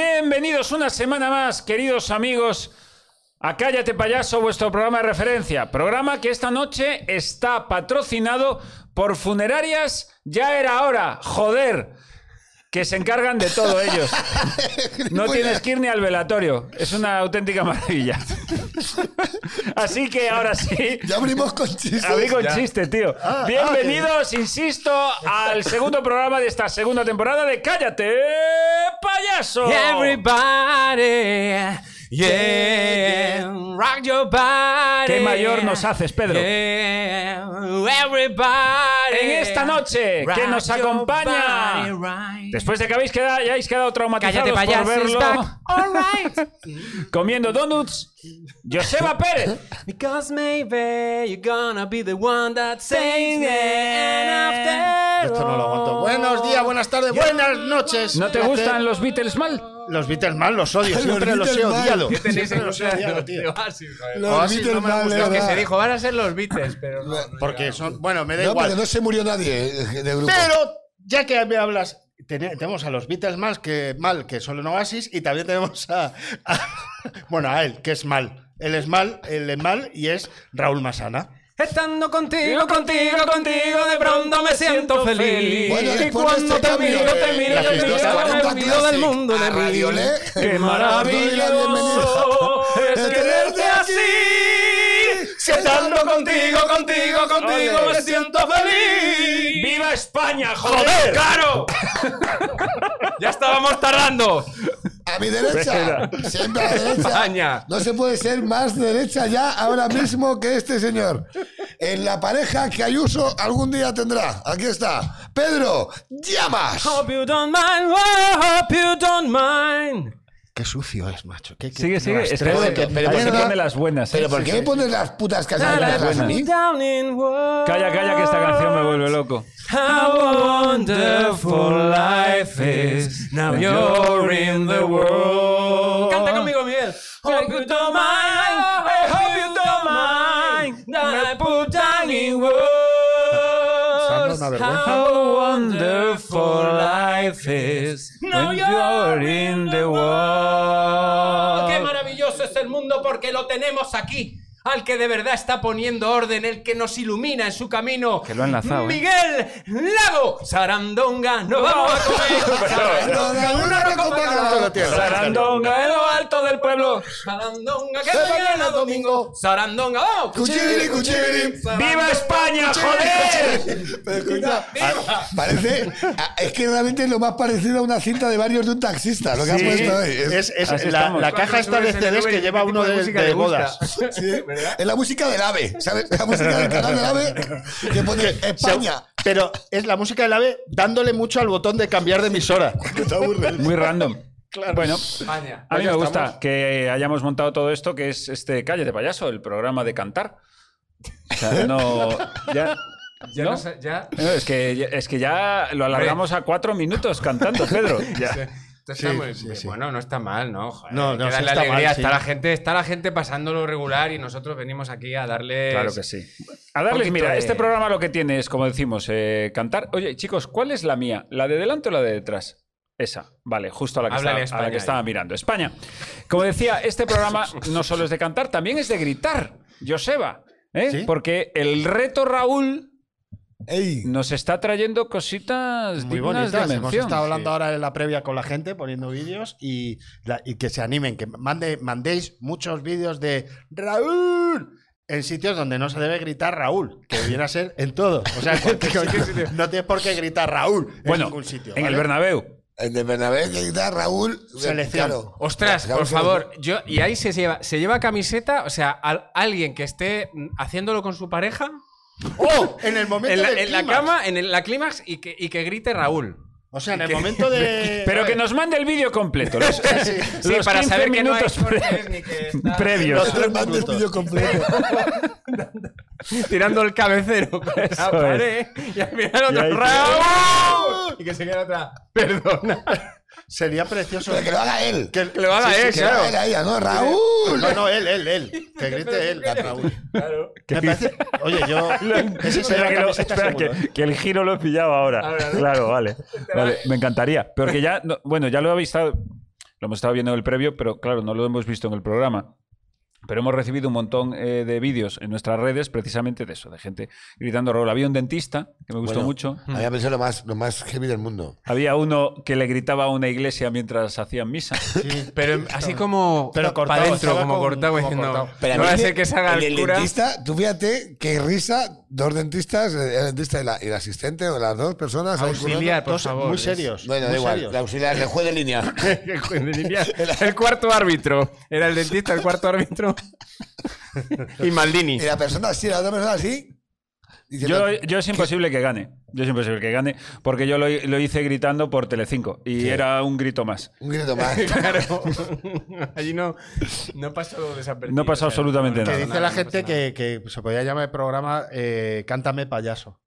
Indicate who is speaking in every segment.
Speaker 1: Bienvenidos una semana más, queridos amigos, a Cállate Payaso, vuestro programa de referencia. Programa que esta noche está patrocinado por Funerarias Ya Era Hora, joder, que se encargan de todo ellos. No tienes que ir ni al velatorio, es una auténtica maravilla. Así que ahora sí,
Speaker 2: Ya abrimos con chistes.
Speaker 1: Abrí con chiste, tío. Bienvenidos, insisto, al segundo programa de esta segunda temporada de Cállate, payaso.
Speaker 3: Everybody, yeah, rock your body.
Speaker 1: Qué mayor nos haces, Pedro.
Speaker 3: Yeah, everybody.
Speaker 1: En esta noche, que
Speaker 3: rock
Speaker 1: nos
Speaker 3: your
Speaker 1: acompaña.
Speaker 3: body right.
Speaker 1: Después de que habéis quedado, ya habéis quedado traumatizados
Speaker 3: Cállate,
Speaker 1: por
Speaker 3: payaso. is
Speaker 1: verlo
Speaker 3: back. All right.
Speaker 1: comiendo donuts, Joseba Pérez.
Speaker 3: Because maybe you're gonna be the one that saves me. And after
Speaker 4: Esto no lo aguanto.
Speaker 3: all-
Speaker 4: Buenos días, buenas tardes, buenas noches.
Speaker 1: ¿No te gustan los Beatles mal?
Speaker 4: Los Beatles mal? Los odio,
Speaker 2: Los
Speaker 4: siempre los, he
Speaker 2: Beatles mal.
Speaker 4: odiado.
Speaker 2: ¿Qué
Speaker 4: Siempre los he odiado, tío.
Speaker 1: Ah,
Speaker 2: Los
Speaker 4: Oasis
Speaker 2: Beatles
Speaker 4: Ah, no me
Speaker 2: mal,
Speaker 4: gusta.
Speaker 2: es
Speaker 4: Lo que
Speaker 2: verdad.
Speaker 3: Se dijo, van a ser los Beatles, pero no.
Speaker 4: Porque son. Bueno, me da
Speaker 2: No, pero
Speaker 4: igual.
Speaker 2: no se murió nadie eh, de grupo.
Speaker 4: Pero, ya que me hablas. ten- Tenemos a los Beatles mal que, mal, que son en Oasis, y también tenemos a, a- Bueno, a él, que es mal. Él es mal, él es mal, y es Raúl Masana.
Speaker 3: Estando contigo, contigo, contigo, de pronto me siento feliz.
Speaker 2: Bueno,
Speaker 3: y
Speaker 2: después de
Speaker 3: eh, cuando
Speaker 2: este
Speaker 3: te
Speaker 2: cambio,
Speaker 3: miro, te
Speaker 2: eh,
Speaker 3: miro,
Speaker 4: la
Speaker 3: te miro,
Speaker 4: fiesta está
Speaker 3: me
Speaker 2: cantando
Speaker 3: olvido del
Speaker 2: Classic
Speaker 3: mundo de
Speaker 2: a Radio
Speaker 3: mí.
Speaker 2: Lé.
Speaker 1: ¡Qué maravilloso
Speaker 2: maravilloso
Speaker 1: es quererte así!
Speaker 2: así! Si estando
Speaker 3: contigo, contigo,
Speaker 2: contigo, Ole. me
Speaker 3: siento feliz.
Speaker 1: ¡Viva España, joder! ¡Caro!
Speaker 3: Ya estábamos tardando.
Speaker 2: A mi derecha, siempre a la derecha.
Speaker 3: España.
Speaker 2: No se puede ser más derecha ya ahora mismo que este señor. En la pareja que Ayuso algún día tendrá. Aquí está. Pedro, llamas.
Speaker 3: Hope you don't mind, oh, hope you don't mind.
Speaker 4: Qué sucio es, macho. Qué, qué-
Speaker 1: Sigue,
Speaker 4: qué
Speaker 1: sigue.
Speaker 4: rastreo de que- pero
Speaker 1: ahí
Speaker 4: ¿por
Speaker 1: se
Speaker 4: qué-
Speaker 1: pone las buenas. ¿eh?
Speaker 2: Pero ¿por qué me pones las putas
Speaker 1: buenas.
Speaker 2: casadas a mí?
Speaker 3: Down in words.
Speaker 1: Calla, calla, que esta canción me vuelve loco.
Speaker 3: How wonderful life is. Now you're in the world. Canta conmigo, Miguel. Hope you don't mind. I hope you don't mind. That I put down in words.
Speaker 4: Sandra, una vergüenza.
Speaker 3: How wonderful life is. Now you're in the world. Oh, Qué maravilloso es el mundo porque lo tenemos aquí. Al que de verdad está poniendo orden, el que nos ilumina en su camino.
Speaker 1: Que lo ha enlazado, ¿eh?
Speaker 3: Miguel Lago. Sarandonga, no vamos a comer. Sarandonga, una copa
Speaker 4: Todo, tío.
Speaker 1: Sarandonga en lo alto del pueblo.
Speaker 3: Sarandonga, que mañana es domingo. Sarandonga, oh, vamos.
Speaker 2: Cuchibiri, cuchibiri.
Speaker 1: ¡Viva España, joder!
Speaker 2: Pero escucha, a- parece, a- es que realmente es lo más parecido a una cinta de varios de un taxista, lo que
Speaker 4: Sí,
Speaker 2: ha puesto hoy. Es,
Speaker 4: es, es
Speaker 1: Así
Speaker 4: la,
Speaker 1: estamos.
Speaker 4: la caja está de CDs que lleva uno de, de bodas.
Speaker 2: sí, es la música del ave, ¿sabes? La música del canal del ave que pone España.
Speaker 4: Se- Pero es la música del ave dándole mucho al botón de cambiar de emisora.
Speaker 2: Que te aburres.
Speaker 1: Muy random. Bueno,
Speaker 3: España.
Speaker 1: a mí me
Speaker 4: ya
Speaker 1: gusta
Speaker 4: estamos.
Speaker 1: que hayamos montado todo esto, que es este Calle de Payaso, el programa de cantar. O sea, no. Ya.
Speaker 3: Ya,
Speaker 1: ¿no?
Speaker 3: no sé, ya.
Speaker 1: No, es, que, ya- es que ya lo alargamos a cuatro minutos cantando, Pedro. Ya.
Speaker 3: Esto está
Speaker 4: Sí,
Speaker 3: muy-
Speaker 4: sí, sí.
Speaker 3: Bueno, no está mal, ¿no? Joder,
Speaker 4: No,
Speaker 3: hay
Speaker 4: no,
Speaker 3: que
Speaker 4: sí
Speaker 3: darle
Speaker 4: está
Speaker 3: alegría.
Speaker 4: mal, sí.
Speaker 3: está la gente, está la gente pasándolo regular y nosotros venimos aquí a darle.
Speaker 1: Claro que sí. Eh, A darles,
Speaker 3: Poquito
Speaker 1: mira,
Speaker 3: de-
Speaker 1: este programa lo que tiene es, como decimos, eh, cantar. Oye, chicos, ¿cuál es la mía? ¿La de delante o la de detrás? Esa, vale, justo a la que, estaba,
Speaker 3: Háblale a España
Speaker 1: a la que
Speaker 3: ahí.
Speaker 4: eh.
Speaker 1: estaba mirando. España. Como decía, este programa no solo es de cantar, también es de gritar, Joseba. ¿eh?
Speaker 4: ¿Sí?
Speaker 1: Porque el reto Raúl
Speaker 2: Ey,
Speaker 1: nos está trayendo cositas
Speaker 4: Muy
Speaker 1: dignas
Speaker 4: bonitas.
Speaker 1: de
Speaker 4: Hemos
Speaker 1: mención.
Speaker 4: estado hablando ahora en la previa con la gente, poniendo vídeos y, la- y que se animen, que mande, mandéis muchos vídeos de Raúl en sitios donde no se debe gritar Raúl, que viene a ser en todo. O sea, en cualquier sitio. no tienes por qué gritar Raúl en
Speaker 1: bueno,
Speaker 4: ningún sitio.
Speaker 1: en el
Speaker 4: ¿vale?
Speaker 1: Bernabéu.
Speaker 2: el de Bernabé que grita Raúl.
Speaker 4: Selección.
Speaker 3: Ostras, por favor, yo y ahí se lleva, se lleva camiseta, o sea, al- alguien que esté mm, haciéndolo con su pareja
Speaker 4: ¡Oh! En el momento
Speaker 3: en la,
Speaker 4: del
Speaker 3: en la
Speaker 4: clímax.
Speaker 3: cama, en el- la clímax y que, y que grite Raúl.
Speaker 4: O sea, en el momento de.
Speaker 1: Pero que nos mande el vídeo completo. Los,
Speaker 3: Sí,
Speaker 1: los
Speaker 3: para
Speaker 1: 15
Speaker 3: saber que no hay
Speaker 1: minutos
Speaker 3: cortes
Speaker 1: pre-
Speaker 3: ni que está
Speaker 1: previos.
Speaker 2: Los tres mandes pillo completo.
Speaker 3: tirando el cabecero con
Speaker 1: Eso
Speaker 3: la
Speaker 1: es.
Speaker 3: pared y al final
Speaker 1: Y
Speaker 3: otro
Speaker 1: ahí-
Speaker 3: Raúl y que se queda otra. Perdona.
Speaker 4: Sería precioso.
Speaker 2: Pero que lo haga él.
Speaker 4: que-
Speaker 3: lo haga él,
Speaker 2: que lo haga
Speaker 3: claro.
Speaker 2: él a ella, ¿no? Raúl.
Speaker 4: No, no, él, él, él. Que grite él, Raúl.
Speaker 3: Claro.
Speaker 4: Me parece- Oye, yo. Ese
Speaker 1: Espera,
Speaker 4: sería
Speaker 1: que, lo-
Speaker 4: la camiseta
Speaker 1: espera,
Speaker 4: seguro,
Speaker 1: que-
Speaker 4: ¿eh?
Speaker 1: que el giro lo he pillado ahora.
Speaker 3: Ahora, ¿no?
Speaker 1: Claro, vale. Vale, Me encantaría. Porque ya, no- bueno, ya lo habéis estado. Lo hemos estado viendo en el previo, pero claro, no lo hemos visto en el programa. Pero hemos recibido un montón eh, de vídeos en nuestras redes precisamente de eso, de gente gritando rol. Había un dentista que me gustó
Speaker 2: Bueno.
Speaker 1: mucho.
Speaker 2: Había pensado lo más, lo más heavy del mundo.
Speaker 1: Había uno que le gritaba a una iglesia mientras hacían misa.
Speaker 3: Pero así como
Speaker 4: Pero cortado,
Speaker 3: para adentro,
Speaker 4: estaba
Speaker 3: como
Speaker 4: con-
Speaker 3: cortado,
Speaker 4: como
Speaker 3: diciendo.
Speaker 4: cortado.
Speaker 3: No va a ser que salga
Speaker 2: el,
Speaker 3: el
Speaker 2: del
Speaker 3: cura.
Speaker 2: dentista, tú fíjate qué risa, dos dentistas, eh, el dentista y, la, y el asistente, o las dos personas. ahí
Speaker 3: Auxiliar, por
Speaker 4: Dos
Speaker 3: favor.
Speaker 4: muy
Speaker 3: es-
Speaker 4: serios.
Speaker 2: Bueno, da
Speaker 4: muy
Speaker 2: igual.
Speaker 4: serios.
Speaker 2: La auxiliar, el juez de línea.
Speaker 3: el cuarto árbitro. Era el dentista, el cuarto árbitro. y Maldini.
Speaker 2: Y la persona así, la otra persona así. diciendo,
Speaker 1: Yo, yo es imposible que gane. Yo es imposible que gane porque yo lo, lo hice gritando por Telecinco y era un grito más.
Speaker 2: un grito más.
Speaker 3: Claro. Allí no, no pasó desapercibido.
Speaker 1: No pasó
Speaker 3: o sea,
Speaker 1: absolutamente
Speaker 3: no,
Speaker 1: nada.
Speaker 4: Que
Speaker 3: no,
Speaker 4: dice
Speaker 3: no,
Speaker 4: la
Speaker 3: no
Speaker 4: gente
Speaker 3: pasa nada.
Speaker 4: que, que se podía llamar el programa eh, Cántame payaso.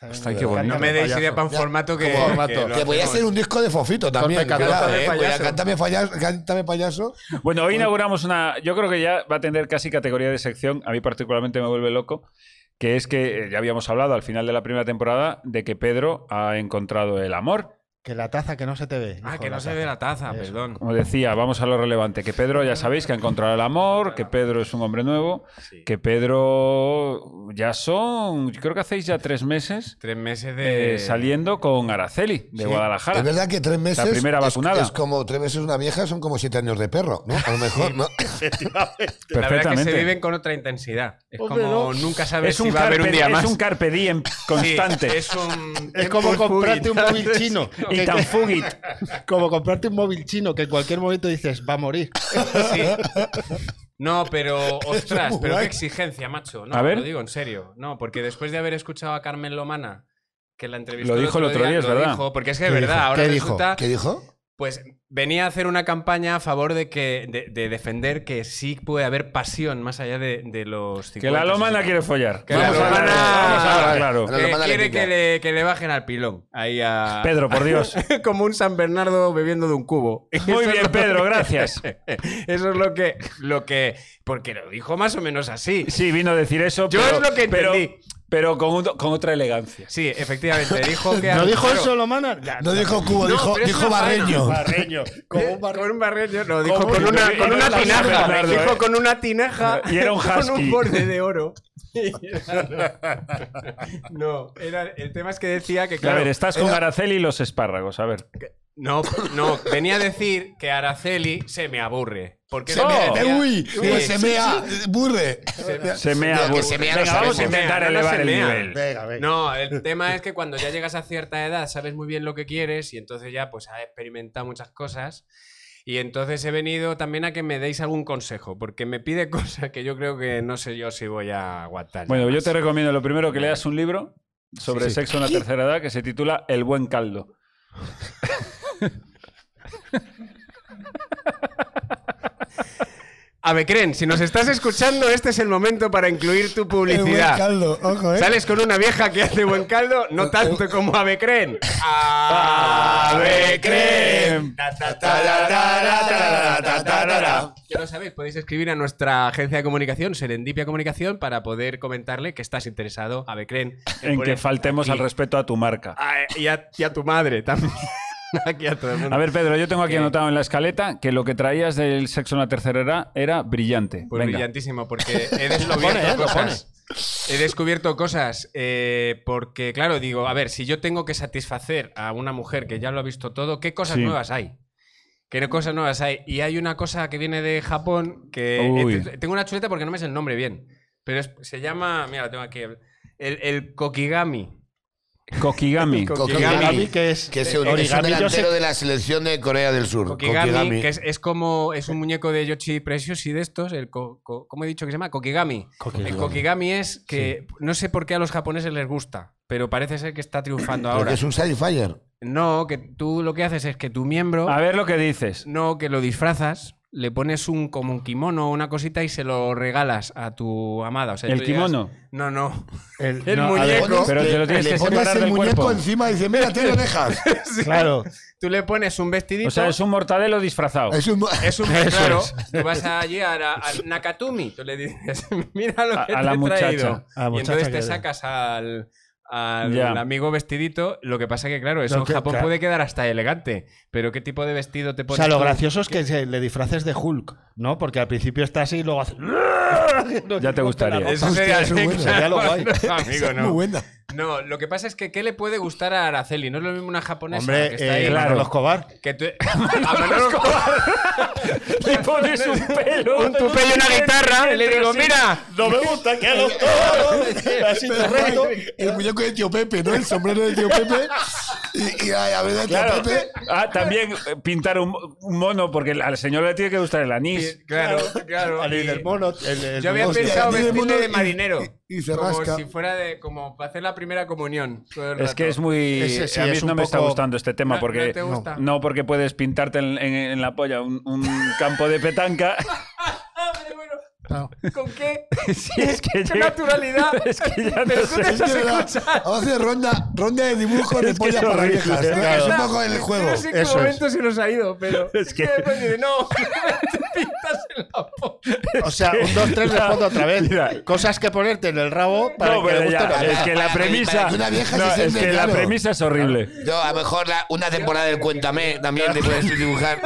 Speaker 4: Está
Speaker 1: Hostia, qué bonito.
Speaker 3: No me deis idea para un
Speaker 2: Ya,
Speaker 3: formato que.
Speaker 2: como
Speaker 4: formato.
Speaker 3: lo
Speaker 2: Que podía
Speaker 3: hacemos.
Speaker 2: ser un disco de fofito también.
Speaker 4: Torpe
Speaker 2: cuidado,
Speaker 4: Cántame
Speaker 2: eh,
Speaker 4: Payaso.
Speaker 2: cuidado, cántame, falla- cántame payaso.
Speaker 1: Bueno, hoy inauguramos una. Yo creo que ya va a tener casi categoría de sección. A mí, particularmente, me vuelve loco. Que es que eh, ya habíamos hablado al final de la primera temporada de que Pedro ha encontrado el amor.
Speaker 4: Que la taza que no se te ve.
Speaker 3: Ah,
Speaker 4: hijo,
Speaker 3: que no se ve la taza,
Speaker 4: Eso.
Speaker 3: perdón.
Speaker 1: Como decía, vamos a lo relevante. Que Pedro, ya sabéis, que ha encontrado el amor, que Pedro es un hombre nuevo, que Pedro ya son, yo creo que hacéis ya tres meses
Speaker 3: Tres meses de.
Speaker 1: eh, saliendo con Araceli de
Speaker 2: Sí.
Speaker 1: Guadalajara.
Speaker 2: Es verdad que tres meses.
Speaker 1: primera
Speaker 2: es-
Speaker 1: vacunada.
Speaker 2: Es, como tres meses una vieja, son como siete años de perro, ¿no? A lo mejor, ¿no?
Speaker 3: La verdad que
Speaker 1: Perfectamente.
Speaker 3: se viven con otra intensidad. Es
Speaker 4: Hombre,
Speaker 3: como
Speaker 4: no.
Speaker 3: nunca sabes
Speaker 1: es un,
Speaker 3: si va a haber
Speaker 1: carpe,
Speaker 3: un día
Speaker 1: es
Speaker 3: más.
Speaker 1: un carpe diem
Speaker 3: Sí,
Speaker 1: constante
Speaker 3: es un.
Speaker 4: Es como comprarte un móvil
Speaker 3: Entonces,
Speaker 4: chino.
Speaker 1: y
Speaker 4: que-
Speaker 1: tan
Speaker 4: que-
Speaker 1: fugit.
Speaker 4: como comprarte un móvil chino que en cualquier momento dices, va a morir.
Speaker 3: Sí. No, pero ostras,
Speaker 2: muy
Speaker 3: pero qué
Speaker 2: guay.
Speaker 3: exigencia, macho. No,
Speaker 1: A ver.
Speaker 3: lo digo en serio. No, porque después de haber escuchado a Carmen Lomana, que la entrevistó.
Speaker 1: Lo dijo el otro día, es
Speaker 3: lo
Speaker 1: verdad.
Speaker 3: dijo, porque es que es
Speaker 4: ¿Qué
Speaker 3: verdad,
Speaker 4: dijo?
Speaker 3: ahora
Speaker 4: ¿Qué dijo?
Speaker 3: resulta.
Speaker 2: ¿Qué dijo?
Speaker 3: Pues venía a hacer una campaña a favor de que de, de defender que sí puede haber pasión más allá de, de los 50.
Speaker 1: Que la lomana
Speaker 3: 60.
Speaker 1: quiere follar.
Speaker 3: Que la
Speaker 1: Vamos a hablar-
Speaker 3: lomana-
Speaker 1: vamos a hablar claro.
Speaker 2: La lomana
Speaker 3: Que
Speaker 2: le
Speaker 3: quiere
Speaker 2: pica.
Speaker 3: que le, que le bajen al pilón. Ahí a.
Speaker 1: Pedro, por Dios.
Speaker 3: como un San Bernardo bebiendo de un cubo.
Speaker 1: Muy
Speaker 3: Eso es
Speaker 1: bien,
Speaker 3: lo-
Speaker 1: Pedro, gracias.
Speaker 3: Eso es lo que, lo que. Porque lo dijo más o menos así.
Speaker 1: Sí, vino a decir eso.
Speaker 3: Yo
Speaker 1: pero,
Speaker 3: es lo que
Speaker 1: pero-
Speaker 3: entendí.
Speaker 1: Pero, con, un- con otra elegancia.
Speaker 3: Sí, efectivamente. Dijo que.
Speaker 4: ¿No dijo
Speaker 3: claro,
Speaker 4: eso, Lomana? Ya,
Speaker 2: No dijo cubo,
Speaker 3: No,
Speaker 2: dijo,
Speaker 3: pero es
Speaker 2: dijo
Speaker 3: una faena.
Speaker 2: barreño.
Speaker 4: Barreño.
Speaker 3: Con
Speaker 4: Como un barreño.
Speaker 3: un barreño, no, dijo
Speaker 1: ¿Cómo?
Speaker 3: con una,
Speaker 1: Yo-
Speaker 3: con
Speaker 1: yo
Speaker 3: una
Speaker 1: no lo sé,
Speaker 3: tinaja.
Speaker 1: Bernardo,
Speaker 3: Dijo
Speaker 1: eh.
Speaker 3: con una tinaja.
Speaker 1: Y era un
Speaker 3: Con
Speaker 1: husky.
Speaker 3: un borde de oro. no, era, el tema es que decía que,
Speaker 1: a
Speaker 3: claro.
Speaker 1: ver, estás con Araceli y los espárragos. A ver.
Speaker 3: No, no, venía a decir que Araceli se me aburre. Porque
Speaker 2: Se
Speaker 1: No.
Speaker 2: me,
Speaker 3: decía-
Speaker 2: eh, uy,
Speaker 3: Sí,
Speaker 2: uy, se mea, burre.
Speaker 1: Se me
Speaker 2: No,
Speaker 1: ha
Speaker 2: que se mea no
Speaker 1: Venga, vamos a
Speaker 2: sabemos.
Speaker 1: intentar
Speaker 3: No, no
Speaker 1: elevar
Speaker 3: se
Speaker 1: el
Speaker 3: mea.
Speaker 1: nivel.
Speaker 4: Venga, venga.
Speaker 3: No, el tema es que cuando ya llegas a cierta edad sabes muy bien lo que quieres y entonces ya pues has experimentado muchas cosas. Y entonces he venido también a que me deis algún consejo, porque me pide cosas que yo creo que no sé yo si voy a aguantar.
Speaker 1: Bueno,
Speaker 3: ya
Speaker 1: yo
Speaker 3: más.
Speaker 1: te recomiendo lo primero que leas un libro sobre sexo en la tercera edad que se titula El buen caldo.
Speaker 3: Avecren, si nos estás escuchando, este es el momento para incluir tu
Speaker 2: El buen
Speaker 3: publicidad.
Speaker 2: caldo, ojo, eh.
Speaker 3: Sales con una vieja que hace buen caldo, no tanto como Avecren.
Speaker 1: Avecren.
Speaker 3: Ta, ta, ta, ta, ta, ta, ta, ta, ta, ta.
Speaker 2: Tarararararararara.
Speaker 3: Ya lo sabéis, podéis escribir a nuestra agencia de comunicación, Serendipia Comunicación, para poder comentarle que estás interesado, a Becren,
Speaker 1: En que
Speaker 3: poner
Speaker 1: faltemos al
Speaker 3: aquí-
Speaker 1: respeto a tu marca.
Speaker 3: a- y, a, y a tu madre también. aquí a todo el mundo.
Speaker 1: A ver, Pedro, yo tengo aquí
Speaker 3: Eh.
Speaker 1: anotado en la escaleta que lo que traías del sexo en la tercera edad era brillante.
Speaker 3: Pues
Speaker 1: Venga.
Speaker 3: brillantísimo, porque he descubierto
Speaker 4: ¿eh? Lo
Speaker 3: cosas. He descubierto cosas eh, porque, claro, digo, a ver, si yo tengo que satisfacer a una mujer que ya lo ha visto todo, ¿qué cosas
Speaker 1: Sí.
Speaker 3: nuevas hay? ¿Qué cosas nuevas hay? Y hay una cosa que viene de Japón que...
Speaker 1: Uy.
Speaker 3: eh, tengo una chuleta porque no me es el nombre bien, pero es- se llama... Mira, lo tengo aquí. El, el kokigami.
Speaker 1: Kokigami.
Speaker 3: El
Speaker 4: Kokigami, que es
Speaker 2: Que es
Speaker 4: eh,
Speaker 2: un, es un
Speaker 4: origami, yo sé-
Speaker 2: delantero de la selección de Corea del Sur.
Speaker 3: Kokigami,
Speaker 2: Kokigami.
Speaker 3: que es, es como es un muñeco de Yoshi Precious y de estos, el co- co- ¿cómo he dicho que se llama? Kokigami.
Speaker 4: Kokigami.
Speaker 3: El Kokigami es que no sé por qué a los japoneses les gusta, pero parece ser que está triunfando
Speaker 2: Porque
Speaker 3: ahora.
Speaker 2: es un Sidefighter.
Speaker 3: No, que tú lo que haces es que tu miembro,
Speaker 1: A ver lo que dices.
Speaker 3: no, que lo disfrazas, le pones un como un kimono o una cosita y se lo regalas a tu amada. O sea,
Speaker 1: El
Speaker 3: tú llegas-
Speaker 1: kimono.
Speaker 3: No, no.
Speaker 4: el,
Speaker 3: el
Speaker 4: no, a
Speaker 3: muñeco.
Speaker 4: ver,
Speaker 1: Pero te lo tienes
Speaker 2: le
Speaker 1: que
Speaker 2: pones
Speaker 1: separar
Speaker 2: el
Speaker 1: del
Speaker 2: muñeco
Speaker 1: cuerpo.
Speaker 2: encima y dice, mira, te lo dejas.
Speaker 4: Claro.
Speaker 3: Tú le pones un vestidito.
Speaker 1: O sea, es un mortadelo disfrazado.
Speaker 2: es un...
Speaker 3: Es un claro. Tú vas allí a, la- a Nakatumi, tú le dices, mira lo
Speaker 1: A-
Speaker 3: que
Speaker 1: a
Speaker 3: te
Speaker 1: la
Speaker 3: he
Speaker 1: muchacha,
Speaker 3: traído.
Speaker 4: a la
Speaker 3: y
Speaker 4: muchacha
Speaker 3: entonces te
Speaker 4: que-
Speaker 3: sacas al, al
Speaker 1: Ya.
Speaker 3: amigo vestidito. Lo que pasa que, claro, eso
Speaker 4: Lo
Speaker 3: en
Speaker 4: que-
Speaker 3: Japón
Speaker 4: claro.
Speaker 3: puede quedar hasta elegante. Pero ¿qué tipo de vestido te
Speaker 4: O
Speaker 3: pones?
Speaker 4: sea, lo
Speaker 3: tú?
Speaker 4: gracioso es que se le disfraces de Hulk, ¿no? Porque al principio está así y luego hace.
Speaker 1: Ya te gustaría.
Speaker 3: Eso
Speaker 2: Hostia,
Speaker 3: sería,
Speaker 2: eso es bueno,
Speaker 4: sería lo guay.
Speaker 3: No, amigo,
Speaker 2: Muy
Speaker 3: no.
Speaker 2: buena.
Speaker 3: No, lo que pasa es que ¿qué le puede gustar a Araceli? No es lo mismo una japonesa
Speaker 4: Hombre,
Speaker 3: que está ahí.
Speaker 4: eh,
Speaker 1: Claro.
Speaker 4: Manolo Escobar.
Speaker 3: Que tú... A Manolo Escobar.
Speaker 1: Le pones un pelo.
Speaker 3: Un tupé y una guitarra. Y le digo,
Speaker 1: Sí.
Speaker 3: mira,
Speaker 4: No me gusta que a los toros. Así
Speaker 2: Pero,
Speaker 4: correcto.
Speaker 2: Frank, el muñeco de tío Pepe, ¿no? El sombrero de tío Pepe. Y, y la verdad de tío
Speaker 1: Claro.
Speaker 2: Pepe.
Speaker 1: Ah, también eh, pintar un, un mono, porque al señor le tiene que gustar el anís.
Speaker 3: Claro, claro.
Speaker 4: Al
Speaker 3: y-
Speaker 4: líder mono. el- el
Speaker 3: Yo había
Speaker 4: hostia,
Speaker 3: pensado
Speaker 2: el líder
Speaker 3: vestirle
Speaker 2: mono
Speaker 3: de
Speaker 2: y-
Speaker 3: marinero.
Speaker 2: y- y se
Speaker 3: como
Speaker 2: rasca.
Speaker 3: si fuera de. como para hacer la primera comunión. todo el
Speaker 1: Es
Speaker 3: rato.
Speaker 1: que es muy.
Speaker 4: Ese sí,
Speaker 1: a mí
Speaker 4: es
Speaker 1: no
Speaker 4: un
Speaker 1: me está
Speaker 4: poco-
Speaker 1: gustando este tema
Speaker 3: No,
Speaker 1: porque.
Speaker 3: no te gusta.
Speaker 1: no, porque puedes pintarte en, en- en la polla un, un campo de petanca.
Speaker 3: Ah, pero bueno,
Speaker 2: No.
Speaker 3: ¿con qué?
Speaker 1: Sí, es que
Speaker 3: ¡Qué
Speaker 1: llega-
Speaker 3: naturalidad!
Speaker 1: Es que ya no
Speaker 3: Pero tú te
Speaker 1: sé.
Speaker 2: Es que
Speaker 3: se
Speaker 2: era-
Speaker 3: escucha.
Speaker 2: Vamos a hacer ronda, ronda de dibujos de
Speaker 1: Es que
Speaker 2: polla
Speaker 1: es
Speaker 2: para
Speaker 1: horrible,
Speaker 2: viejas.
Speaker 1: es
Speaker 2: ¿no?
Speaker 4: verdad.
Speaker 2: Es un poco el juego.
Speaker 3: No sé en qué
Speaker 4: eso es.
Speaker 3: momento se nos ha ido, pero.
Speaker 1: Es
Speaker 3: Es que
Speaker 1: que-
Speaker 3: después dice, no, te pintas en la po-
Speaker 4: O sea, un, dos, tres, respondo otra vez.
Speaker 1: Mira.
Speaker 4: Cosas que ponerte en el rabo para
Speaker 1: No,
Speaker 4: que le
Speaker 1: pero
Speaker 4: guste
Speaker 1: ya,
Speaker 4: la-
Speaker 1: es que la
Speaker 5: para que-
Speaker 1: premisa.
Speaker 5: para que
Speaker 2: una vieja se
Speaker 1: no, es
Speaker 2: siente,
Speaker 1: que la
Speaker 2: claro.
Speaker 1: premisa es horrible.
Speaker 5: Yo, a lo mejor la- una temporada del Cuéntame también te puedes dibujar.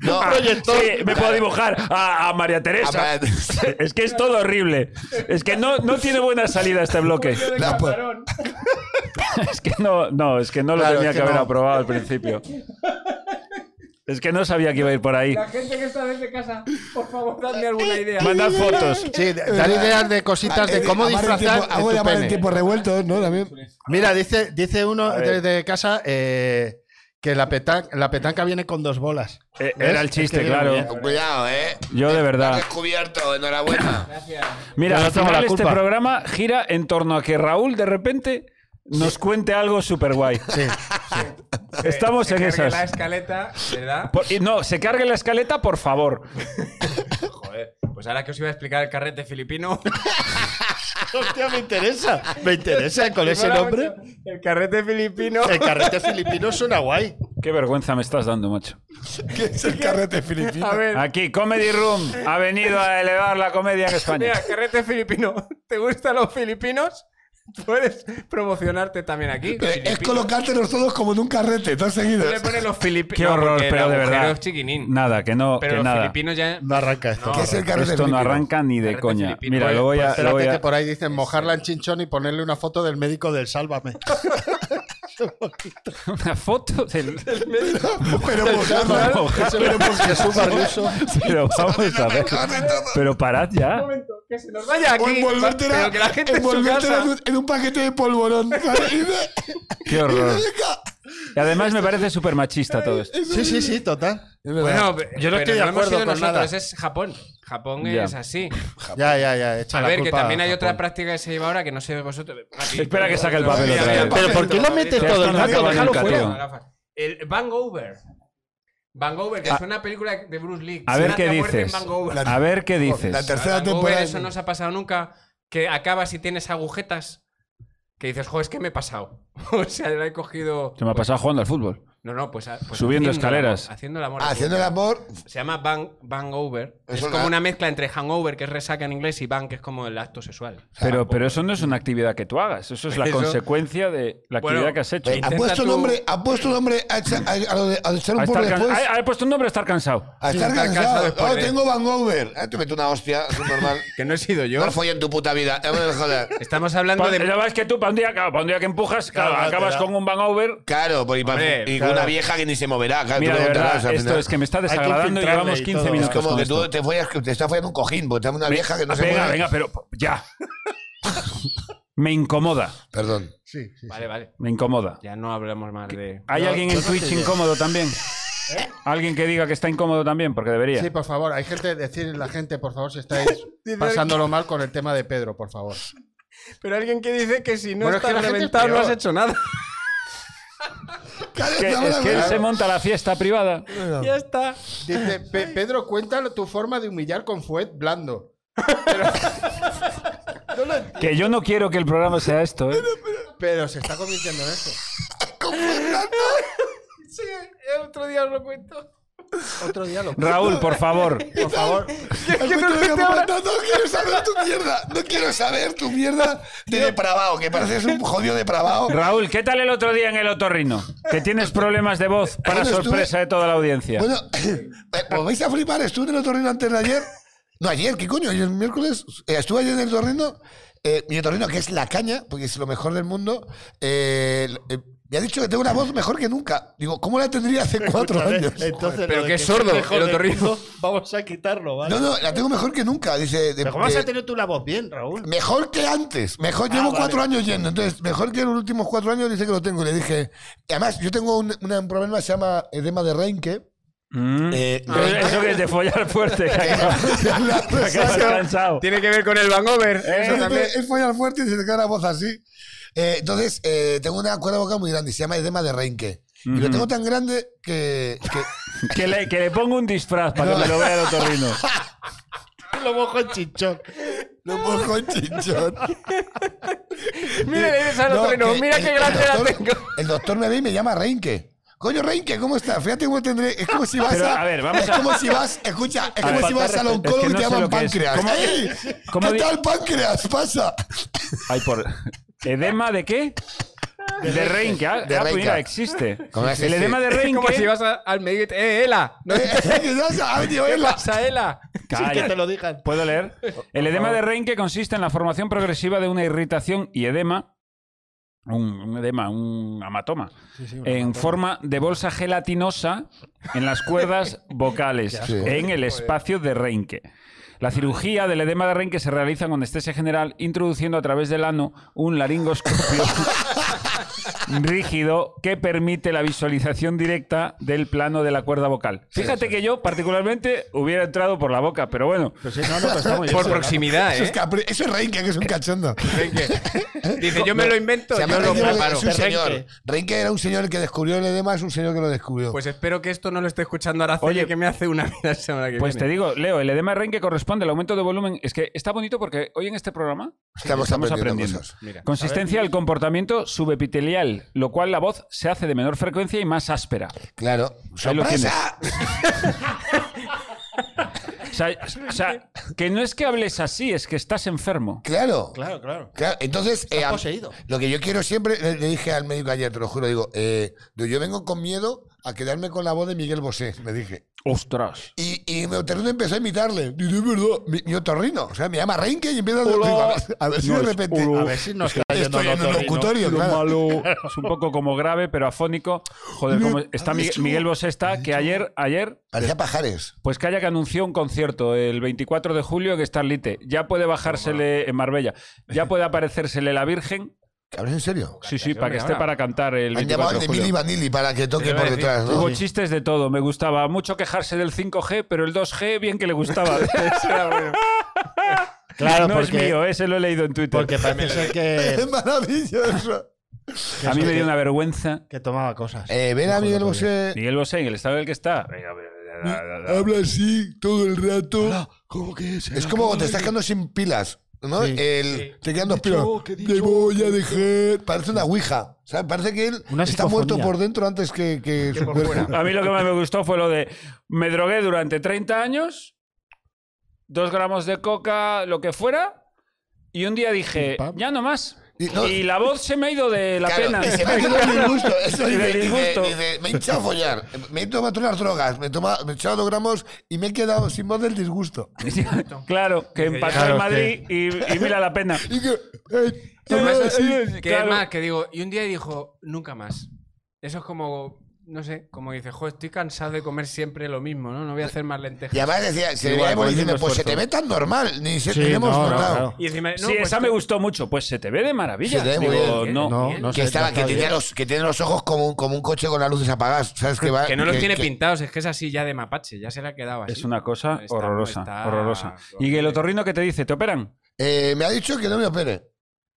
Speaker 5: No,
Speaker 1: Sí, me puedo dibujar a, a María Teresa.
Speaker 5: Aparte-
Speaker 1: Es que es todo horrible. Es que no, no tiene buena salida este bloque.
Speaker 3: de
Speaker 2: La po-
Speaker 3: camarón.
Speaker 1: Es que no, no, es que no lo
Speaker 4: Claro,
Speaker 1: tenía
Speaker 4: es
Speaker 1: que,
Speaker 4: que
Speaker 1: haber
Speaker 4: no.
Speaker 1: aprobado al principio. Es que no sabía que iba a ir por ahí.
Speaker 3: La gente que está desde casa, por favor, dadme alguna idea.
Speaker 1: Mandad fotos.
Speaker 4: Sí, dar ideas de cositas
Speaker 5: Eh,
Speaker 4: de cómo
Speaker 2: Amar en
Speaker 4: disfrazar
Speaker 2: tiempo-
Speaker 4: de
Speaker 2: Algo
Speaker 4: tu
Speaker 2: de amar en
Speaker 4: pene.
Speaker 2: tiempos revueltos, ¿no? También.
Speaker 4: Mira, dice, dice uno
Speaker 1: A ver.
Speaker 4: desde casa eh, que la, petan- la petanca viene con dos bolas.
Speaker 1: Eh,
Speaker 4: ¿Ves?
Speaker 1: era el
Speaker 4: Es que
Speaker 1: chiste,
Speaker 4: viene
Speaker 1: claro.
Speaker 4: bien.
Speaker 5: Con cuidado, eh.
Speaker 1: Yo de
Speaker 5: Lo
Speaker 1: verdad.
Speaker 5: has descubierto, enhorabuena.
Speaker 3: Gracias.
Speaker 1: Mira,
Speaker 4: Yo no
Speaker 1: al
Speaker 4: tengo
Speaker 1: final
Speaker 4: la
Speaker 1: este
Speaker 4: culpa.
Speaker 1: programa gira en torno a que Raúl de repente nos cuente algo súper guay.
Speaker 4: Sí.
Speaker 1: Estamos
Speaker 3: Se
Speaker 1: en
Speaker 3: cargue
Speaker 1: esas.
Speaker 3: la escaleta, ¿verdad?
Speaker 1: Por- y no, se cargue la escaleta, por favor.
Speaker 3: Joder, pues ahora que os iba a explicar el carrete filipino.
Speaker 4: Hostia, me interesa. Me interesa con ese nombre.
Speaker 3: El carrete filipino.
Speaker 4: El carrete filipino suena guay.
Speaker 1: Qué vergüenza me estás dando, macho.
Speaker 2: ¿Qué es el carrete filipino?
Speaker 3: A ver,
Speaker 1: Aquí, Comedy Room ha venido a elevar la comedia en España.
Speaker 3: mira, carrete filipino. ¿Te gustan los filipinos? Puedes promocionarte también aquí.
Speaker 4: Eh,
Speaker 2: Pero Eh, es colocártelos todos como en un carrete, todos
Speaker 3: Tú
Speaker 2: seguidos.
Speaker 3: le pones los filipinos.
Speaker 1: Qué horror, pero de verdad.
Speaker 3: Es chiquinín.
Speaker 1: Nada, que no,
Speaker 3: pero
Speaker 1: que
Speaker 3: los
Speaker 1: nada.
Speaker 3: filipinos ya.
Speaker 4: No arranca esto.
Speaker 2: ¿Qué es el carrete
Speaker 1: Esto no
Speaker 2: filipino?
Speaker 1: arranca ni de
Speaker 3: Carrete
Speaker 1: coña.
Speaker 3: filipino. Pues,
Speaker 1: Mira, lo voy a. lo voy
Speaker 4: Espérate
Speaker 1: a-
Speaker 4: que por ahí dicen mojarla en chinchón y ponerle una foto del médico del Sálvame.
Speaker 1: Una foto del.
Speaker 2: Pero mojarla.
Speaker 4: Pero porque es un barroso.
Speaker 1: Pero vamos a ver. Pero parad ya.
Speaker 3: momento, que se nos vaya aquí.
Speaker 2: O envolvértela,
Speaker 3: pero que la gente en su
Speaker 2: envolvértela
Speaker 3: casa.
Speaker 2: en, un, en un paquete de polvorón. ¿sabes? Y de-
Speaker 1: Qué horror.
Speaker 2: Venga.
Speaker 1: Y además me parece súper machista todo esto.
Speaker 4: Sí, sí, sí, total.
Speaker 3: Bueno,
Speaker 4: Yo
Speaker 3: pero
Speaker 4: no estoy de
Speaker 3: hemos
Speaker 4: acuerdo
Speaker 3: sido
Speaker 4: con
Speaker 3: nosotros,
Speaker 4: nada.
Speaker 3: es Japón. Japón
Speaker 1: Ya.
Speaker 3: es así.
Speaker 4: Ya, ya, ya. echa
Speaker 3: A
Speaker 4: la
Speaker 3: ver, que
Speaker 4: culpa
Speaker 3: también hay
Speaker 4: ¿eh? a
Speaker 3: otra
Speaker 4: Japón.
Speaker 3: práctica que se lleva ahora que no sé vosotros. Aquí,
Speaker 1: Espera que saque el papel
Speaker 3: Mira,
Speaker 1: otra
Speaker 3: mira,
Speaker 1: vez.
Speaker 3: papel.
Speaker 4: Pero ¿por qué lo metes
Speaker 1: Pero
Speaker 4: todo
Speaker 1: esto
Speaker 4: el
Speaker 1: no
Speaker 4: rato?
Speaker 1: acaba
Speaker 4: Déjalo
Speaker 1: nunca, tío.
Speaker 4: fuera.
Speaker 3: Rafa. El Vangover. Vangover, que es una película de Bruce Lee.
Speaker 1: Ah. A ver
Speaker 3: Suena
Speaker 1: qué
Speaker 3: la muerte en
Speaker 1: dices.
Speaker 3: Vangover.
Speaker 1: A ver
Speaker 5: Oh,
Speaker 1: qué
Speaker 2: La
Speaker 1: dices.
Speaker 2: tercera
Speaker 3: Vangover,
Speaker 2: temporada.
Speaker 3: Eso no se ha pasado nunca. Que acabas y tienes agujetas. Que dices, jo, es que me he pasado. o sea, la he cogido. pues,
Speaker 1: Se me ha pasado jugando al fútbol.
Speaker 3: No, no, pues. a- pues
Speaker 1: Subiendo
Speaker 3: haciendo el
Speaker 1: escaleras.
Speaker 3: amor, haciendo el amor.
Speaker 2: Ah, Haciendo el amor.
Speaker 3: Se llama Bang, Bangover. Es
Speaker 2: Eso
Speaker 3: como
Speaker 2: la-
Speaker 3: una mezcla entre hangover, que es resaca en inglés, y bang, que es como el acto sexual.
Speaker 1: Pero,
Speaker 5: pues,
Speaker 1: pero eso no es una actividad que tú hagas. Eso es la
Speaker 3: Eso-
Speaker 1: consecuencia de la actividad
Speaker 3: Bueno,
Speaker 1: que has hecho.
Speaker 3: ve,
Speaker 2: Ha
Speaker 3: Intenta
Speaker 2: puesto
Speaker 3: tú-
Speaker 2: nombre, ha puesto nombre a, echa- a- a lo de-
Speaker 1: A
Speaker 2: a echar un
Speaker 1: estar
Speaker 2: porro
Speaker 1: can-
Speaker 2: después.
Speaker 1: Ah, ah, he puesto un nombre a estar cansado.
Speaker 2: A estar
Speaker 3: estar cansado
Speaker 2: cansado.
Speaker 3: después
Speaker 2: Oh,
Speaker 3: de-
Speaker 2: tengo Van Gogh.
Speaker 5: Eh, Te meto una hostia, es normal.
Speaker 3: Que no he sido yo.
Speaker 5: No has follado en tu puta vida. eh, me jodas.
Speaker 3: Estamos hablando
Speaker 1: Pa-
Speaker 3: de.
Speaker 1: la verdad es que tú, para un día, claro, pa' un día que empujas, claro,
Speaker 4: Claro,
Speaker 1: acabas
Speaker 4: te da-
Speaker 1: con un bangover.
Speaker 5: Claro, por- y, pa-
Speaker 3: Hombre,
Speaker 5: y con
Speaker 4: claro.
Speaker 5: una vieja que ni se moverá. Claro,
Speaker 1: Mira,
Speaker 5: tú
Speaker 1: de
Speaker 5: no contarás,
Speaker 1: verdad,
Speaker 5: al
Speaker 1: esto
Speaker 5: final.
Speaker 1: es que me está
Speaker 4: que
Speaker 1: desagradando y
Speaker 4: infiltrarle
Speaker 1: llevamos
Speaker 4: y
Speaker 1: 15
Speaker 4: todo.
Speaker 5: Es
Speaker 1: minutos.
Speaker 5: como
Speaker 1: con
Speaker 5: que
Speaker 1: esto.
Speaker 5: tú te, follas, que te está follando un cojín, porque te da una vieja que no se
Speaker 1: venga,
Speaker 5: mueve.
Speaker 1: venga, pero ya. Me incomoda,
Speaker 2: Perdón.
Speaker 4: Sí, sí.
Speaker 3: Vale, vale.
Speaker 1: me incomoda.
Speaker 3: Ya no hablamos más de.
Speaker 1: ¿Hay
Speaker 4: Yo-
Speaker 1: alguien
Speaker 4: yo
Speaker 1: en
Speaker 4: no
Speaker 1: Twitch
Speaker 4: sé yo.
Speaker 1: incómodo también? ¿Alguien que diga que está incómodo también? Porque debería.
Speaker 4: Sí, por favor, hay gente, decir la gente, por favor, si estáis pasándolo mal con el tema de Pedro, por favor.
Speaker 3: Pero alguien que dice que si no
Speaker 4: Bueno, es
Speaker 3: estás
Speaker 4: que la gente es
Speaker 3: reventado no
Speaker 4: peor.
Speaker 3: has hecho nada.
Speaker 2: Claro,
Speaker 1: Que-
Speaker 2: ahora
Speaker 1: es que él
Speaker 2: me-
Speaker 1: se monta la fiesta privada.
Speaker 3: ya está.
Speaker 4: Dice, "Pe- Pedro, cuéntalo tu forma de humillar con fuet blando.
Speaker 1: Que yo no quiero que el programa sea esto, ¿eh?
Speaker 4: Pero se está convirtiendo en eso.
Speaker 3: Sí, el otro día os lo cuento.
Speaker 4: otro diálogo.
Speaker 1: Raúl, por favor.
Speaker 4: Por favor.
Speaker 2: Al contrario, no, no quiero saber tu mierda. No quiero saber tu mierda de depravado, que pareces un jodido depravado.
Speaker 1: Raúl, ¿qué tal el otro día en el otorrino? Que tienes problemas de voz para
Speaker 2: Bueno, estuve-
Speaker 1: sorpresa de toda la audiencia.
Speaker 2: Bueno, pues vais a flipar, estuve en el torrino antes de ayer. No, ayer, ¿qué coño? Ayer miércoles. eh, estuve ayer en el torrino. Eh, mi torrino, que es la caña, porque es lo mejor del mundo. eh, eh, me ha dicho que tengo una voz mejor que nunca. Digo, ¿cómo la tendría hace cuatro años?
Speaker 4: Entonces,
Speaker 5: Pero
Speaker 4: lo de
Speaker 5: qué
Speaker 4: que
Speaker 5: sordo,
Speaker 4: soy hijo
Speaker 5: el
Speaker 4: de
Speaker 5: otorrino.
Speaker 4: puto, Vamos a quitarlo, ¿vale?
Speaker 2: No, no, la tengo mejor que nunca. Dice, de-
Speaker 4: Pero ¿Cómo vas
Speaker 2: de-
Speaker 4: a tener tú la voz bien, Raúl?
Speaker 2: Mejor que antes. Mejor llevo
Speaker 4: vale.
Speaker 2: cuatro años yendo. Entonces, mejor que en los últimos cuatro años dice que lo tengo. Y le dije. y además, yo tengo un, una- un problema que se llama edema de Reinke.
Speaker 1: Mm.
Speaker 2: Eh,
Speaker 4: Ah,
Speaker 1: Pero Eso que es de follar fuerte. que acabas-
Speaker 2: La
Speaker 1: que acabas
Speaker 2: resaca-
Speaker 1: cansado.
Speaker 3: Tiene que ver con el Vangover.
Speaker 2: Es, es follar fuerte y se te queda la voz así. Eh, entonces, eh, tengo una cuerda vocal muy grande. Se llama edema de Reinke. Y lo
Speaker 1: Ujú.
Speaker 2: tengo tan grande que. que-
Speaker 1: Que le, que le pongo un disfraz para que me lo vea el otorrino.
Speaker 4: Lo mojo en chinchón.
Speaker 2: lo pongo en chinchón.
Speaker 3: Mira, le dices al
Speaker 2: No,
Speaker 3: otorrino,
Speaker 2: que
Speaker 3: mira
Speaker 2: el-
Speaker 3: qué
Speaker 2: el
Speaker 3: grande la
Speaker 2: doctor-
Speaker 3: tengo.
Speaker 2: El doctor me ve y me llama Reinke. Coño, Reinke, ¿cómo estás? Fíjate cómo tendré. Es como si vas
Speaker 1: Pero,
Speaker 2: a.
Speaker 1: a ver, vamos
Speaker 2: es
Speaker 1: a-
Speaker 2: como si vas. Escucha, es
Speaker 1: A
Speaker 2: como
Speaker 1: ver,
Speaker 2: si vas al
Speaker 1: es que
Speaker 2: oncólogo
Speaker 1: no
Speaker 2: y te
Speaker 1: sé
Speaker 2: llaman
Speaker 1: lo que es.
Speaker 2: páncreas.
Speaker 1: ¿Cómo- eh,
Speaker 2: ¡Ey!
Speaker 1: cómo
Speaker 2: ¿Qué
Speaker 1: di-
Speaker 2: tal páncreas? Pasa.
Speaker 1: Ay, por... ¿Edema de qué? De Reinke. Ah,
Speaker 2: De
Speaker 1: ah, pues
Speaker 2: Reinke.
Speaker 1: mira, existe.
Speaker 2: ¿Cómo es
Speaker 1: El
Speaker 2: ese?
Speaker 1: edema de
Speaker 3: Es como si
Speaker 1: Reinke...
Speaker 3: vas a- al médico y te- ¡Eh, Ela! No
Speaker 2: Eh, que ya se ha venido
Speaker 3: ¿Qué
Speaker 2: Ela.
Speaker 3: pasa, Ela?
Speaker 4: Sin
Speaker 1: Calla.
Speaker 4: que te lo digan.
Speaker 1: ¿Puedo leer? El edema de Reinke consiste en la formación progresiva de una irritación y edema, un, un edema, un amatoma, en forma de bolsa gelatinosa en las cuerdas vocales,
Speaker 2: asco.
Speaker 1: en el espacio de Reinke. La cirugía del edema de Reinke se realiza con anestesia general, introduciendo a través del ano un laringoscopio rígido que permite la visualización directa del plano de la cuerda vocal. Fíjate que yo, particularmente, hubiera entrado por la boca, pero bueno.
Speaker 4: Pero si no, no, pero está muy bien.
Speaker 3: Por proximidad,
Speaker 2: Eso es,
Speaker 3: ¿eh?
Speaker 2: capri- eso es Reinke, que es un cachondo.
Speaker 3: Dice, yo me lo invento,
Speaker 2: Se llama
Speaker 3: yo lo
Speaker 2: Reinke porque
Speaker 3: preparo.
Speaker 2: Es un señor. Reinke era un señor que descubrió el edema, es un señor que lo descubrió.
Speaker 3: Pues espero que esto no lo esté escuchando Araceli,
Speaker 1: Oye,
Speaker 3: que me hace una vida la semana que
Speaker 1: Pues te
Speaker 3: viene.
Speaker 1: digo, Leo, el edema de Renke corresponde al aumento de volumen. Es que está bonito porque hoy en este programa
Speaker 2: estamos, aprendiendo. cosas.
Speaker 3: Mira.
Speaker 1: Consistencia del comportamiento subepitelial, lo cual la voz se hace de menor frecuencia y más áspera.
Speaker 2: Claro.
Speaker 1: Ahí lo tienes.
Speaker 2: ¡Sorpresa!
Speaker 1: O sea, o sea, que no es que hables así, es que estás enfermo.
Speaker 2: Claro.
Speaker 4: Claro, claro.
Speaker 2: Claro, entonces, eh, a-
Speaker 4: poseído.
Speaker 2: lo que yo quiero siempre, le, le dije al médico ayer, te lo juro, digo, eh, digo, yo vengo con miedo a quedarme con la voz de Miguel Bosé, me dije.
Speaker 1: Ostras.
Speaker 2: Y, y mi otorrino empezó a imitarle. Dice, es verdad, mi, mi otorrino. O sea, me llama Reinke y empieza a,
Speaker 1: Hola.
Speaker 2: digo, a ver, a ver si
Speaker 1: No,
Speaker 2: de
Speaker 1: es
Speaker 2: repente
Speaker 1: hola.
Speaker 4: A ver si no está yendo
Speaker 2: estoy en un
Speaker 4: otorrino.
Speaker 2: locutorio, claro.
Speaker 1: malo. Uh, Es un poco como grave, pero afónico. Joder, como está Miguel, Miguel Bosé está, que ayer, ayer,
Speaker 2: Parecía pajares.
Speaker 1: pues calla que anunció un concierto el 24 de julio que está en Lite. Ya puede bajársele en Marbella. Ya puede aparecérsele la Virgen.
Speaker 2: ¿Hablas en serio?
Speaker 1: Sí, sí, para que esté
Speaker 3: ahora.
Speaker 1: para cantar el
Speaker 2: Han llamado
Speaker 1: 24
Speaker 2: de
Speaker 1: de
Speaker 2: Mili
Speaker 1: julio.
Speaker 2: Vanilli para que toque
Speaker 3: Te iba a
Speaker 2: por
Speaker 3: decir,
Speaker 2: detrás, ¿no?
Speaker 1: Hubo chistes de todo, me gustaba mucho quejarse del 5G, pero el 2G bien que le gustaba.
Speaker 4: Claro,
Speaker 1: no
Speaker 4: porque,
Speaker 1: es mío, ese lo he leído en Twitter.
Speaker 4: porque parece ser
Speaker 2: Es
Speaker 4: que,
Speaker 2: maravilloso.
Speaker 1: a mí me dio una vergüenza.
Speaker 4: que tomaba cosas.
Speaker 2: Eh, ven a Miguel Bosé.
Speaker 1: Miguel Bosé, en el estado en el que está. Venga,
Speaker 2: Habla así todo el rato. es? como cuando te estás quedando sin pilas. ¿no?
Speaker 4: Sí.
Speaker 2: El- te quedan dos pilas. Te voy a dejar. Parece una ouija. O sea, parece que él
Speaker 4: Una
Speaker 2: está muerto
Speaker 4: psicofonía.
Speaker 2: por dentro antes que, que su cuerpo.
Speaker 1: A mí lo que más me gustó fue lo de me drogué durante 30 años, dos gramos de coca, lo que fuera, y un día dije, ya no más.
Speaker 2: Y no-
Speaker 1: Y la voz se me ha ido de la
Speaker 2: Claro,
Speaker 1: pena.
Speaker 2: y se me ha quedado el disgusto. Eso
Speaker 1: Y
Speaker 2: dice,
Speaker 1: del
Speaker 2: dice-
Speaker 1: disgusto.
Speaker 2: dice, me he hinchado a follar, me he tomado todas las drogas, me he, tomado, me he echado dos gramos y me he quedado sin voz del disgusto.
Speaker 1: claro, que empató
Speaker 4: Claro,
Speaker 1: en Madrid y, y mira la pena.
Speaker 2: Y que, eh,
Speaker 3: Además,
Speaker 2: eh, sí.
Speaker 3: que
Speaker 1: claro.
Speaker 3: es más, que digo, y un día dijo, nunca más. Eso es como, no sé, como dice, jo, estoy cansado de comer siempre lo mismo, ¿no? No voy a hacer más lentejas.
Speaker 2: Y además decía, se le
Speaker 1: Igual,
Speaker 2: veía
Speaker 1: por el
Speaker 2: diciendo,
Speaker 1: mismo
Speaker 2: pues se te
Speaker 1: esfuerzo.
Speaker 2: ve tan normal, ni se
Speaker 4: Sí,
Speaker 2: te hemos
Speaker 4: no, no,
Speaker 2: notado.
Speaker 4: claro.
Speaker 3: Y encima, no,
Speaker 1: sí,
Speaker 3: pues
Speaker 1: esa me
Speaker 3: tú-
Speaker 1: gustó mucho. Pues se te ve de maravilla.
Speaker 2: Se te ve muy
Speaker 1: Digo,
Speaker 3: bien. ¿eh?
Speaker 1: no.
Speaker 4: No, no
Speaker 2: que
Speaker 4: sé,
Speaker 2: estaba,
Speaker 4: no
Speaker 2: que
Speaker 4: está
Speaker 2: tenía
Speaker 4: bien.
Speaker 2: los, que tiene los ojos como un, como un coche con las luces apagadas, ¿sabes que va?
Speaker 3: Que no los tiene
Speaker 2: que-
Speaker 3: pintados, es que es así ya de mapache, ya se la ha quedado así.
Speaker 1: Es una cosa
Speaker 3: Está-
Speaker 1: horrorosa,
Speaker 3: está
Speaker 1: horrorosa. Y
Speaker 3: horrible.
Speaker 1: el otorrino que te dice, ¿te operan?
Speaker 2: Eh, me ha dicho que no me opere.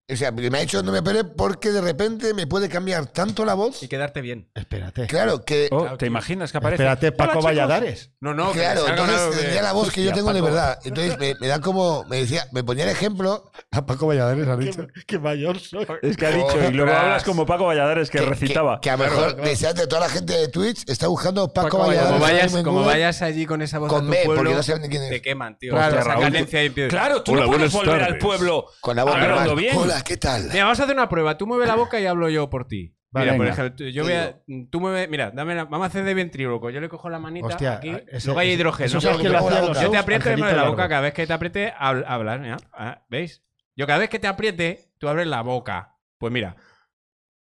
Speaker 2: O sea, me ha hecho no me operé porque de repente me puede cambiar tanto la voz.
Speaker 3: Y quedarte bien.
Speaker 4: Espérate.
Speaker 2: Claro, que.
Speaker 1: Oh, ¿Te imaginas que aparece?
Speaker 4: Espérate, Paco
Speaker 3: chicos.
Speaker 4: Valladares.
Speaker 3: No, no. que
Speaker 2: Claro,
Speaker 3: salga
Speaker 2: entonces
Speaker 3: una-
Speaker 2: tenía la voz que yo
Speaker 4: Hostia,
Speaker 2: tengo de
Speaker 4: Paco.
Speaker 2: verdad. Entonces me, me da como. Me decía, me ponía el ejemplo.
Speaker 4: A Paco Valladares ha dicho. Qué mayor soy.
Speaker 1: Es que ha dicho, y luego
Speaker 3: Ostras.
Speaker 1: hablas como Paco Valladares, que,
Speaker 2: Que,
Speaker 1: recitaba.
Speaker 2: Que, que a lo mejor deseas de toda la gente de Twitch está buscando Paco, Valladares.
Speaker 3: Como vayas,
Speaker 2: Raúl
Speaker 3: como
Speaker 2: Mengudo,
Speaker 3: vayas allí con esa voz
Speaker 2: Con
Speaker 3: a tu
Speaker 2: B, porque
Speaker 3: pueblo,
Speaker 2: no saben ni quién es.
Speaker 3: te queman, tío.
Speaker 1: Claro,
Speaker 3: Claro,
Speaker 1: Raúl,
Speaker 3: cadencia ahí, tío.
Speaker 1: Claro, tú no puedes volver al pueblo
Speaker 2: Con la voz
Speaker 1: hablando
Speaker 2: normal.
Speaker 1: bien.
Speaker 2: Hola, ¿qué tal?
Speaker 3: Mira, vamos a hacer una prueba. Tú mueve la boca y hablo yo por ti.
Speaker 4: Vale,
Speaker 3: mira, por
Speaker 4: venga.
Speaker 3: ejemplo, tú- yo voy a, mm, tú mueve, mira, dame la- vamos a hacer de ventríloco. Yo le cojo la manita
Speaker 4: Hostia,
Speaker 2: ah,
Speaker 3: aquí,
Speaker 4: ese-
Speaker 3: luego hay
Speaker 4: ese-
Speaker 3: hidrógeno. Yo
Speaker 4: eso es algo que lo hacían los
Speaker 3: te
Speaker 4: shows,
Speaker 3: aprieto y
Speaker 4: Angelito
Speaker 3: mueve la
Speaker 4: Largo.
Speaker 3: boca. Cada vez que te apriete, habl- hablas, mira. Ah, ¿Veis? Yo cada vez que te apriete, tú abres la boca. Pues mira,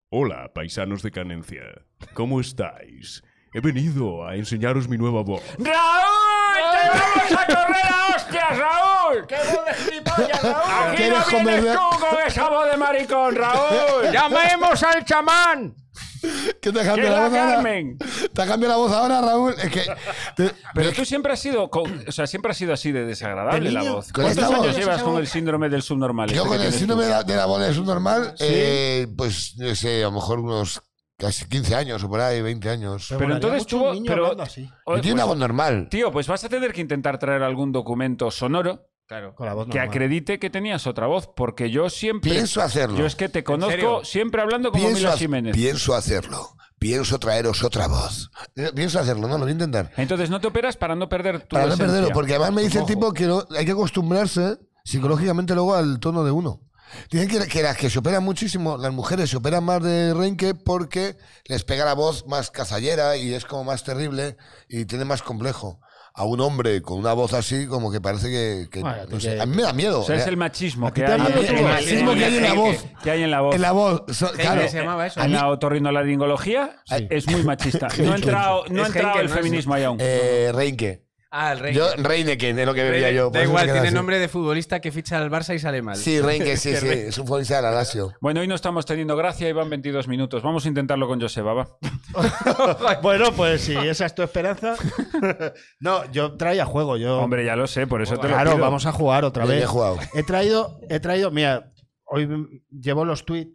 Speaker 6: Hola, paisanos de Canencia. ¿Cómo estáis? He venido a enseñaros mi nueva voz.
Speaker 1: ¡Raúl! ¡Te vamos a correr a hostias, Raúl! ¡Qué voz de gilipollas, Raúl! Aquí
Speaker 2: ¿Quieres
Speaker 1: no vienes
Speaker 2: comer?
Speaker 1: tú con esa voz de maricón, Raúl.
Speaker 3: ¡llamemos al chamán!
Speaker 2: ¿Qué te ha
Speaker 1: ¡Que
Speaker 2: cambiado la
Speaker 1: la
Speaker 2: voz ahora?
Speaker 1: Carmen!
Speaker 2: ¿Te ha cambiado la voz ahora, Raúl? Es que. te-
Speaker 1: Pero tú siempre has sido, con- o sea, siempre has sido así de desagradable
Speaker 4: ¿De
Speaker 1: la
Speaker 4: niño?
Speaker 1: voz.
Speaker 2: ¿Con
Speaker 1: ¿Cuántos
Speaker 2: esta voz?
Speaker 1: años llevas con el síndrome del subnormal? este
Speaker 2: yo
Speaker 1: que
Speaker 2: con el
Speaker 1: tienes
Speaker 2: síndrome
Speaker 1: tú?
Speaker 2: de la, de la bola de subnormal, eh, pues, no sé, a lo mejor unos casi 15 años o por ahí, 20 años.
Speaker 1: Pero
Speaker 4: molaría
Speaker 1: entonces
Speaker 4: mucho
Speaker 1: tuvo-
Speaker 4: un niño
Speaker 1: pero-
Speaker 4: hablando así,
Speaker 1: Oh,
Speaker 2: Yo tiene una
Speaker 1: pues,
Speaker 2: voz normal.
Speaker 1: Tío, pues vas a tener que intentar traer algún documento sonoro
Speaker 3: Claro.
Speaker 4: con la voz
Speaker 1: que
Speaker 4: normal.
Speaker 1: acredite que tenías otra voz, porque yo siempre...
Speaker 2: Pienso hacerlo.
Speaker 1: Yo es que te conozco
Speaker 3: serio?
Speaker 1: siempre hablando como
Speaker 2: pienso,
Speaker 1: Mila
Speaker 2: ha-
Speaker 1: Jiménez.
Speaker 2: pienso hacerlo. Pienso traeros otra voz. Eh, Pienso hacerlo, no, lo voy a intentar.
Speaker 1: Entonces no te operas para no perder tu
Speaker 2: Para no
Speaker 1: esencia.
Speaker 2: perderlo, porque además me dice el
Speaker 1: Ojo.
Speaker 2: tipo que no- hay que acostumbrarse psicológicamente luego al tono de uno. Tienen que, que las que se operan muchísimo, las mujeres se operan más de renque porque les pega la voz más cazallera y es como más terrible y tiene más complejo. A un hombre con una voz así, como que parece que. que-
Speaker 4: Bueno,
Speaker 2: no
Speaker 4: tú
Speaker 2: sé,
Speaker 4: que-
Speaker 2: a mí me da miedo. ¿eh?
Speaker 1: O sea, es el
Speaker 2: A
Speaker 1: machismo
Speaker 4: Aquí
Speaker 1: que
Speaker 4: te
Speaker 1: hay,
Speaker 4: hablo
Speaker 2: mí-
Speaker 4: tú,
Speaker 2: el
Speaker 4: el
Speaker 2: machismo que hay en la voz.
Speaker 1: que hay en la voz.
Speaker 2: En la voz. so- claro.
Speaker 3: se llamaba eso?
Speaker 2: a
Speaker 1: En
Speaker 2: mí-
Speaker 1: la otorrinolaringología eh,
Speaker 2: Sí.
Speaker 1: es muy machista. No ha entrado, no ha
Speaker 3: Es
Speaker 1: entrado
Speaker 3: Henkel,
Speaker 1: el
Speaker 3: no es-
Speaker 1: feminismo ahí aún.
Speaker 2: eh, renque.
Speaker 3: Ah, el rey.
Speaker 2: Yo, Reineken, es lo que bebía yo. por
Speaker 3: da
Speaker 2: eso
Speaker 3: igual,
Speaker 2: me queda
Speaker 3: tiene
Speaker 2: así.
Speaker 3: nombre de futbolista que ficha al Barça y sale mal.
Speaker 2: Sí, Reinke, sí, sí. Es un futbolista de la Lazio.
Speaker 1: Bueno, hoy no estamos teniendo gracia y van 22 minutos. Vamos a intentarlo con Joseba, va.
Speaker 4: Bueno, pues si esa es tu esperanza. no, yo traía juego. Yo,
Speaker 1: Hombre, ya lo sé, por eso te lo
Speaker 4: claro,
Speaker 1: pido.
Speaker 4: vamos a jugar otra
Speaker 2: Yo ya
Speaker 4: vez.
Speaker 2: he jugado.
Speaker 4: He traído, he traído, mira, hoy m- llevo los tweets,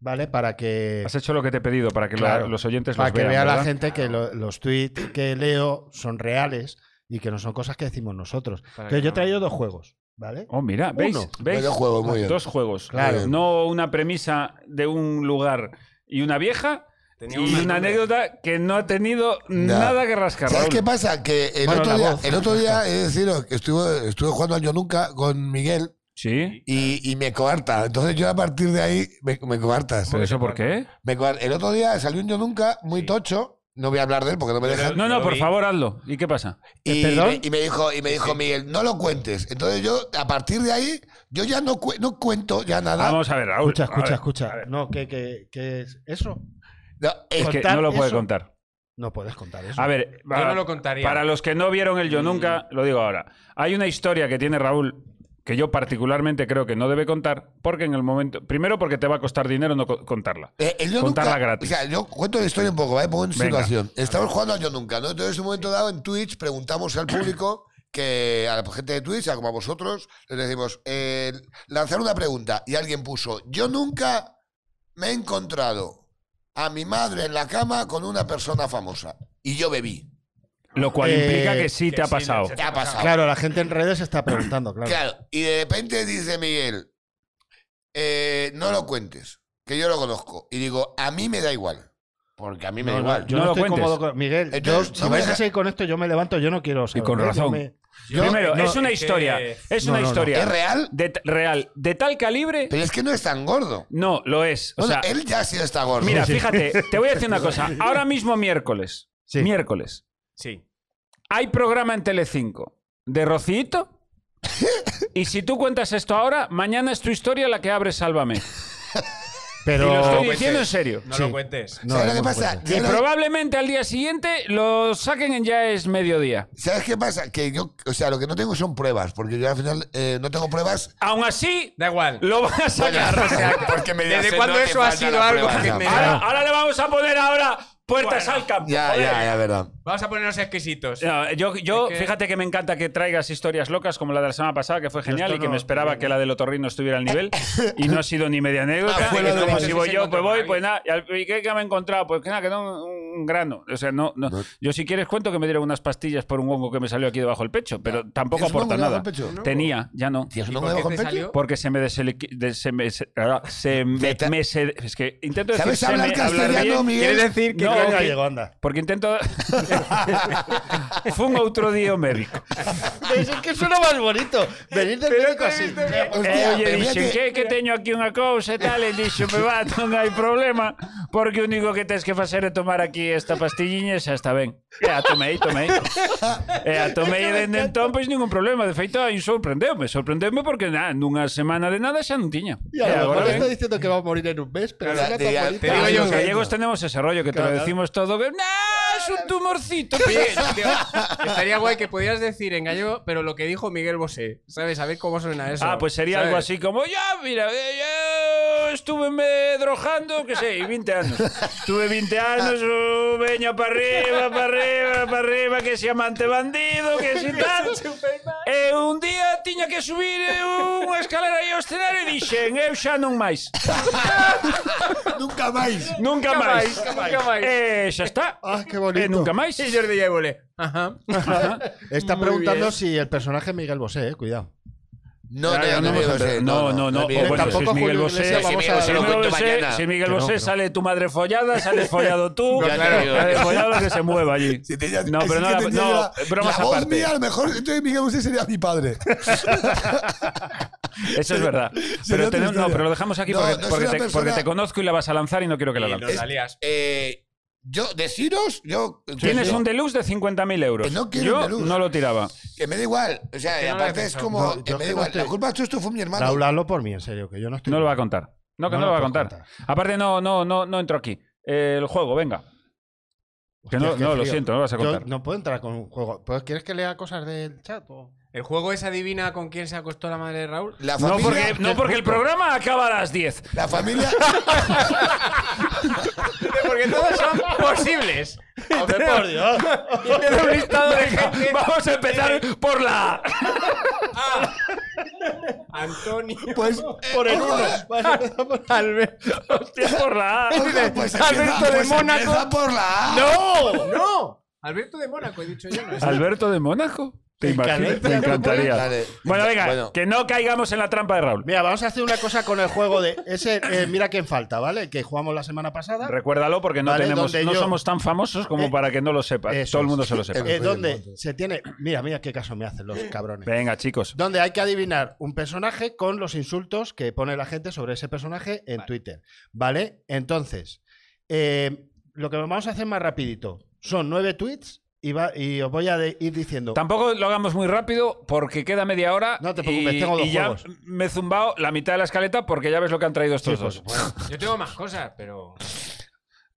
Speaker 4: ¿vale? Para que,
Speaker 1: Has hecho lo que te he pedido para que la-
Speaker 4: Claro.
Speaker 1: los oyentes
Speaker 4: para
Speaker 1: los
Speaker 4: que
Speaker 1: vean,
Speaker 4: vea la
Speaker 1: ¿verdad?
Speaker 4: gente que lo- los tweets que leo son reales y que no son cosas que decimos nosotros. Entonces, yo he traído dos juegos, ¿vale?
Speaker 1: Oh, mira, ¿veis?
Speaker 4: Uno.
Speaker 1: ¿Veis?
Speaker 2: Dos juegos, muy bien.
Speaker 1: Dos juegos.
Speaker 2: Claro.
Speaker 1: No una premisa de un lugar y una vieja
Speaker 3: Tenía
Speaker 1: y una anécdota que no ha tenido nada que rascar.
Speaker 2: ¿Sabes
Speaker 1: Raúl.
Speaker 2: qué pasa? Que el,
Speaker 4: Bueno,
Speaker 2: otro
Speaker 4: la
Speaker 2: día,
Speaker 4: voz.
Speaker 2: el otro día, he de deciros que estuve, estuve jugando al Yo Nunca con Miguel
Speaker 1: Sí.
Speaker 2: y, y me coarta. Entonces yo a partir de ahí me, me coartas.
Speaker 1: ¿Por eso por qué?
Speaker 2: Me coar- El otro día salió un Yo Nunca muy tocho. No voy a hablar de él porque no me dejan.
Speaker 1: No,
Speaker 3: Yo
Speaker 1: no,
Speaker 3: lo
Speaker 1: por
Speaker 3: vi.
Speaker 1: favor, hazlo. ¿Y qué pasa?
Speaker 2: Y,
Speaker 4: ¿Perdón?
Speaker 2: me, y me dijo, y me dijo Miguel, no lo cuentes. Entonces yo, a partir de ahí, yo ya no, cu- no cuento ya nada.
Speaker 1: Vamos a ver, Raúl.
Speaker 4: Escucha,
Speaker 1: A
Speaker 4: escucha,
Speaker 1: ver, a
Speaker 4: escucha.
Speaker 1: ver.
Speaker 4: No, ¿qué, qué, qué es eso?
Speaker 2: No, eh,
Speaker 1: Es que
Speaker 4: Contar
Speaker 1: no lo puede
Speaker 4: eso.
Speaker 1: contar.
Speaker 4: No puedes contar eso.
Speaker 1: A ver,
Speaker 3: Yo no
Speaker 1: para-
Speaker 3: lo contaría. Mm.
Speaker 1: para los que no vieron el Yo Nunca, lo digo ahora. Hay una historia que tiene Raúl que yo particularmente creo que no debe contar porque en el momento... Primero porque te va a costar dinero no co- contarla.
Speaker 2: Eh, el yo
Speaker 1: Contarla
Speaker 2: nunca,
Speaker 1: gratis.
Speaker 2: O sea, yo cuento la historia un poco, ¿vale? Pongo en
Speaker 1: Venga.
Speaker 2: situación. Estamos jugando al Yo Nunca, ¿no? Entonces, en un momento dado, en Twitch, preguntamos al público, que a la gente de Twitch, a como a vosotros, les decimos, eh, lanzar una pregunta. Y alguien puso, yo nunca me he encontrado a mi madre en la cama con una persona famosa. Y yo bebí.
Speaker 1: Lo cual
Speaker 4: Eh,
Speaker 1: implica que sí
Speaker 3: que
Speaker 1: te ha
Speaker 3: sí,
Speaker 1: pasado.
Speaker 3: Nacho.
Speaker 2: ¿Qué ha pasado?
Speaker 4: Claro, la gente en redes está preguntando, claro.
Speaker 2: Claro, y de repente dice Miguel, eh, no lo cuentes, que yo lo conozco. Y digo, a mí me da igual. Porque a mí me
Speaker 4: No,
Speaker 2: da
Speaker 4: no,
Speaker 2: igual.
Speaker 4: yo
Speaker 1: No
Speaker 4: no,
Speaker 1: lo
Speaker 4: estoy
Speaker 1: cuentes.
Speaker 4: cómodo con Miguel. yo-
Speaker 2: Entonces,
Speaker 4: si
Speaker 2: no
Speaker 4: vais
Speaker 2: me-
Speaker 4: a seguir con esto, yo me levanto, yo no quiero saber.
Speaker 1: con
Speaker 4: ¿eh? Yo
Speaker 1: razón.
Speaker 4: me-
Speaker 1: Primero,
Speaker 4: no,
Speaker 1: es una
Speaker 3: es
Speaker 1: historia.
Speaker 3: que-
Speaker 1: Es
Speaker 4: No,
Speaker 1: una
Speaker 4: no, no.
Speaker 1: historia.
Speaker 2: ¿Es real?
Speaker 1: De t- real. De tal calibre,
Speaker 2: Pero es que no es tan gordo.
Speaker 1: no, lo es. O
Speaker 2: Bueno,
Speaker 1: sea,
Speaker 2: él ya sí está gordo.
Speaker 1: mira,
Speaker 2: Sí.
Speaker 1: fíjate, te voy a decir una cosa. Ahora mismo miércoles.
Speaker 4: Sí.
Speaker 1: Miércoles.
Speaker 3: Sí.
Speaker 1: Hay programa en Telecinco de Rocito. Y si tú cuentas esto ahora, mañana es tu historia la que abre Sálvame.
Speaker 4: Pero.
Speaker 1: Y lo estoy
Speaker 3: No
Speaker 1: diciendo en
Speaker 3: cuentes.
Speaker 1: serio.
Speaker 3: No
Speaker 4: Sí.
Speaker 3: lo cuentes.
Speaker 2: ¿Sabes
Speaker 4: No, no
Speaker 2: lo que
Speaker 4: me
Speaker 2: pasa?
Speaker 4: cuentes.
Speaker 1: Y
Speaker 2: Yo lo-
Speaker 1: probablemente al día siguiente lo saquen en ya es mediodía.
Speaker 2: ¿Sabes qué pasa? Que yo, o sea, lo que no tengo son pruebas, porque yo al final eh, no tengo pruebas.
Speaker 1: Aún así,
Speaker 3: Da igual.
Speaker 1: lo van a sacar.
Speaker 2: o sea, porque me
Speaker 3: ¿Desde
Speaker 2: dirás,
Speaker 3: cuándo
Speaker 2: te
Speaker 3: eso ha
Speaker 2: faltan
Speaker 3: sido
Speaker 2: las
Speaker 3: algo
Speaker 2: pruebas,
Speaker 3: que
Speaker 2: ya.
Speaker 3: me-
Speaker 1: Ahora, ahora le vamos a poner ahora puertas al campo.
Speaker 2: Ya,
Speaker 1: joder.
Speaker 2: ya, ya, verdad.
Speaker 3: Vamos a ponernos exquisitos.
Speaker 1: No, yo, yo-
Speaker 3: Es que-
Speaker 1: fíjate que me encanta que traigas historias locas como la de la semana pasada, que fue genial
Speaker 4: esto
Speaker 1: y que
Speaker 4: no-
Speaker 1: me esperaba que la del otorrino estuviera al nivel y no ha sido ni media anécdota.
Speaker 2: Ah, fue
Speaker 1: y
Speaker 2: la de
Speaker 1: como
Speaker 2: la-
Speaker 1: si
Speaker 3: Sí,
Speaker 1: voy
Speaker 3: se
Speaker 1: yo,
Speaker 3: encontró
Speaker 1: pues voy,
Speaker 3: por
Speaker 1: pues nada. Y al- ¿Y qué que me he encontrado? Pues que nada, que no, un, un grano. O sea, no, no. Yo si quieres cuento que me dieron unas pastillas por un hongo que me salió aquí debajo del pecho, pero tampoco
Speaker 2: ¿Tienes un hongo
Speaker 1: aporta
Speaker 2: debajo
Speaker 1: nada.
Speaker 2: del pecho?
Speaker 1: Tenía, ya no.
Speaker 2: Tío, ¿es un
Speaker 3: ¿Y
Speaker 2: hongo
Speaker 3: por qué
Speaker 2: debajo
Speaker 3: te
Speaker 2: del pecho?
Speaker 3: salió?
Speaker 1: Porque se me deseliqui- de- se me, se- ahora, se me,
Speaker 2: Vete.
Speaker 1: me se- es que intento decir
Speaker 2: ¿Sabes
Speaker 1: se
Speaker 2: hablar
Speaker 1: me-
Speaker 2: castellano,
Speaker 1: bien,
Speaker 2: Miguel?
Speaker 4: Quiere decir que
Speaker 1: No,
Speaker 4: no,
Speaker 1: que-
Speaker 4: gallego, anda.
Speaker 1: Porque intento fue un otro día médico.
Speaker 4: Es que suena más bonito. Venir del médico así.
Speaker 2: Hostia,
Speaker 1: Eh, oye,
Speaker 2: pero mira
Speaker 1: dixen que, que teño aquí unha cousa e tal, e dixo, me va, non hai problema, porque o único que tens que facer é tomar aquí esta pastilliña e xa está ben. E a tomei, tomei. E a tomei e dende entón, pois ningún problema. De feito, aí sorprendeume, sorprendeume porque na, nunha semana de nada xa non tiña.
Speaker 4: Y
Speaker 1: E
Speaker 4: a lo mejor
Speaker 1: agora
Speaker 4: le está
Speaker 1: ben.
Speaker 4: diciendo que va a morir en un mes, pero
Speaker 2: Claro,
Speaker 4: suena
Speaker 2: te
Speaker 4: tan
Speaker 2: diga-
Speaker 4: bonito.
Speaker 3: te digo yo
Speaker 1: Los
Speaker 3: que-
Speaker 1: gallegos tenemos ese rollo que te lo decimos todo que "Nah, es un tumorcito
Speaker 3: Oye, tío, estaría guay que pudieras decir en gallego, pero lo que dijo Miguel Bosé. ¿Sabes? A ver cómo suena eso.
Speaker 1: Ah, pues sería
Speaker 3: ¿sabes?
Speaker 1: algo así como, ya, mira, eh, yo estuve me drogando, qué sé, y 20 años. Estuve 20 años, oh, veña para arriba, para arriba, para arriba, que si amante bandido, que si tal. E un día tiña que subir eh, unha escalera aí ao escenario e dixen, eu xa non máis.
Speaker 2: Nunca máis.
Speaker 1: Nunca
Speaker 3: Nunca
Speaker 1: máis.
Speaker 3: máis, nunca máis.
Speaker 1: E xa está.
Speaker 4: Ah, qué bonito.
Speaker 1: E nunca máis.
Speaker 3: Sí, Jordi ya volé. Ajá.
Speaker 1: Ajá.
Speaker 4: Está
Speaker 3: Muy
Speaker 4: preguntando
Speaker 3: bien.
Speaker 4: si el personaje es Miguel Bosé, eh, cuidado.
Speaker 5: No,
Speaker 1: Claro,
Speaker 5: no, no,
Speaker 1: vamos a
Speaker 5: no,
Speaker 1: entrar.
Speaker 5: sé,
Speaker 1: no, no, no.
Speaker 5: Miguel
Speaker 1: O bueno, si
Speaker 5: Bosé.
Speaker 1: es
Speaker 4: Tampoco
Speaker 1: Miguel
Speaker 4: Julio
Speaker 1: Bosé,
Speaker 4: Iglesias,
Speaker 1: vamos a
Speaker 5: Miguel
Speaker 1: ver.
Speaker 5: Bosé
Speaker 1: Si
Speaker 5: lo
Speaker 1: Miguel
Speaker 5: cuento
Speaker 1: Bosé-
Speaker 5: mañana.
Speaker 1: si Miguel
Speaker 4: Que no,
Speaker 1: Bosé
Speaker 4: que no.
Speaker 1: sale tu madre follada, sales follado tú.
Speaker 5: No, claro.
Speaker 1: La de follado lo que se mueva allí.
Speaker 2: Si tenía-
Speaker 1: No,
Speaker 2: es
Speaker 1: pero no,
Speaker 2: que
Speaker 1: la-
Speaker 2: tenía
Speaker 1: no,
Speaker 2: la-
Speaker 1: bromas
Speaker 2: la voz
Speaker 1: aparte.
Speaker 2: mía, a lo mejor entonces Miguel Bosé sería mi padre.
Speaker 1: Eso es verdad.
Speaker 2: otra
Speaker 1: Pero, tenemos- no,
Speaker 2: historia.
Speaker 1: pero lo dejamos aquí
Speaker 2: No,
Speaker 1: porque,
Speaker 2: no es
Speaker 1: porque
Speaker 2: una
Speaker 1: te,
Speaker 2: persona-
Speaker 1: porque te conozco y la vas a lanzar y no quiero que la
Speaker 3: Y
Speaker 1: lances.
Speaker 3: nos la lías.
Speaker 5: Eh, yo, deciros, yo.
Speaker 1: Tienes
Speaker 5: yo-
Speaker 1: un deluxe de 50.000 euros.
Speaker 2: Que no quiero un
Speaker 1: Yo
Speaker 2: deluxe.
Speaker 1: no lo tiraba.
Speaker 5: Que me da igual. O sea,
Speaker 3: Que no lo
Speaker 5: aparte
Speaker 3: he
Speaker 5: es
Speaker 3: pensado.
Speaker 5: como.
Speaker 4: No,
Speaker 5: que
Speaker 4: yo
Speaker 5: me
Speaker 4: que no
Speaker 5: da igual.
Speaker 4: estoy-
Speaker 5: La culpa de todo esto fue mi hermano.
Speaker 4: Raúl, hazlo por mí, en serio, que yo no estoy.
Speaker 1: No lo va a contar. No, que no, lo va a contar. Aparte, no, no, no, no entro aquí. Eh, el juego, venga. Que no,
Speaker 4: Hostia, qué
Speaker 1: no, lo
Speaker 4: frío.
Speaker 1: siento, no lo vas a
Speaker 4: Yo
Speaker 1: contar.
Speaker 4: no puedo entrar con un juego. Pues, ¿Quieres que lea cosas del chat? o?
Speaker 3: ¿El juego es adivina con quién se acostó la madre de Raúl?
Speaker 5: La
Speaker 1: No
Speaker 5: familia.
Speaker 1: porque, no porque el programa acaba a las 10.
Speaker 5: La familia.
Speaker 3: Porque todos son posibles.
Speaker 1: ¡Eh,
Speaker 4: ¡Hombre, por Dios!
Speaker 3: Y te doy un listado de gente.
Speaker 1: Vamos a empezar por la.
Speaker 3: Antonio.
Speaker 2: Pues,
Speaker 4: ¡Por
Speaker 1: ¡Eh,
Speaker 4: el uno! Vas a empezar por-
Speaker 3: Alberto.
Speaker 1: Hostia, por la.
Speaker 2: pues empieza-
Speaker 3: Alberto de
Speaker 2: pues
Speaker 3: Mónaco.
Speaker 2: empieza por la A.
Speaker 3: ¡No! ¡No! Alberto de Mónaco, he dicho yo. No, es-
Speaker 1: Alberto de Mónaco. Te
Speaker 4: Me
Speaker 1: imaginas,
Speaker 4: encanta.
Speaker 1: me encantaría.
Speaker 5: Dale.
Speaker 1: Bueno, venga,
Speaker 5: Bueno.
Speaker 1: que no caigamos en la trampa de Raúl.
Speaker 4: Mira, vamos a hacer una cosa con el juego de. Ese, eh, mira quién falta, ¿vale? Que jugamos la semana pasada.
Speaker 1: Recuérdalo porque no
Speaker 4: Vale,
Speaker 1: tenemos,
Speaker 4: donde
Speaker 1: no
Speaker 4: yo-
Speaker 1: somos tan famosos como
Speaker 4: Eh,
Speaker 1: para que no lo sepa.
Speaker 4: eso
Speaker 1: Todo el
Speaker 4: es.
Speaker 1: mundo se lo sepa.
Speaker 4: Eh, donde se tiene. Mira, mira qué caso me hacen los cabrones.
Speaker 1: Venga, chicos.
Speaker 4: Donde hay que adivinar un personaje con los insultos que pone la gente sobre ese personaje en Twitter. ¿Vale? Entonces, eh, lo que vamos a hacer más rapidito son nueve tweets y, va- y os voy a de- ir diciendo.
Speaker 1: Tampoco lo hagamos muy rápido porque queda media hora.
Speaker 4: No te preocupes,
Speaker 1: y,
Speaker 4: tengo dos
Speaker 1: y ya
Speaker 4: juegos.
Speaker 1: me he zumbado la mitad de la escaleta porque ya ves lo que han traído
Speaker 4: Sí,
Speaker 1: estos
Speaker 4: por
Speaker 1: dos.
Speaker 4: supuesto.
Speaker 3: Yo tengo más cosas, pero.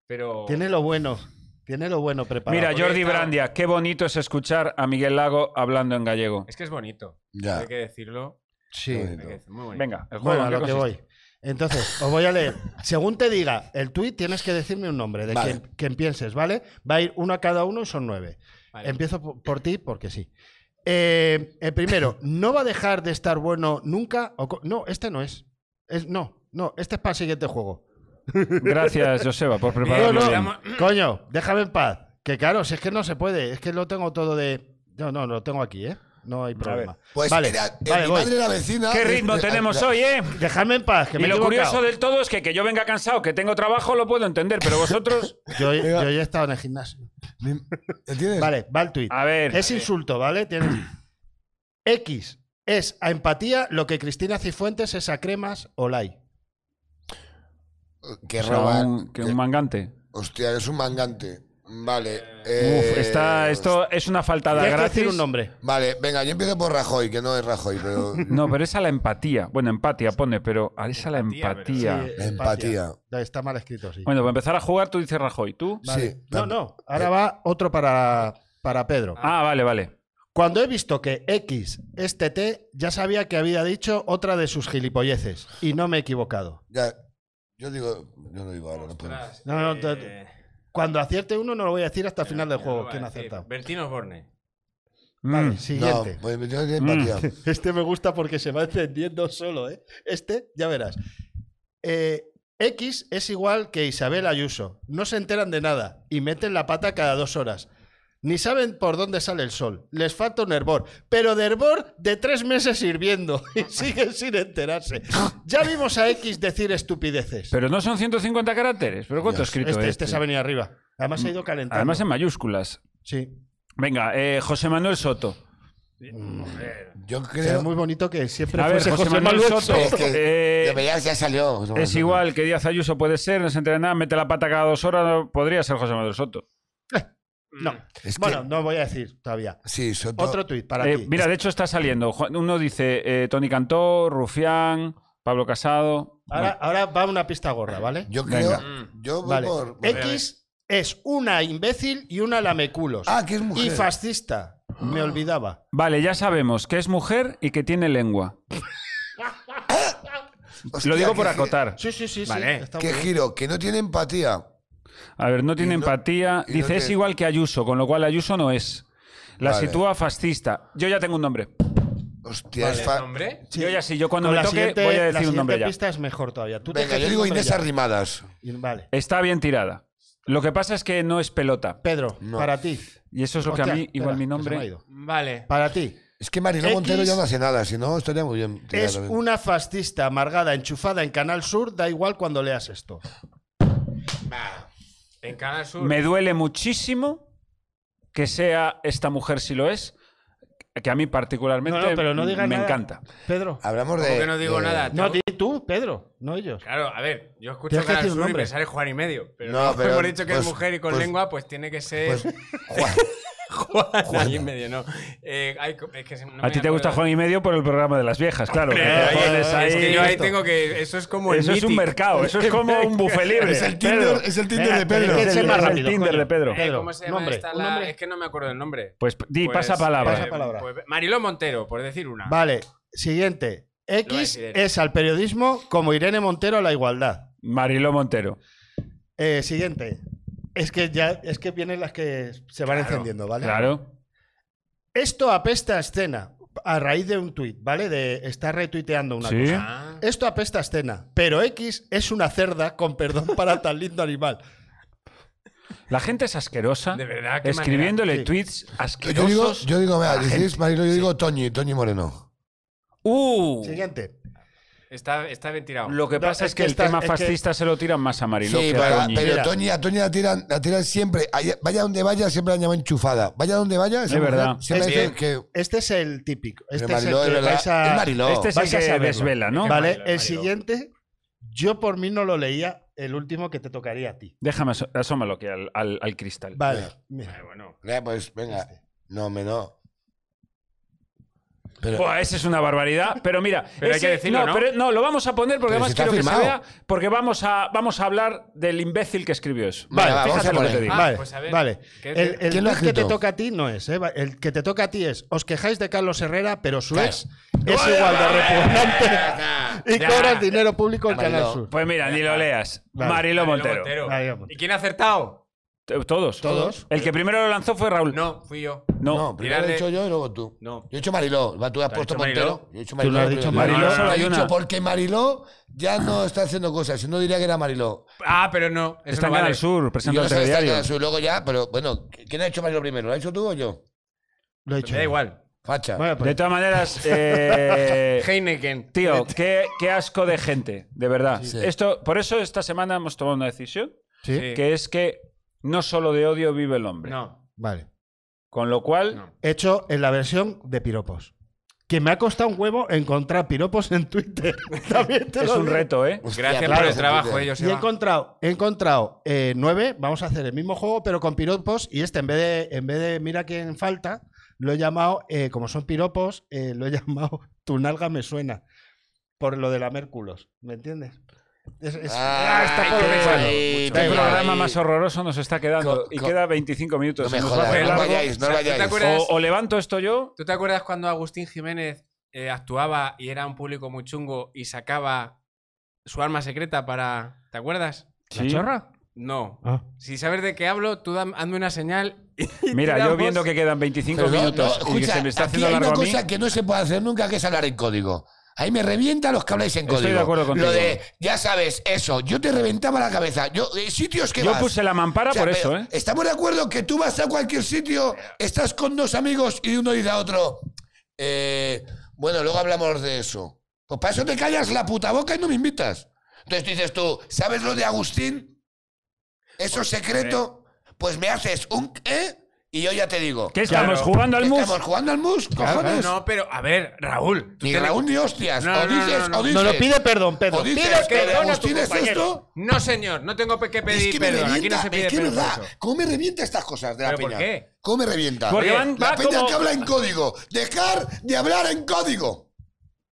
Speaker 3: Pero.
Speaker 4: Tiene lo bueno. Tiene lo bueno preparado.
Speaker 1: Mira,
Speaker 3: porque
Speaker 1: Jordi
Speaker 3: está-
Speaker 1: Brandia, qué bonito es escuchar a Miguel Lago hablando en gallego.
Speaker 3: Es que es bonito.
Speaker 2: Ya.
Speaker 3: Hay que decirlo.
Speaker 4: Sí.
Speaker 3: hay que decirlo, Muy bonito.
Speaker 1: Venga, el juego.
Speaker 4: Bueno, a
Speaker 1: ¿en
Speaker 4: lo
Speaker 1: qué
Speaker 4: que
Speaker 1: consiste?
Speaker 4: voy. Entonces, os voy a leer. Según te diga el tweet, tienes que decirme un nombre de
Speaker 5: Vale.
Speaker 4: quien, quien pienses, ¿vale? Va a ir uno a cada uno y son nueve.
Speaker 3: Vale.
Speaker 4: Empiezo por, por ti porque sí. Eh, el primero, ¿no va a dejar de estar bueno nunca? o co- no, este no es. es. No, no, este es para el siguiente juego.
Speaker 1: Gracias, Joseba, por
Speaker 3: Bien,
Speaker 1: prepararlo.
Speaker 4: no,
Speaker 1: bien.
Speaker 3: damos-
Speaker 4: Coño, déjame en paz. Que claro, si es que no se puede, es que lo tengo todo de. No, no, lo tengo aquí, ¿eh? No hay problema.
Speaker 2: Pues
Speaker 4: vale,
Speaker 2: era, eh,
Speaker 4: vale,
Speaker 2: mi
Speaker 4: voy.
Speaker 2: madre era vecina.
Speaker 1: Qué
Speaker 2: de-
Speaker 1: ritmo
Speaker 2: de-
Speaker 1: tenemos
Speaker 2: de-
Speaker 1: hoy, ¿eh?
Speaker 4: Dejadme en paz, que
Speaker 1: Y
Speaker 4: me he
Speaker 1: lo
Speaker 4: equivocado.
Speaker 1: curioso de todo es que que yo venga cansado, que tengo trabajo, lo puedo entender, pero vosotros...
Speaker 4: Yo, yo ya he estado en el gimnasio.
Speaker 2: ¿Entiendes?
Speaker 4: Vale, va el tweet.
Speaker 1: A ver,
Speaker 4: Es insulto, ¿vale? Tienes- X es a empatía lo que Cristina Cifuentes es a cremas Olay.
Speaker 2: Que
Speaker 1: o sea,
Speaker 2: roba.
Speaker 1: un- que
Speaker 4: eh,
Speaker 2: que-
Speaker 1: un mangante.
Speaker 2: Hostia, es un mangante. Vale. eh,
Speaker 1: Uf, está, esto es una faltada
Speaker 4: Tienes que
Speaker 1: gratis.
Speaker 4: decir un nombre.
Speaker 2: Vale, venga, yo empiezo por Rajoy, que no es Rajoy, pero.
Speaker 1: No, pero esa la empatía. Bueno, empatía pone, pero a esa la
Speaker 3: Empatía,
Speaker 1: empatía.
Speaker 4: Sí, eh.
Speaker 2: La empatía.
Speaker 4: Da- Está mal escrito, sí.
Speaker 1: Bueno, para empezar a jugar, tú dices Rajoy. ¿Tú?
Speaker 4: Vale.
Speaker 2: sí. em-
Speaker 4: No, no. Ahora va otro para, para Pedro.
Speaker 1: Ah, vale, vale.
Speaker 4: Cuando he visto que X es TT, ya sabía que había dicho otra de sus gilipolleces. Y no me he equivocado.
Speaker 2: Ya, yo digo. Yo no digo ahora, no puedo.
Speaker 3: Ostras,
Speaker 4: No, no, te-
Speaker 3: eh,
Speaker 4: Cuando acierte uno, no lo voy a decir hasta el final del juego. ¿Quién ha acertado?
Speaker 3: Bertino Borne.
Speaker 4: Vale,
Speaker 1: Mm.
Speaker 2: No,
Speaker 4: siguiente.
Speaker 2: pues me tengo que empatear.
Speaker 4: Este me gusta porque se va encendiendo solo, ¿eh? Este, ya verás. Eh, X es igual que Isabel Ayuso. No se enteran de nada y meten la pata cada dos horas. Ni saben por dónde sale el sol. Les falta un hervor. Pero de hervor de tres meses hirviendo. Y siguen sin enterarse. Ya vimos a X decir estupideces.
Speaker 1: Pero no son 150 caracteres. ¿Pero cuánto ha escrito
Speaker 4: Este,
Speaker 1: este?
Speaker 4: este se ha venido arriba. Además se ha ido calentando.
Speaker 1: Además en mayúsculas.
Speaker 4: sí.
Speaker 1: Venga, eh, José Manuel Soto.
Speaker 2: Yo
Speaker 4: Sería
Speaker 2: creo.
Speaker 4: muy bonito que siempre
Speaker 1: A ver,
Speaker 4: fuese
Speaker 1: José, Manuel Soto.
Speaker 2: Es que-
Speaker 1: eh,
Speaker 2: Ya, ya- ya salió.
Speaker 1: es igual que Díaz Ayuso puede ser, no se entera nada, mete la pata cada dos horas, no- podría ser José Manuel Soto.
Speaker 4: No.
Speaker 2: Es que-
Speaker 4: Bueno, no voy a decir todavía.
Speaker 2: Sí, Soto.
Speaker 4: Otro tuit para
Speaker 1: Eh,
Speaker 4: ti.
Speaker 1: mira, de hecho está saliendo. Ju- Uno dice eh, Tony Cantó, Rufián, Pablo Casado.
Speaker 4: Ahora, ahora va una pista gorda, ¿vale?
Speaker 2: Yo creo. Mm.
Speaker 3: Venga.
Speaker 2: Yo voy
Speaker 4: Vale.
Speaker 1: Eh,
Speaker 2: por.
Speaker 4: X es una imbécil y una lameculos.
Speaker 2: Ah, que es mujer.
Speaker 4: y fascista. Me olvidaba.
Speaker 1: Vale, ya sabemos que es mujer y que tiene lengua.
Speaker 2: Hostia,
Speaker 1: Lo digo
Speaker 2: qué
Speaker 1: por
Speaker 2: gi-
Speaker 1: acotar. eh.
Speaker 4: Sí, sí, sí. sí,
Speaker 3: Vale.
Speaker 4: está
Speaker 2: Qué
Speaker 4: muy bien.
Speaker 2: giro, que no tiene empatía.
Speaker 1: A ver, no tiene
Speaker 2: Y no-
Speaker 1: empatía.
Speaker 2: y no
Speaker 1: Dice, es
Speaker 2: tiene-
Speaker 1: igual que Ayuso, con lo cual Ayuso no es. La
Speaker 2: Vale.
Speaker 1: sitúa fascista. Yo ya tengo un nombre.
Speaker 2: Hostia, es Pues fa-
Speaker 3: ¿Nombre?
Speaker 1: Yo ya sí, yo cuando
Speaker 4: Con
Speaker 1: me
Speaker 4: la
Speaker 1: toque
Speaker 4: siguiente-
Speaker 1: voy a
Speaker 4: la
Speaker 1: decir un nombre
Speaker 4: siguiente
Speaker 1: ya.
Speaker 4: pista es mejor todavía. Tú te
Speaker 2: Venga,
Speaker 4: quedas
Speaker 2: yo
Speaker 4: un
Speaker 2: digo
Speaker 4: nombre
Speaker 2: Inés
Speaker 4: ya.
Speaker 2: Arrimadas.
Speaker 4: Y- Vale.
Speaker 1: Está bien tirada. Lo que pasa es que no es pelota.
Speaker 4: Pedro,
Speaker 2: No.
Speaker 4: para ti.
Speaker 1: Y eso es lo que
Speaker 4: Hostia,
Speaker 1: a mí, igual mi
Speaker 4: espera, que se me ha
Speaker 1: nombre.
Speaker 4: ido.
Speaker 3: Vale.
Speaker 4: Para ti.
Speaker 2: Es que Mariló
Speaker 4: X
Speaker 2: Montero ya no hace nada, si no, estaría muy bien. tirada
Speaker 4: Es
Speaker 2: también.
Speaker 4: una fascista amargada enchufada en Canal Sur. Da igual cuando leas esto.
Speaker 3: En Canal Sur.
Speaker 1: Me duele muchísimo que sea esta mujer si lo es, que a mí particularmente
Speaker 4: No, no, pero no digas
Speaker 1: me
Speaker 4: nada.
Speaker 1: encanta.
Speaker 4: Pedro.
Speaker 2: Hablamos
Speaker 3: Como
Speaker 2: de.
Speaker 3: que no digo
Speaker 2: de-
Speaker 3: nada.
Speaker 4: No,
Speaker 3: Tengo-
Speaker 4: di tú, Pedro. No ellos.
Speaker 3: Claro, a ver, yo escucho
Speaker 4: Tienes que
Speaker 3: Canal
Speaker 4: decir un
Speaker 3: Sur y
Speaker 4: nombre.
Speaker 3: me sale Juan y medio. Pero
Speaker 2: No,
Speaker 3: no,
Speaker 2: pero,
Speaker 3: hemos dicho que
Speaker 2: pues,
Speaker 3: es mujer y con
Speaker 2: pues,
Speaker 3: lengua, pues tiene que ser
Speaker 2: Pues, Juan,
Speaker 3: Juan, y medio, no. Eh, ay, co- es que se- no me
Speaker 1: a ti te gusta
Speaker 3: acuerdo.
Speaker 1: Juan y medio por el programa de las viejas, claro. que
Speaker 3: Eh,
Speaker 1: te pones
Speaker 3: oye, es
Speaker 1: ahí-
Speaker 3: que yo ahí tengo que. Eso es como el
Speaker 1: Eso es un
Speaker 3: Mythic.
Speaker 1: mercado, eso es como un buffet libre.
Speaker 2: es el Tinder,
Speaker 1: Eh, Pedro.
Speaker 2: es el Tinder
Speaker 4: Venga,
Speaker 2: de Pedro.
Speaker 4: Pedro,
Speaker 1: Es el,
Speaker 4: Ser más
Speaker 1: es el
Speaker 4: rápido,
Speaker 1: Tinder
Speaker 4: coño.
Speaker 1: de Pedro.
Speaker 3: Eh, ¿Cómo se llama
Speaker 4: Nombre,
Speaker 3: esta
Speaker 4: un
Speaker 3: la-
Speaker 4: nombre.
Speaker 3: Es que no me acuerdo el nombre.
Speaker 1: Pues di,
Speaker 3: Pues,
Speaker 1: pasa palabra.
Speaker 4: pasa palabra.
Speaker 3: pues, Mariló Montero, por decir una.
Speaker 4: Vale. Siguiente.
Speaker 3: Lo va a
Speaker 4: X
Speaker 3: decir él.
Speaker 4: es al periodismo como Irene Montero a la igualdad.
Speaker 1: Mariló Montero.
Speaker 4: Eh, siguiente. Es que ya es que vienen las que se van encendiendo, ¿vale?
Speaker 1: Claro.
Speaker 4: Esto apesta a escena a raíz de un tuit, ¿vale? De estar retuiteando una
Speaker 1: Sí.
Speaker 4: cosa.
Speaker 3: Ah,
Speaker 4: Esto apesta a escena, pero X es una cerda con perdón para tan lindo animal.
Speaker 1: La gente es asquerosa.
Speaker 3: De verdad, qué
Speaker 1: Escribiéndole
Speaker 4: manera. Sí.
Speaker 1: tweets
Speaker 2: Yo digo,
Speaker 1: asquerosos.
Speaker 2: yo digo, mira, decís Mariló, yo digo Toñi, Toñi Moreno.
Speaker 1: ¡Uh!
Speaker 4: Siguiente.
Speaker 3: está, está bien tirado.
Speaker 1: Lo que
Speaker 4: No,
Speaker 1: pasa
Speaker 4: es
Speaker 1: es que
Speaker 4: que
Speaker 1: el
Speaker 4: esta-
Speaker 1: tema
Speaker 4: es que-
Speaker 1: fascista se lo tiran más a Mariló
Speaker 2: Sí,
Speaker 1: que
Speaker 2: pero,
Speaker 1: a Toñi.
Speaker 2: pero
Speaker 4: Mira.
Speaker 2: Toñi, a Toñi la tiran, la tiran siempre. Allá- vaya donde vaya, siempre la han llamado enchufada. Vaya donde vaya, esa
Speaker 1: Es
Speaker 2: mujer
Speaker 1: verdad.
Speaker 2: Siempre
Speaker 4: Es
Speaker 2: dicen
Speaker 4: que-
Speaker 2: que.
Speaker 4: Este es el típico. Este
Speaker 2: Pero Mariló,
Speaker 4: es el
Speaker 2: de
Speaker 4: que
Speaker 2: verdad.
Speaker 4: vais a-
Speaker 2: Es Mariló.
Speaker 1: Este es el
Speaker 4: Vais a
Speaker 1: que
Speaker 4: saberlo.
Speaker 1: desvela, ¿no?
Speaker 4: Vale,
Speaker 3: Mariló,
Speaker 4: el
Speaker 3: Mariló.
Speaker 4: siguiente yo por mí no lo leía, el último que te tocaría a ti.
Speaker 1: Déjame, aso- asómalo aquí al, al- al cristal.
Speaker 4: Vale.
Speaker 3: Ay,
Speaker 4: mira.
Speaker 3: bueno.
Speaker 2: Eh, pues venga. No, me no. Pero,
Speaker 1: Buah, esa es una barbaridad. Pero mira,
Speaker 3: Pero hay que decirlo, ¿no?
Speaker 1: pero- no, lo vamos a poner porque
Speaker 2: Pero
Speaker 1: además
Speaker 2: si está
Speaker 1: quiero que se
Speaker 2: firmado.
Speaker 1: vea, porque vamos a, vamos a hablar del imbécil que escribió eso.
Speaker 2: Venga, va, vamos
Speaker 1: fíjate
Speaker 2: a
Speaker 1: lo que te
Speaker 2: poner.
Speaker 1: digo.
Speaker 3: Ah,
Speaker 4: Vale,
Speaker 3: pues a ver,
Speaker 4: vale.
Speaker 3: ¿qué-
Speaker 4: El, el
Speaker 2: quién lo ha
Speaker 4: tuit que te
Speaker 2: escrito?
Speaker 4: toca a ti no es, ¿eh? El que te toca a ti es, os quejáis de Carlos Herrera, pero su
Speaker 2: Claro.
Speaker 4: ex es igual de repugnante y
Speaker 3: Ya.
Speaker 4: cobras dinero público en
Speaker 2: Vale,
Speaker 4: Canal
Speaker 2: no.
Speaker 4: Sur.
Speaker 1: Pues mira, ni lo leas.
Speaker 4: Vale.
Speaker 1: Mariló
Speaker 3: Mariló
Speaker 1: Montero.
Speaker 4: Mariló Montero.
Speaker 3: ¿Y quién ha acertado?
Speaker 1: T- Todos.
Speaker 2: Todos.
Speaker 1: El que primero lo lanzó fue Raúl.
Speaker 3: No, fui yo.
Speaker 1: No.
Speaker 2: No, primero
Speaker 3: Tirarle-
Speaker 2: he dicho yo y luego tú.
Speaker 3: No.
Speaker 2: Yo he dicho Mariló. Va, Tú has
Speaker 3: has
Speaker 2: puesto
Speaker 3: dicho
Speaker 2: Montero.
Speaker 3: Mariló?
Speaker 2: Yo he dicho
Speaker 4: Tú no has dicho
Speaker 2: primero.
Speaker 1: Mariló, solo
Speaker 2: Yo
Speaker 1: hay
Speaker 2: he
Speaker 1: una.
Speaker 2: dicho porque Mariló ya no está haciendo cosas. Si no diría que era Mariló.
Speaker 3: Ah, pero no. Eso
Speaker 1: Está
Speaker 3: no
Speaker 1: en
Speaker 3: vale.
Speaker 1: Canal Sur,
Speaker 4: Pues
Speaker 2: Y
Speaker 1: presentando este el
Speaker 2: Yo no sé está
Speaker 1: telediario.
Speaker 2: en su luego ya, pero bueno, ¿quién ha hecho Mariló primero? ¿Lo has hecho tú o yo?
Speaker 4: Lo he dicho.
Speaker 3: Me da
Speaker 4: yo.
Speaker 3: igual.
Speaker 2: Facha.
Speaker 4: Bueno, pues,
Speaker 1: De todas maneras, eh,
Speaker 3: Heineken.
Speaker 1: tío, qué, qué asco de gente, de verdad.
Speaker 2: Sí.
Speaker 1: Esto, por eso esta semana hemos tomado una decisión,
Speaker 4: sí,
Speaker 3: Sí.
Speaker 1: que es que no solo de odio vive el hombre.
Speaker 3: No.
Speaker 4: vale.
Speaker 1: Con lo cual,
Speaker 3: No.
Speaker 4: Hecho en la versión de piropos. Que me ha costado un huevo encontrar piropos en Twitter. También te
Speaker 1: es
Speaker 4: lo
Speaker 1: un
Speaker 4: digo.
Speaker 1: reto, ¿eh?
Speaker 2: Hostia,
Speaker 3: Gracias
Speaker 2: claro,
Speaker 3: por el
Speaker 2: se
Speaker 3: trabajo,
Speaker 2: entiende.
Speaker 3: ellos.
Speaker 4: Y he encontrado, he encontrado eh, nueve. Vamos a hacer el mismo juego, pero con piropos. Y este, en vez de, en vez de mira quién falta, lo he llamado, eh, como son piropos, eh, lo he llamado Tu nalga me suena. Por lo de la Mérculos. ¿Me entiendes? Es- es-
Speaker 2: Ah,
Speaker 4: ah, está
Speaker 2: qué
Speaker 4: compensado.
Speaker 2: guay,
Speaker 4: Mucho.
Speaker 2: qué
Speaker 1: El
Speaker 4: Venga,
Speaker 1: Este programa
Speaker 2: guay.
Speaker 1: más horroroso nos está quedando
Speaker 2: Co-
Speaker 1: y
Speaker 2: co-
Speaker 1: queda 25 minutos.
Speaker 2: No me
Speaker 1: Nos va a
Speaker 2: jodas,
Speaker 1: hacer
Speaker 2: no
Speaker 1: largo.
Speaker 2: vayáis, no
Speaker 3: O sea, ¿tú te
Speaker 2: vayáis.
Speaker 3: acuerdas?
Speaker 1: o, o levanto esto yo.
Speaker 3: ¿Tú te acuerdas cuando Agustín Jiménez eh, actuaba y era un público muy chungo y sacaba su arma secreta para. ¿Te acuerdas?
Speaker 1: Sí.
Speaker 4: chorra?
Speaker 3: No.
Speaker 6: Ah.
Speaker 3: Si sabes de qué hablo, tú dam- hazme una señal. y
Speaker 1: Mira, yo
Speaker 3: tiramos.
Speaker 1: viendo que quedan 25
Speaker 2: Pero no,
Speaker 1: minutos
Speaker 2: no,
Speaker 1: y que
Speaker 2: escucha,
Speaker 1: se me está
Speaker 2: aquí
Speaker 1: haciendo
Speaker 2: hay
Speaker 1: largo
Speaker 2: una
Speaker 1: a mí.
Speaker 2: cosa que no se puede hacer nunca, que es hablar en código. Ahí me revienta los que habláis en
Speaker 1: Estoy
Speaker 2: código.
Speaker 1: de acuerdo contigo.
Speaker 2: Lo de, ya sabes, eso. Yo te reventaba la cabeza. Yo, eh, sitios que
Speaker 1: Yo
Speaker 2: vas.
Speaker 1: puse la mampara
Speaker 2: O sea,
Speaker 1: por
Speaker 2: pero
Speaker 1: eso, ¿eh?
Speaker 2: Estamos de acuerdo que tú vas a cualquier sitio, estás con dos amigos y uno dice a otro, eh, bueno, luego hablamos de eso. Pues para eso te callas la puta boca y no me invitas. Entonces dices tú, ¿sabes lo de Agustín? Eso es secreto. Pues me haces un ¿eh? y yo ya te digo.
Speaker 1: ¿Qué estamos jugando al
Speaker 2: ¿Qué
Speaker 1: mus?
Speaker 2: Estamos jugando al mus, cojones.
Speaker 3: No, pues, pero a ver, Raúl. tú
Speaker 2: Ni
Speaker 3: ten-
Speaker 2: Raúl ni hostias.
Speaker 3: No,
Speaker 2: o
Speaker 3: no, no,
Speaker 2: dices,
Speaker 3: no, no.
Speaker 2: o dices.
Speaker 4: No lo pide perdón, Pedro.
Speaker 2: O dices
Speaker 4: Pide
Speaker 2: que de
Speaker 4: perdón a tu
Speaker 2: Agustín es
Speaker 4: compañero.
Speaker 2: esto.
Speaker 3: No, señor, no tengo pe- que pedir
Speaker 2: es que me
Speaker 3: perdón.
Speaker 2: revienta.
Speaker 3: Aquí no se
Speaker 2: es
Speaker 3: pide
Speaker 2: que
Speaker 3: perdón. por
Speaker 2: verdad.
Speaker 3: eso.
Speaker 2: ¿Cómo me revienta estas cosas de la
Speaker 3: ¿Pero por
Speaker 2: peña?
Speaker 3: qué?
Speaker 2: ¿Cómo me revienta?
Speaker 1: Porque
Speaker 3: Oye,
Speaker 1: van,
Speaker 2: La
Speaker 1: va
Speaker 2: peña
Speaker 1: como...
Speaker 2: que habla en código. Dejar de hablar en código.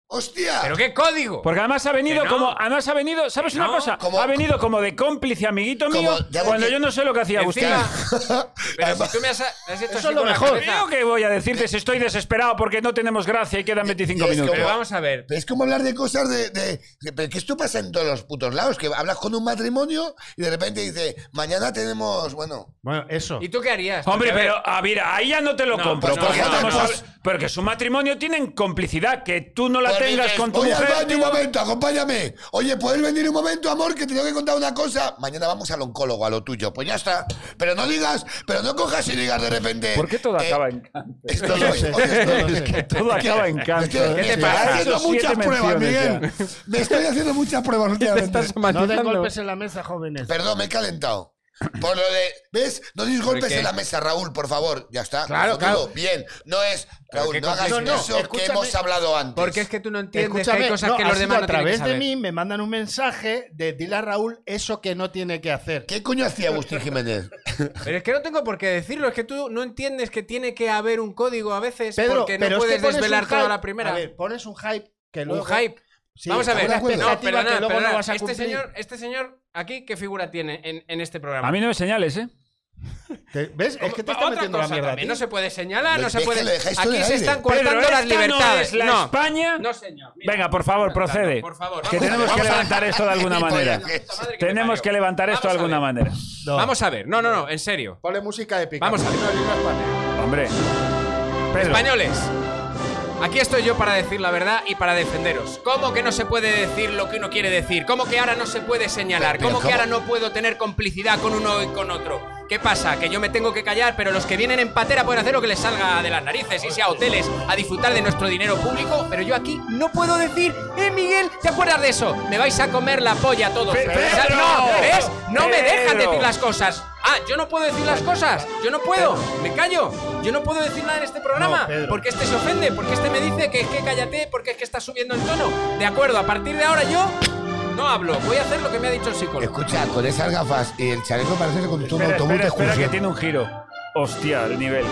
Speaker 2: Hostia.
Speaker 3: ¿Pero qué código?
Speaker 1: Porque además ha venido
Speaker 3: Que no.
Speaker 1: como... Además ha venido... ¿Sabes
Speaker 3: Que
Speaker 1: una
Speaker 3: no.
Speaker 1: cosa?
Speaker 2: Como-
Speaker 1: ha venido como de cómplice amiguito
Speaker 2: Como-
Speaker 1: mío
Speaker 2: ya de
Speaker 1: cuando
Speaker 2: que-
Speaker 1: yo no sé lo que hacía Agustín.
Speaker 3: Encima, pero si tú me has, has hecho así
Speaker 4: es lo
Speaker 3: con la
Speaker 4: mejor.
Speaker 3: cabeza-
Speaker 1: Creo que voy a decirte si estoy desesperado porque no tenemos gracia y quedan 25
Speaker 2: Y es
Speaker 1: minutos.
Speaker 3: Pero vamos a ver.
Speaker 2: Pero es como hablar de cosas de, de- de- pero que esto pasa en todos los putos lados. Que hablas con un matrimonio y de repente dice, mañana tenemos. Bueno.
Speaker 4: Bueno, eso.
Speaker 3: ¿Y tú qué harías?
Speaker 1: Hombre,
Speaker 3: Porque,
Speaker 1: pero
Speaker 3: a ver,
Speaker 1: a ver, ahí ya no te lo
Speaker 3: No,
Speaker 1: compro.
Speaker 3: pues no,
Speaker 1: porque
Speaker 2: no,
Speaker 1: estamos
Speaker 2: no.
Speaker 1: habl- Porque su matrimonio tienen complicidad. Que tú no la
Speaker 2: Pues
Speaker 1: tengas
Speaker 2: dices,
Speaker 1: con tu
Speaker 2: Voy
Speaker 1: mujer.
Speaker 2: al baño un
Speaker 1: tío".
Speaker 2: momento, acompáñame. Oye, ¿puedes venir un momento, amor? Que te tengo que contar una cosa. Mañana vamos al oncólogo, a lo tuyo. Pues ya está. Pero no digas, pero no cojas y digas de repente.
Speaker 1: ¿Por qué todo
Speaker 2: eh,
Speaker 1: acaba en canto?
Speaker 2: Es todo, hoy, hoy es todo.
Speaker 1: Es que todo acaba en canto.
Speaker 2: Estoy-
Speaker 1: ¿Qué te
Speaker 2: estoy
Speaker 1: pasa?
Speaker 2: haciendo
Speaker 1: Esos siete
Speaker 2: muchas pruebas,
Speaker 1: menciones
Speaker 2: Miguel. Me estoy haciendo muchas pruebas últimamente.
Speaker 4: No den golpes en la mesa, jóvenes.
Speaker 2: Perdón, me he calentado. Por lo de, ¿ves? No dis golpes
Speaker 3: qué?
Speaker 2: en la mesa, Raúl, por favor. Ya está.
Speaker 4: Claro,
Speaker 2: Lo
Speaker 4: claro.
Speaker 2: digo, Bien, no es, Raúl,
Speaker 3: qué
Speaker 2: no hagas
Speaker 3: complicado. No, no,
Speaker 2: eso que
Speaker 4: escúchame.
Speaker 2: hemos hablado antes.
Speaker 3: porque es que tú no entiendes que
Speaker 4: Escúchame,
Speaker 3: hay cosas
Speaker 4: no,
Speaker 3: que
Speaker 4: ha
Speaker 3: los
Speaker 4: sido
Speaker 3: demás
Speaker 4: a
Speaker 3: no tienen que
Speaker 4: través
Speaker 3: saber.
Speaker 4: de mí me mandan un mensaje de dile a Raúl eso que no tiene que hacer.
Speaker 2: ¿Qué coño hacía Agustín Jiménez?
Speaker 3: Pero es que no tengo por qué decirlo, es que tú no entiendes que tiene que haber un código a veces
Speaker 4: Pedro,
Speaker 3: porque no
Speaker 4: pero es que
Speaker 3: puedes
Speaker 4: pones un
Speaker 3: desvelar toda
Speaker 4: hype-
Speaker 3: la primera.
Speaker 4: A ver, pones un hype que
Speaker 3: un
Speaker 4: luego...
Speaker 3: hype.
Speaker 4: Sí,
Speaker 3: Vamos a
Speaker 2: estamos
Speaker 3: ver, este
Speaker 2: de
Speaker 3: no,
Speaker 2: acuerdo.
Speaker 3: perdona,
Speaker 4: Expectativa que luego
Speaker 3: perdona.
Speaker 4: no vas a
Speaker 3: este,
Speaker 4: cumplir.
Speaker 3: señor, este señor aquí, ¿qué figura tiene en, en este programa?
Speaker 1: A mí no me señales, ¿eh?
Speaker 4: Te- ¿Ves? Es que te está
Speaker 3: Otra
Speaker 4: metiendo la
Speaker 3: cosa
Speaker 4: mierda. a
Speaker 3: también,
Speaker 4: ti.
Speaker 3: no se puede señalar,
Speaker 2: Lo
Speaker 3: no se
Speaker 2: deja-
Speaker 3: puede.
Speaker 2: lo dejáis todo en
Speaker 3: Aquí
Speaker 2: el
Speaker 3: se
Speaker 2: aire.
Speaker 3: están cortando
Speaker 1: esta
Speaker 3: las libertades.
Speaker 1: no es la
Speaker 3: no,
Speaker 1: España.
Speaker 3: no, señor. mira.
Speaker 1: Venga, por favor,
Speaker 3: Vamos,
Speaker 1: procede.
Speaker 3: por favor,
Speaker 1: que
Speaker 3: vamos a-
Speaker 1: tenemos que
Speaker 3: vamos a-
Speaker 1: levantar esto de alguna manera.
Speaker 3: La puta madre que me
Speaker 1: Tenemos
Speaker 3: parió.
Speaker 1: que levantar esto de
Speaker 3: Vamos a
Speaker 1: alguna
Speaker 3: ver.
Speaker 1: manera.
Speaker 4: No.
Speaker 3: Vamos a ver, no, no, no, en serio.
Speaker 4: Ponle música épica.
Speaker 3: Vamos a ver.
Speaker 1: Hombre. Pedro,
Speaker 3: Españoles, aquí estoy yo para decir la verdad y para defenderos. ¿Cómo que no se puede decir lo que uno quiere decir? ¿Cómo que ahora no se puede señalar?
Speaker 2: Pero,
Speaker 3: ¿Cómo que
Speaker 2: ¿cómo?
Speaker 3: ahora no puedo tener complicidad con uno y con otro? ¿Qué pasa? Que yo me tengo que callar, pero los que vienen en patera pueden hacer lo que les salga de las narices, irse a hoteles, a disfrutar de nuestro dinero público, pero yo aquí no puedo decir, eh, Miguel, ¿te acuerdas de eso? Me vais a comer la polla todos.
Speaker 1: Pe-
Speaker 3: O sea,
Speaker 1: Pedro,
Speaker 3: no, ¿ves? No me dejan
Speaker 1: Pedro.
Speaker 3: decir las cosas. Ah, yo no puedo decir las cosas. Yo no puedo. Me callo. Yo no puedo decir nada en este programa.
Speaker 4: No, Pedro.
Speaker 3: porque este se ofende. Porque este me dice que es que cállate. Porque es que está subiendo el tono. De acuerdo, a partir de ahora yo no hablo. Voy a hacer lo que me ha dicho el psicólogo.
Speaker 2: Escucha, con esas gafas y el chaleco parece que conduce un
Speaker 1: espera,
Speaker 2: autobús
Speaker 1: espera,
Speaker 2: de
Speaker 1: espera, que
Speaker 2: excursión.
Speaker 1: tiene un giro. Hostia, el nivel.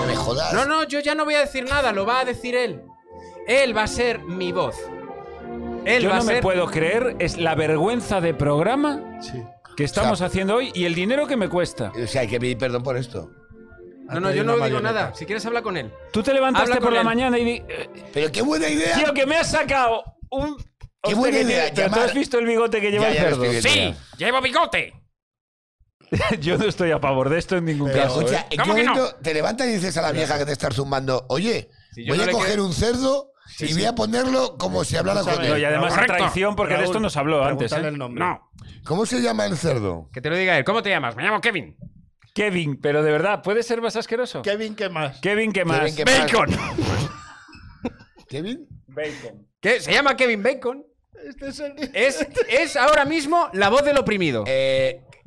Speaker 2: No me jodas.
Speaker 3: No, no, yo ya no voy a decir nada. Lo va a decir él. Él va a ser mi voz. Él
Speaker 1: Yo
Speaker 3: va
Speaker 1: no
Speaker 3: a ser.
Speaker 1: me puedo creer, es la vergüenza de programa que estamos haciendo hoy y el dinero que me cuesta.
Speaker 2: O sea, hay que pedir perdón por esto.
Speaker 3: No, no, yo no digo nada. Si quieres, habla con él.
Speaker 1: Tú te levantaste
Speaker 3: Habla con
Speaker 1: por la
Speaker 3: él.
Speaker 1: mañana y di- eh,
Speaker 2: Pero qué buena idea.
Speaker 1: tío que me has sacado un Hostia,
Speaker 2: buena
Speaker 1: que
Speaker 2: idea,
Speaker 1: tiene- pero tú
Speaker 2: llamar-
Speaker 1: has visto el bigote que lleva
Speaker 2: Ya,
Speaker 1: el
Speaker 2: ya lo
Speaker 1: cerdo.
Speaker 2: estoy viendo.
Speaker 3: Sí, llevo bigote.
Speaker 1: Yo no estoy a favor de esto en ningún
Speaker 2: Pero
Speaker 1: caso.
Speaker 2: escucha,
Speaker 1: ¿eh?
Speaker 2: ¿en qué
Speaker 3: ¿Cómo que no?
Speaker 2: momento te levantas y dices a la vieja que te está zumbando, oye,
Speaker 3: Si yo
Speaker 2: voy
Speaker 3: no
Speaker 2: a
Speaker 3: le
Speaker 2: coger
Speaker 3: quiero-
Speaker 2: un cerdo y voy a ponerlo como si hablara con
Speaker 1: No, y
Speaker 2: él?
Speaker 1: además a
Speaker 3: Correcto.
Speaker 1: traición porque de esto nos habló antes.
Speaker 4: Pregúntale
Speaker 1: ¿eh?
Speaker 4: el nombre.
Speaker 3: No.
Speaker 2: ¿Cómo se llama el cerdo?
Speaker 3: Que te lo diga él. ¿Cómo te llamas? Me llamo Kevin.
Speaker 1: Kevin, pero de verdad, ¿puede ser más asqueroso?
Speaker 4: Kevin, ¿qué más?
Speaker 1: Kevin, ¿qué más?
Speaker 2: Kevin, ¿qué más? ¿Kevin?
Speaker 1: Bacon.
Speaker 3: que se llama Kevin Bacon.
Speaker 4: Este
Speaker 3: Es, es ahora mismo la voz del oprimido.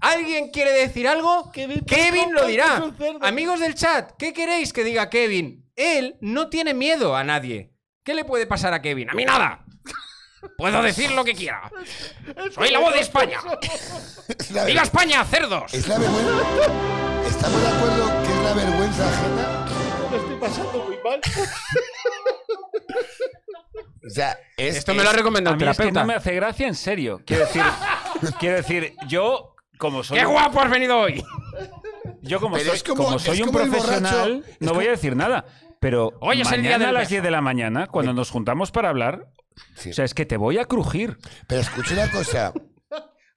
Speaker 3: ¿Alguien quiere decir algo?
Speaker 4: Kevin
Speaker 3: Kevin,
Speaker 4: Bacon
Speaker 3: lo
Speaker 4: parece
Speaker 3: dirá.
Speaker 4: un cerdo.
Speaker 3: Amigos del chat, ¿qué queréis que diga Kevin? Él no tiene miedo a nadie. ¿Qué le puede pasar a Kevin? A mí nada. Puedo decir lo que quiera. Soy la voz de España.
Speaker 2: Es la,
Speaker 3: ¡Viva España, cerdos!
Speaker 2: es la vergüenza. ¿Estamos de acuerdo que es la vergüenza ajena?
Speaker 4: Lo estoy pasando muy mal.
Speaker 2: O sea, es.
Speaker 3: Esto me lo ha
Speaker 2: es-
Speaker 1: A
Speaker 3: recomendado el
Speaker 1: mí es que
Speaker 3: terapeuta.
Speaker 1: no me hace gracia en serio. Quiero decir, quiero decir, yo como soy
Speaker 3: ¡Qué
Speaker 1: un-
Speaker 3: guapo has venido hoy!
Speaker 1: yo como
Speaker 2: Pero
Speaker 1: soy,
Speaker 2: es como-
Speaker 1: como
Speaker 2: es
Speaker 1: soy un
Speaker 2: como el
Speaker 1: profesional
Speaker 2: borracho- es
Speaker 1: no
Speaker 2: como-
Speaker 1: voy a decir nada, pero
Speaker 3: Hoy es el día
Speaker 1: mañana
Speaker 3: del
Speaker 1: a las
Speaker 3: beso.
Speaker 1: 10 de la mañana cuando nos juntamos para hablar,
Speaker 2: Sí.
Speaker 1: o sea, es que te voy a crujir.
Speaker 2: Pero escucha una cosa.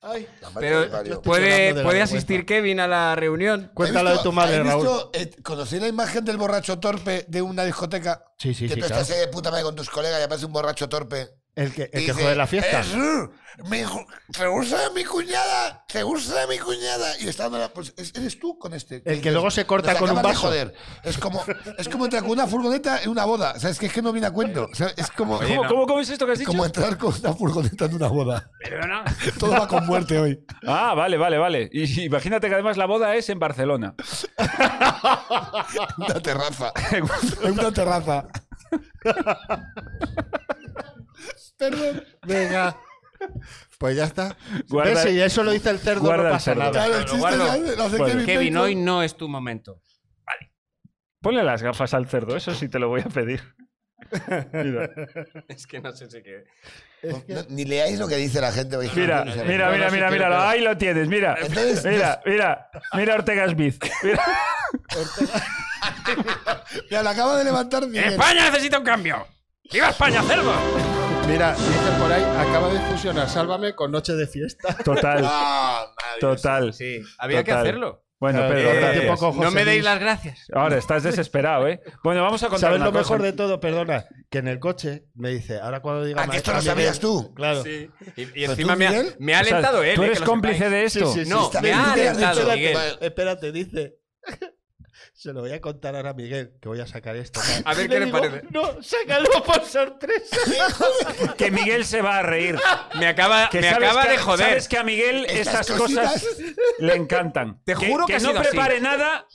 Speaker 4: Ay,
Speaker 2: La madre que parió.
Speaker 3: Pero
Speaker 4: estoy
Speaker 3: puede,
Speaker 4: llorando de
Speaker 3: puede
Speaker 4: la vergüenza.
Speaker 3: asistir Kevin a la reunión.
Speaker 2: ¿Habéis
Speaker 4: Cuéntalo de
Speaker 2: visto-
Speaker 4: tu madre,
Speaker 2: habéis
Speaker 4: Raúl.
Speaker 2: visto, eh, ¿Conocí la imagen del borracho torpe de una discoteca?
Speaker 4: Sí, sí,
Speaker 2: que
Speaker 4: sí,
Speaker 2: tú
Speaker 4: claro.
Speaker 2: estás ahí de puta madre con tus colegas y aparece un borracho torpe.
Speaker 4: El que, el
Speaker 2: Y
Speaker 4: que
Speaker 2: dice,
Speaker 4: jode la fiesta.
Speaker 2: "Eh, Sur, mi ju- ¿Te gusta mi cuñada? ¿Te gusta mi cuñada? Y está dando la- pues, es- eres tú con este.
Speaker 4: El que luego se corta
Speaker 2: Nos
Speaker 4: con un
Speaker 2: acaban de
Speaker 4: vaso.
Speaker 2: joder. Es como, es como entrar con una furgoneta en una boda. O sea, es que, es que no viene a cuento. O sea, es como,
Speaker 1: ¿Cómo, cómo, cómo es esto que has
Speaker 2: es
Speaker 1: dicho?
Speaker 2: como entrar con una furgoneta en una boda.
Speaker 1: Perdona.
Speaker 2: Todo va con muerte hoy.
Speaker 1: Ah, vale, vale, vale. Y, imagínate que además la boda es en Barcelona.
Speaker 2: Una terraza. En una terraza.
Speaker 4: Perdón. Venga. Pues ya está.
Speaker 1: Guarda-
Speaker 4: ¿Ves? Si eso lo dice el cerdo,
Speaker 1: guarda
Speaker 4: no
Speaker 1: el
Speaker 4: pasa
Speaker 1: cerdo.
Speaker 4: nada.
Speaker 2: Claro, el
Speaker 3: lo
Speaker 2: chiste
Speaker 3: guardo.
Speaker 2: ya lo hace
Speaker 1: Bueno,
Speaker 2: Kevin
Speaker 3: Kevin,
Speaker 2: Bacon.
Speaker 3: hoy no es tu momento.
Speaker 1: Ponle las gafas al cerdo, eso sí te lo voy a pedir. Mira,
Speaker 3: Es que no sé si qué.
Speaker 2: No, ni leáis lo que dice la gente. porque
Speaker 1: mira,
Speaker 2: no quiero saber.
Speaker 1: mira,
Speaker 2: No,
Speaker 1: mira,
Speaker 2: no, sí
Speaker 1: mira,
Speaker 2: quiero,
Speaker 1: mira,
Speaker 2: pero-
Speaker 1: ahí lo tienes, mira.
Speaker 2: Entonces,
Speaker 1: Mira, mira, mira Ortega Smith. Mira.
Speaker 2: Ya la acaba de levantar Miguel.
Speaker 3: ¡España necesita un cambio! ¡Viva España, cerdo!
Speaker 4: Mira, dice por ahí, acaba de fusionar Sálvame con Noche de Fiesta.
Speaker 1: Total,
Speaker 2: Ah, madre.
Speaker 1: total.
Speaker 3: Sí, había que
Speaker 1: Total.
Speaker 3: hacerlo.
Speaker 1: Bueno, Pedro,
Speaker 4: Eh,
Speaker 1: gracias.
Speaker 4: tampoco- Ojo,
Speaker 3: no
Speaker 4: José
Speaker 3: me deis
Speaker 4: Luis.
Speaker 3: las gracias.
Speaker 1: Ahora estás desesperado, ¿eh? Bueno, vamos a contar
Speaker 4: ¿Sabes
Speaker 1: una
Speaker 4: lo mejor
Speaker 1: cosa.
Speaker 4: de todo? Perdona, que en el coche me dice, ahora cuando diga
Speaker 2: Ah, que esto
Speaker 4: maestra
Speaker 2: lo sabías
Speaker 4: Miguel-
Speaker 2: tú.
Speaker 4: Claro.
Speaker 3: Sí. Y, y
Speaker 2: tú,
Speaker 3: encima me ha,
Speaker 2: Miguel,
Speaker 3: me ha
Speaker 1: O sea,
Speaker 3: alentado él.
Speaker 1: Tú
Speaker 3: eh,
Speaker 1: eres
Speaker 3: que lo
Speaker 1: cómplice
Speaker 3: sepáis.
Speaker 1: de esto.
Speaker 4: Sí, sí, sí,
Speaker 3: No,
Speaker 4: está
Speaker 3: me
Speaker 4: bien.
Speaker 3: ha
Speaker 4: Tú te has
Speaker 3: alentado,
Speaker 4: dicho,
Speaker 3: Miguel.
Speaker 4: espérate, Espérate, dice. Se lo voy a contar ahora a Miguel, que voy a sacar esto.
Speaker 3: A ver
Speaker 4: Y
Speaker 3: qué le
Speaker 4: digo,
Speaker 3: parece.
Speaker 4: No, sácalo por sorpresa.
Speaker 1: Que Miguel se va a reír.
Speaker 3: Me acaba,
Speaker 1: Que
Speaker 3: me
Speaker 1: sabes
Speaker 3: acaba
Speaker 1: que-
Speaker 3: de joder.
Speaker 1: Sabes que a Miguel
Speaker 2: Estas
Speaker 1: estas cosas
Speaker 2: cositas.
Speaker 1: le encantan.
Speaker 3: Te juro que ha
Speaker 1: no
Speaker 3: sido así.
Speaker 1: prepare nada,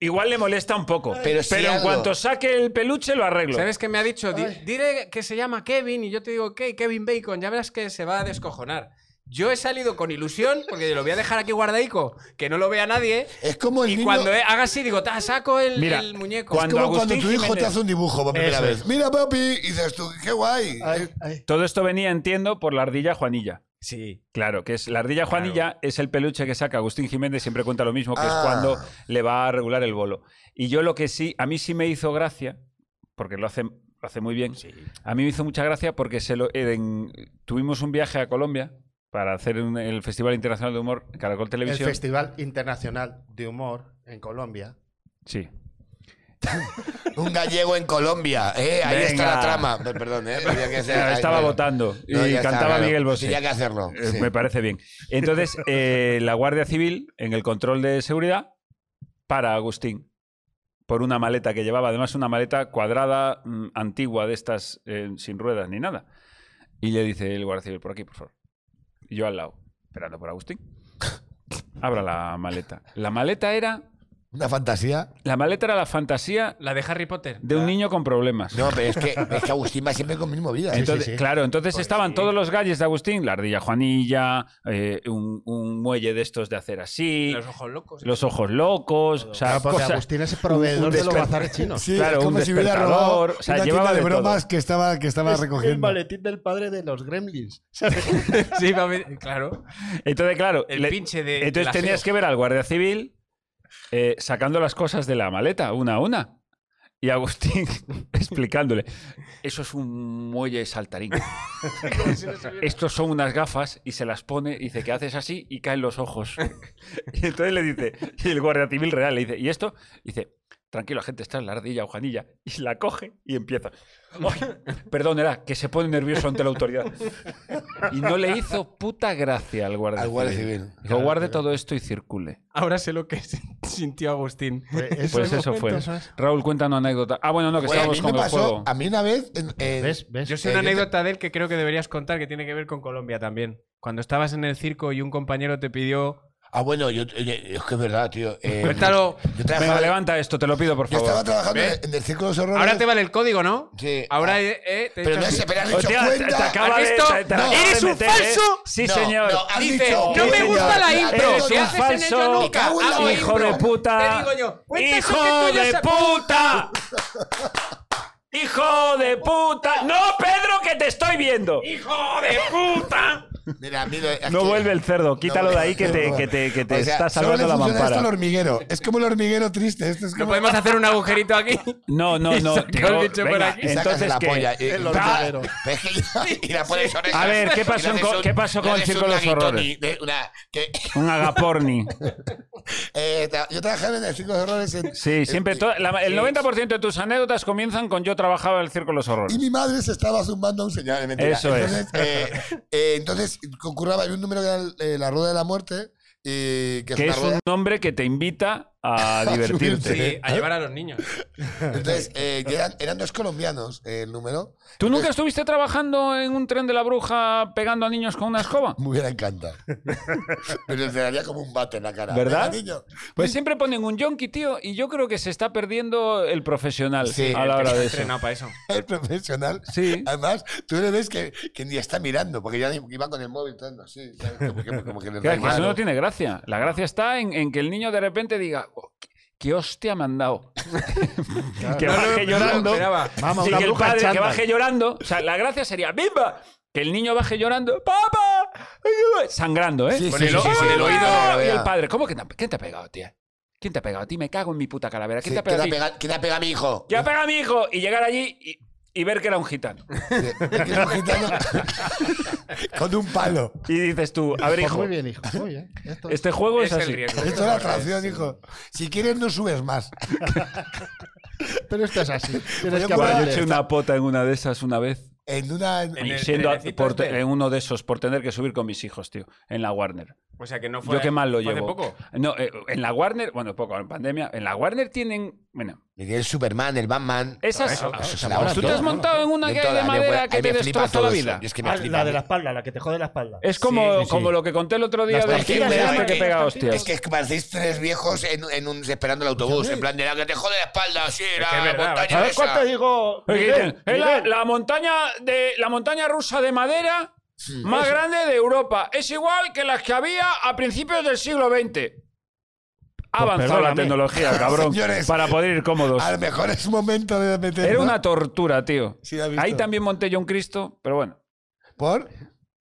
Speaker 1: igual le molesta un poco.
Speaker 5: Pero sí
Speaker 1: en
Speaker 5: algo.
Speaker 1: cuanto saque el peluche lo arreglo.
Speaker 3: ¿Sabes qué me ha dicho? Di- Dile que se llama Kevin y yo te digo, ok, Kevin Bacon, ya verás que se va a descojonar. Yo he salido con ilusión, porque lo voy a dejar aquí guardaico, que no lo vea nadie.
Speaker 2: Es como el
Speaker 3: Y
Speaker 2: niño-
Speaker 3: cuando he- haga así, digo, ta, saco el,
Speaker 1: Mira,
Speaker 3: el muñeco.
Speaker 2: Es
Speaker 1: Cuando
Speaker 2: como cuando
Speaker 1: Agustín
Speaker 2: tu hijo
Speaker 1: Jiménez-
Speaker 2: te hace un dibujo por primera
Speaker 4: Eso
Speaker 2: vez.
Speaker 4: es.
Speaker 2: Mira, papi, y dices tú, qué guay. eh,
Speaker 4: Ay, ay.
Speaker 1: Todo esto venía, entiendo, por la ardilla Juanilla.
Speaker 3: Sí.
Speaker 1: Claro, que es la ardilla Juanilla es el peluche que saca Agustín Jiménez, siempre cuenta lo mismo, que es
Speaker 2: Ah.
Speaker 1: cuando le va a regular el bolo. Y yo lo que sí, a mí sí me hizo gracia, porque lo hace, lo hace muy bien. A mí me hizo mucha gracia porque se lo, eh, en- tuvimos un viaje a Colombia para hacer un- el Festival Internacional de Humor Caracol
Speaker 4: El
Speaker 1: Televisión.
Speaker 4: Festival Internacional de Humor en Colombia.
Speaker 1: sí.
Speaker 5: Un gallego en Colombia. Eh, ahí
Speaker 1: Venga.
Speaker 5: está la trama. Per- Perdón, eh. tenía que ser-
Speaker 1: Claro,
Speaker 5: ay,
Speaker 1: estaba
Speaker 5: claro.
Speaker 1: votando y
Speaker 2: eh.
Speaker 5: No, ya está,
Speaker 1: cantaba
Speaker 5: claro.
Speaker 1: Miguel Bosé.
Speaker 5: Tenía que hacerlo.
Speaker 1: Eh,
Speaker 5: sí.
Speaker 1: Me parece bien. Entonces, eh, la Guardia Civil, en el control de seguridad, para a Agustín por una maleta que llevaba, además una maleta cuadrada, mm, antigua, de estas eh, sin ruedas ni nada. Y le dice el Guardia Civil, por aquí, por favor. Y yo al lado, esperando por Agustín. Abra la maleta. La maleta era...
Speaker 2: Una fantasía.
Speaker 1: La maleta era la fantasía
Speaker 3: La de Harry Potter.
Speaker 1: de un niño con problemas.
Speaker 5: No, pero es que, es que Agustín va siempre con mi movida.
Speaker 1: Entonces,
Speaker 4: sí.
Speaker 1: Claro, entonces estaban todos los galles de Agustín, la ardilla Juanilla, eh, un, un muelle de estos de hacer así,
Speaker 3: Los
Speaker 1: los,
Speaker 3: ojos locos.
Speaker 1: ojos locos, o sea,
Speaker 4: Ah, porque
Speaker 1: cosas-
Speaker 4: Agustín es proveedor
Speaker 1: un
Speaker 4: de los
Speaker 1: desper-
Speaker 4: bazares chinos.
Speaker 2: Sí,
Speaker 1: Claro,
Speaker 2: es como
Speaker 1: un
Speaker 2: si hubiera robado
Speaker 1: despertador, o sea,
Speaker 2: una
Speaker 1: llevaba
Speaker 2: tienda de
Speaker 1: de todo.
Speaker 2: bromas que estaba, que estaba
Speaker 4: Es el
Speaker 2: recogiendo.
Speaker 4: maletín del padre de los gremlins. ¿sabes?
Speaker 3: sí, va a ver- claro.
Speaker 1: Entonces, claro,
Speaker 3: El
Speaker 1: le-
Speaker 3: pinche de. del
Speaker 1: entonces
Speaker 3: aseo.
Speaker 1: tenías que ver al guardia civil eh, sacando las cosas de la maleta, una a una. Y Agustín explicándole, eso es un muelle saltarín. Estos son unas gafas y se las pone y dice que haces así y caen los ojos. Y entonces le dice, y el guardia civil real le dice, ¿y esto? Y dice, tranquilo, gente, está en la ardilla o Juanilla. Y la coge y empieza. "Ay, perdón, era que se pone nervioso ante la autoridad. Y no le hizo puta gracia al guardia
Speaker 5: Al Guardia
Speaker 1: civil.
Speaker 5: Civil.
Speaker 1: Dijo, guarde todo esto y circule.
Speaker 3: Ahora sé lo que sintió Agustín.
Speaker 1: Pues eso fue.
Speaker 3: ¿eh?
Speaker 1: Raúl, cuéntanos anécdota. Ah, bueno, no, que
Speaker 5: Oye, a
Speaker 1: estábamos
Speaker 5: mí me
Speaker 1: con el
Speaker 5: pasó,
Speaker 1: juego.
Speaker 5: a mí una vez, en- en-
Speaker 4: ¿Ves? ¿Ves?
Speaker 3: Yo sé
Speaker 5: Eh,
Speaker 3: una
Speaker 5: yo te-
Speaker 3: anécdota de él que creo que deberías contar que tiene que ver con Colombia también. Cuando estabas en el circo y un compañero te pidió.
Speaker 5: ah bueno,
Speaker 2: eh,
Speaker 5: yo, oye, es que es verdad, tío. eh,
Speaker 3: Cuéntalo.
Speaker 5: Yo trabajaba,
Speaker 1: Venga, levanta esto, te lo pido, por
Speaker 2: Yo estaba
Speaker 1: favor.
Speaker 2: trabajando
Speaker 3: ¿Ves?
Speaker 2: en el Círculo de los Horrores. Ah,
Speaker 3: Ahora te vale el código, ¿no?
Speaker 5: Sí. Ah.
Speaker 3: Ahora eh, eh, te he
Speaker 5: Pero
Speaker 3: hecho
Speaker 5: no
Speaker 3: así.
Speaker 5: se pero has hecho
Speaker 1: Hostia, te- te
Speaker 5: cuenta.
Speaker 1: acaba
Speaker 3: ¿Has
Speaker 1: de-
Speaker 3: visto?
Speaker 1: te- te acaba de
Speaker 3: ¡Eres un
Speaker 1: meter, ¿eh?
Speaker 3: falso!
Speaker 1: Sí,
Speaker 5: No,
Speaker 1: señor.
Speaker 5: no, has
Speaker 3: Dice,
Speaker 5: dicho,
Speaker 3: no me
Speaker 5: "Mira,
Speaker 3: gusta la
Speaker 5: la
Speaker 3: intro.
Speaker 1: eres
Speaker 3: ¿Qué
Speaker 1: un
Speaker 3: haces en ella
Speaker 1: falso,
Speaker 3: nunca?
Speaker 5: me cago en la
Speaker 3: Hago
Speaker 5: mierda.
Speaker 1: ¡Hijo de
Speaker 3: intro.
Speaker 1: puta!
Speaker 3: Te digo yo. cuenta eso que
Speaker 1: ¡Hijo
Speaker 3: tú ya
Speaker 1: de
Speaker 3: sabes.
Speaker 1: puta! ¡Hijo de puta! ¡No, Pedro, que te estoy viendo!
Speaker 3: ¡Hijo de puta!
Speaker 2: Mira, mira, es
Speaker 1: No
Speaker 2: que-
Speaker 1: vuelve el cerdo, quítalo de ahí que te,
Speaker 2: no.
Speaker 1: que te, que te
Speaker 2: O sea,
Speaker 1: está
Speaker 2: solo le
Speaker 1: salvando la
Speaker 2: funciona esto al
Speaker 1: mampara.
Speaker 2: hormiguero. Es como el hormiguero triste. Esto es
Speaker 3: ¿No
Speaker 2: como...
Speaker 3: podemos hacer un agujerito aquí?
Speaker 1: No, no, no.
Speaker 3: Saca
Speaker 1: tío,
Speaker 3: el bicho por
Speaker 1: venga,
Speaker 3: aquí.
Speaker 2: Y sacas
Speaker 1: entonces
Speaker 2: la
Speaker 1: que. Ah,
Speaker 2: polla. Y,
Speaker 4: El
Speaker 2: y-
Speaker 4: hormiguero.
Speaker 2: Ves que ya- y la pones orejas.
Speaker 1: A ver, ¿qué
Speaker 2: Y
Speaker 1: pasó
Speaker 2: le
Speaker 1: en
Speaker 2: haces
Speaker 1: co- qué pasó con
Speaker 2: le
Speaker 1: el
Speaker 2: haces
Speaker 1: Circo de
Speaker 2: un
Speaker 1: los
Speaker 2: laguitoni
Speaker 1: Horrores?
Speaker 2: de una- que-
Speaker 1: Un agaporni.
Speaker 2: eh, tra- yo trabajaba en el Circo de los Horrores en-
Speaker 1: Sí, siempre.
Speaker 2: en-
Speaker 1: to- la- el 90% de tus anécdotas comienzan con yo trabajaba en el Circo de los Horrores.
Speaker 2: Y mi madre se estaba zumbando a un señor. es mentira.
Speaker 1: Eso es.
Speaker 2: entonces, eh, eh, entonces concurraba en un número que era el- eh, la rueda de la muerte. Y que, es
Speaker 1: Que
Speaker 2: una
Speaker 1: es
Speaker 2: rueda-
Speaker 1: un nombre que te invita a
Speaker 2: subirte. ¿Ah?
Speaker 1: divertirte.
Speaker 3: Sí, a llevar a los niños.
Speaker 2: Entonces, eh, que eran, eran dos colombianos eh, el número.
Speaker 1: ¿Tú nunca estuviste trabajando en un tren de la bruja pegando a niños con una escoba?
Speaker 2: Me hubiera encantado. Pero te daría como un bate en la cara.
Speaker 1: ¿Verdad?
Speaker 2: Venga, niño.
Speaker 1: Pues siempre ponen un yonki, tío, y yo creo que se está perdiendo el profesional
Speaker 2: Sí,
Speaker 1: a la
Speaker 3: Que
Speaker 1: hora
Speaker 3: se ha
Speaker 1: de eso.
Speaker 3: entrenado para eso.
Speaker 2: El profesional.
Speaker 1: Sí.
Speaker 2: Además, tú le ves que, que ni está mirando, porque ya ni- iba con el móvil todo así. ¿sabes? Como que, como que le da
Speaker 1: Claro, que
Speaker 2: igual.
Speaker 1: eso no tiene gracia. La gracia está en, en que el niño de repente diga, "Oh, ¿qué, qué hostia me han dado? que baje llorando.
Speaker 3: Esperaba.
Speaker 4: Vamos,
Speaker 1: Sí,
Speaker 4: una
Speaker 1: que el
Speaker 4: bruja
Speaker 1: padre que
Speaker 4: chándal.
Speaker 1: baje llorando. O sea, la gracia sería, ¡bimba! Que el niño baje llorando, ¡papá! Sangrando, ¿eh?
Speaker 2: Sí,
Speaker 1: Con
Speaker 2: sí,
Speaker 1: el
Speaker 2: sí,
Speaker 1: o-
Speaker 2: sí, sí, el oído,
Speaker 1: ¡Ah! Y
Speaker 2: vea.
Speaker 1: el padre, ¿cómo que te, quién te ha pegado, tía? ¿Quién te ha pegado a ti? Me cago en mi puta calavera. ¿Quién
Speaker 2: Sí,
Speaker 1: te ha
Speaker 2: ¿Quién
Speaker 1: pegado
Speaker 2: ha
Speaker 1: a ti?
Speaker 2: pegado- quién ha pegado a mi hijo?
Speaker 1: ¿Quién ha pegado a mi hijo? Y llegar allí y, y ver que era un gitano.
Speaker 2: Sí, que Este, es un gitano con un palo.
Speaker 1: Y dices tú, a ver,
Speaker 4: Pues
Speaker 1: hijo,
Speaker 4: muy bien, hijo. Muy bien. Esto-
Speaker 1: este juego es,
Speaker 3: Es el
Speaker 1: así.
Speaker 3: riesgo.
Speaker 2: Esto es la atracción, hijo. Si quieres, no subes más.
Speaker 4: Pero esto es así. Tienes
Speaker 1: Buah,
Speaker 2: Bueno, Vale.
Speaker 4: que
Speaker 1: Pues yo
Speaker 4: aprender.
Speaker 1: eché una pota en una de esas una vez.
Speaker 2: En una. en-
Speaker 3: En el
Speaker 1: siendo a-
Speaker 3: trenecito
Speaker 1: por te-
Speaker 3: este.
Speaker 1: en uno de esos, por tener que subir con mis hijos, tío, en la Warner.
Speaker 3: O sea que no fue.
Speaker 1: Yo qué mal lo
Speaker 3: fue
Speaker 1: llevo.
Speaker 3: Hace poco.
Speaker 1: No, eh, en la Warner, bueno, poco, en pandemia. En la Warner tienen. Bueno,
Speaker 2: El Superman, el Batman.
Speaker 1: esas.
Speaker 3: Eso,
Speaker 2: eso es
Speaker 1: ¿Tú
Speaker 2: la hora,
Speaker 1: te has
Speaker 2: todo.
Speaker 1: montado en una
Speaker 2: En
Speaker 1: que hay
Speaker 2: toda,
Speaker 1: de
Speaker 2: me
Speaker 1: madera
Speaker 2: fue-
Speaker 1: que
Speaker 2: ahí
Speaker 1: te
Speaker 2: me flipa
Speaker 1: destroza
Speaker 2: todo
Speaker 1: la
Speaker 2: eso.
Speaker 1: vida?
Speaker 2: Yo es que me
Speaker 4: Ah,
Speaker 2: flipa.
Speaker 4: la de la espalda, la que te jode la espalda.
Speaker 1: Es como,
Speaker 4: Sí, sí,
Speaker 1: como
Speaker 4: sí.
Speaker 1: lo que conté el otro día
Speaker 4: Las
Speaker 1: de
Speaker 2: tortillas
Speaker 1: quién
Speaker 2: de
Speaker 1: era el
Speaker 2: la
Speaker 1: que
Speaker 2: que-
Speaker 1: pega
Speaker 2: Es
Speaker 1: hostias.
Speaker 2: que parecéis tres viejos en, en un, esperando el autobús. En plan, de la que te jode la espalda, sí, la
Speaker 3: que es verdad,
Speaker 2: montaña
Speaker 4: ¿Sabes
Speaker 2: esa.
Speaker 4: cuál te digo?
Speaker 1: Oye, ¿qué
Speaker 4: Miguel?
Speaker 1: dicen? Es la,
Speaker 4: Miguel.
Speaker 1: la montaña de la montaña rusa de madera
Speaker 2: Mm.
Speaker 1: más grande de Europa. Es igual que las que había a principios del siglo XX. Ha
Speaker 4: Pues
Speaker 1: avanzado la
Speaker 4: perdóname.
Speaker 1: tecnología, cabrón,
Speaker 2: Señores.
Speaker 1: para poder ir cómodos.
Speaker 2: A lo mejor es momento de meter.
Speaker 1: Era
Speaker 2: ¿no?
Speaker 1: una tortura, tío.
Speaker 2: Sí, ha visto.
Speaker 1: Ahí también monté yo un Cristo, pero bueno.
Speaker 2: ¿Por?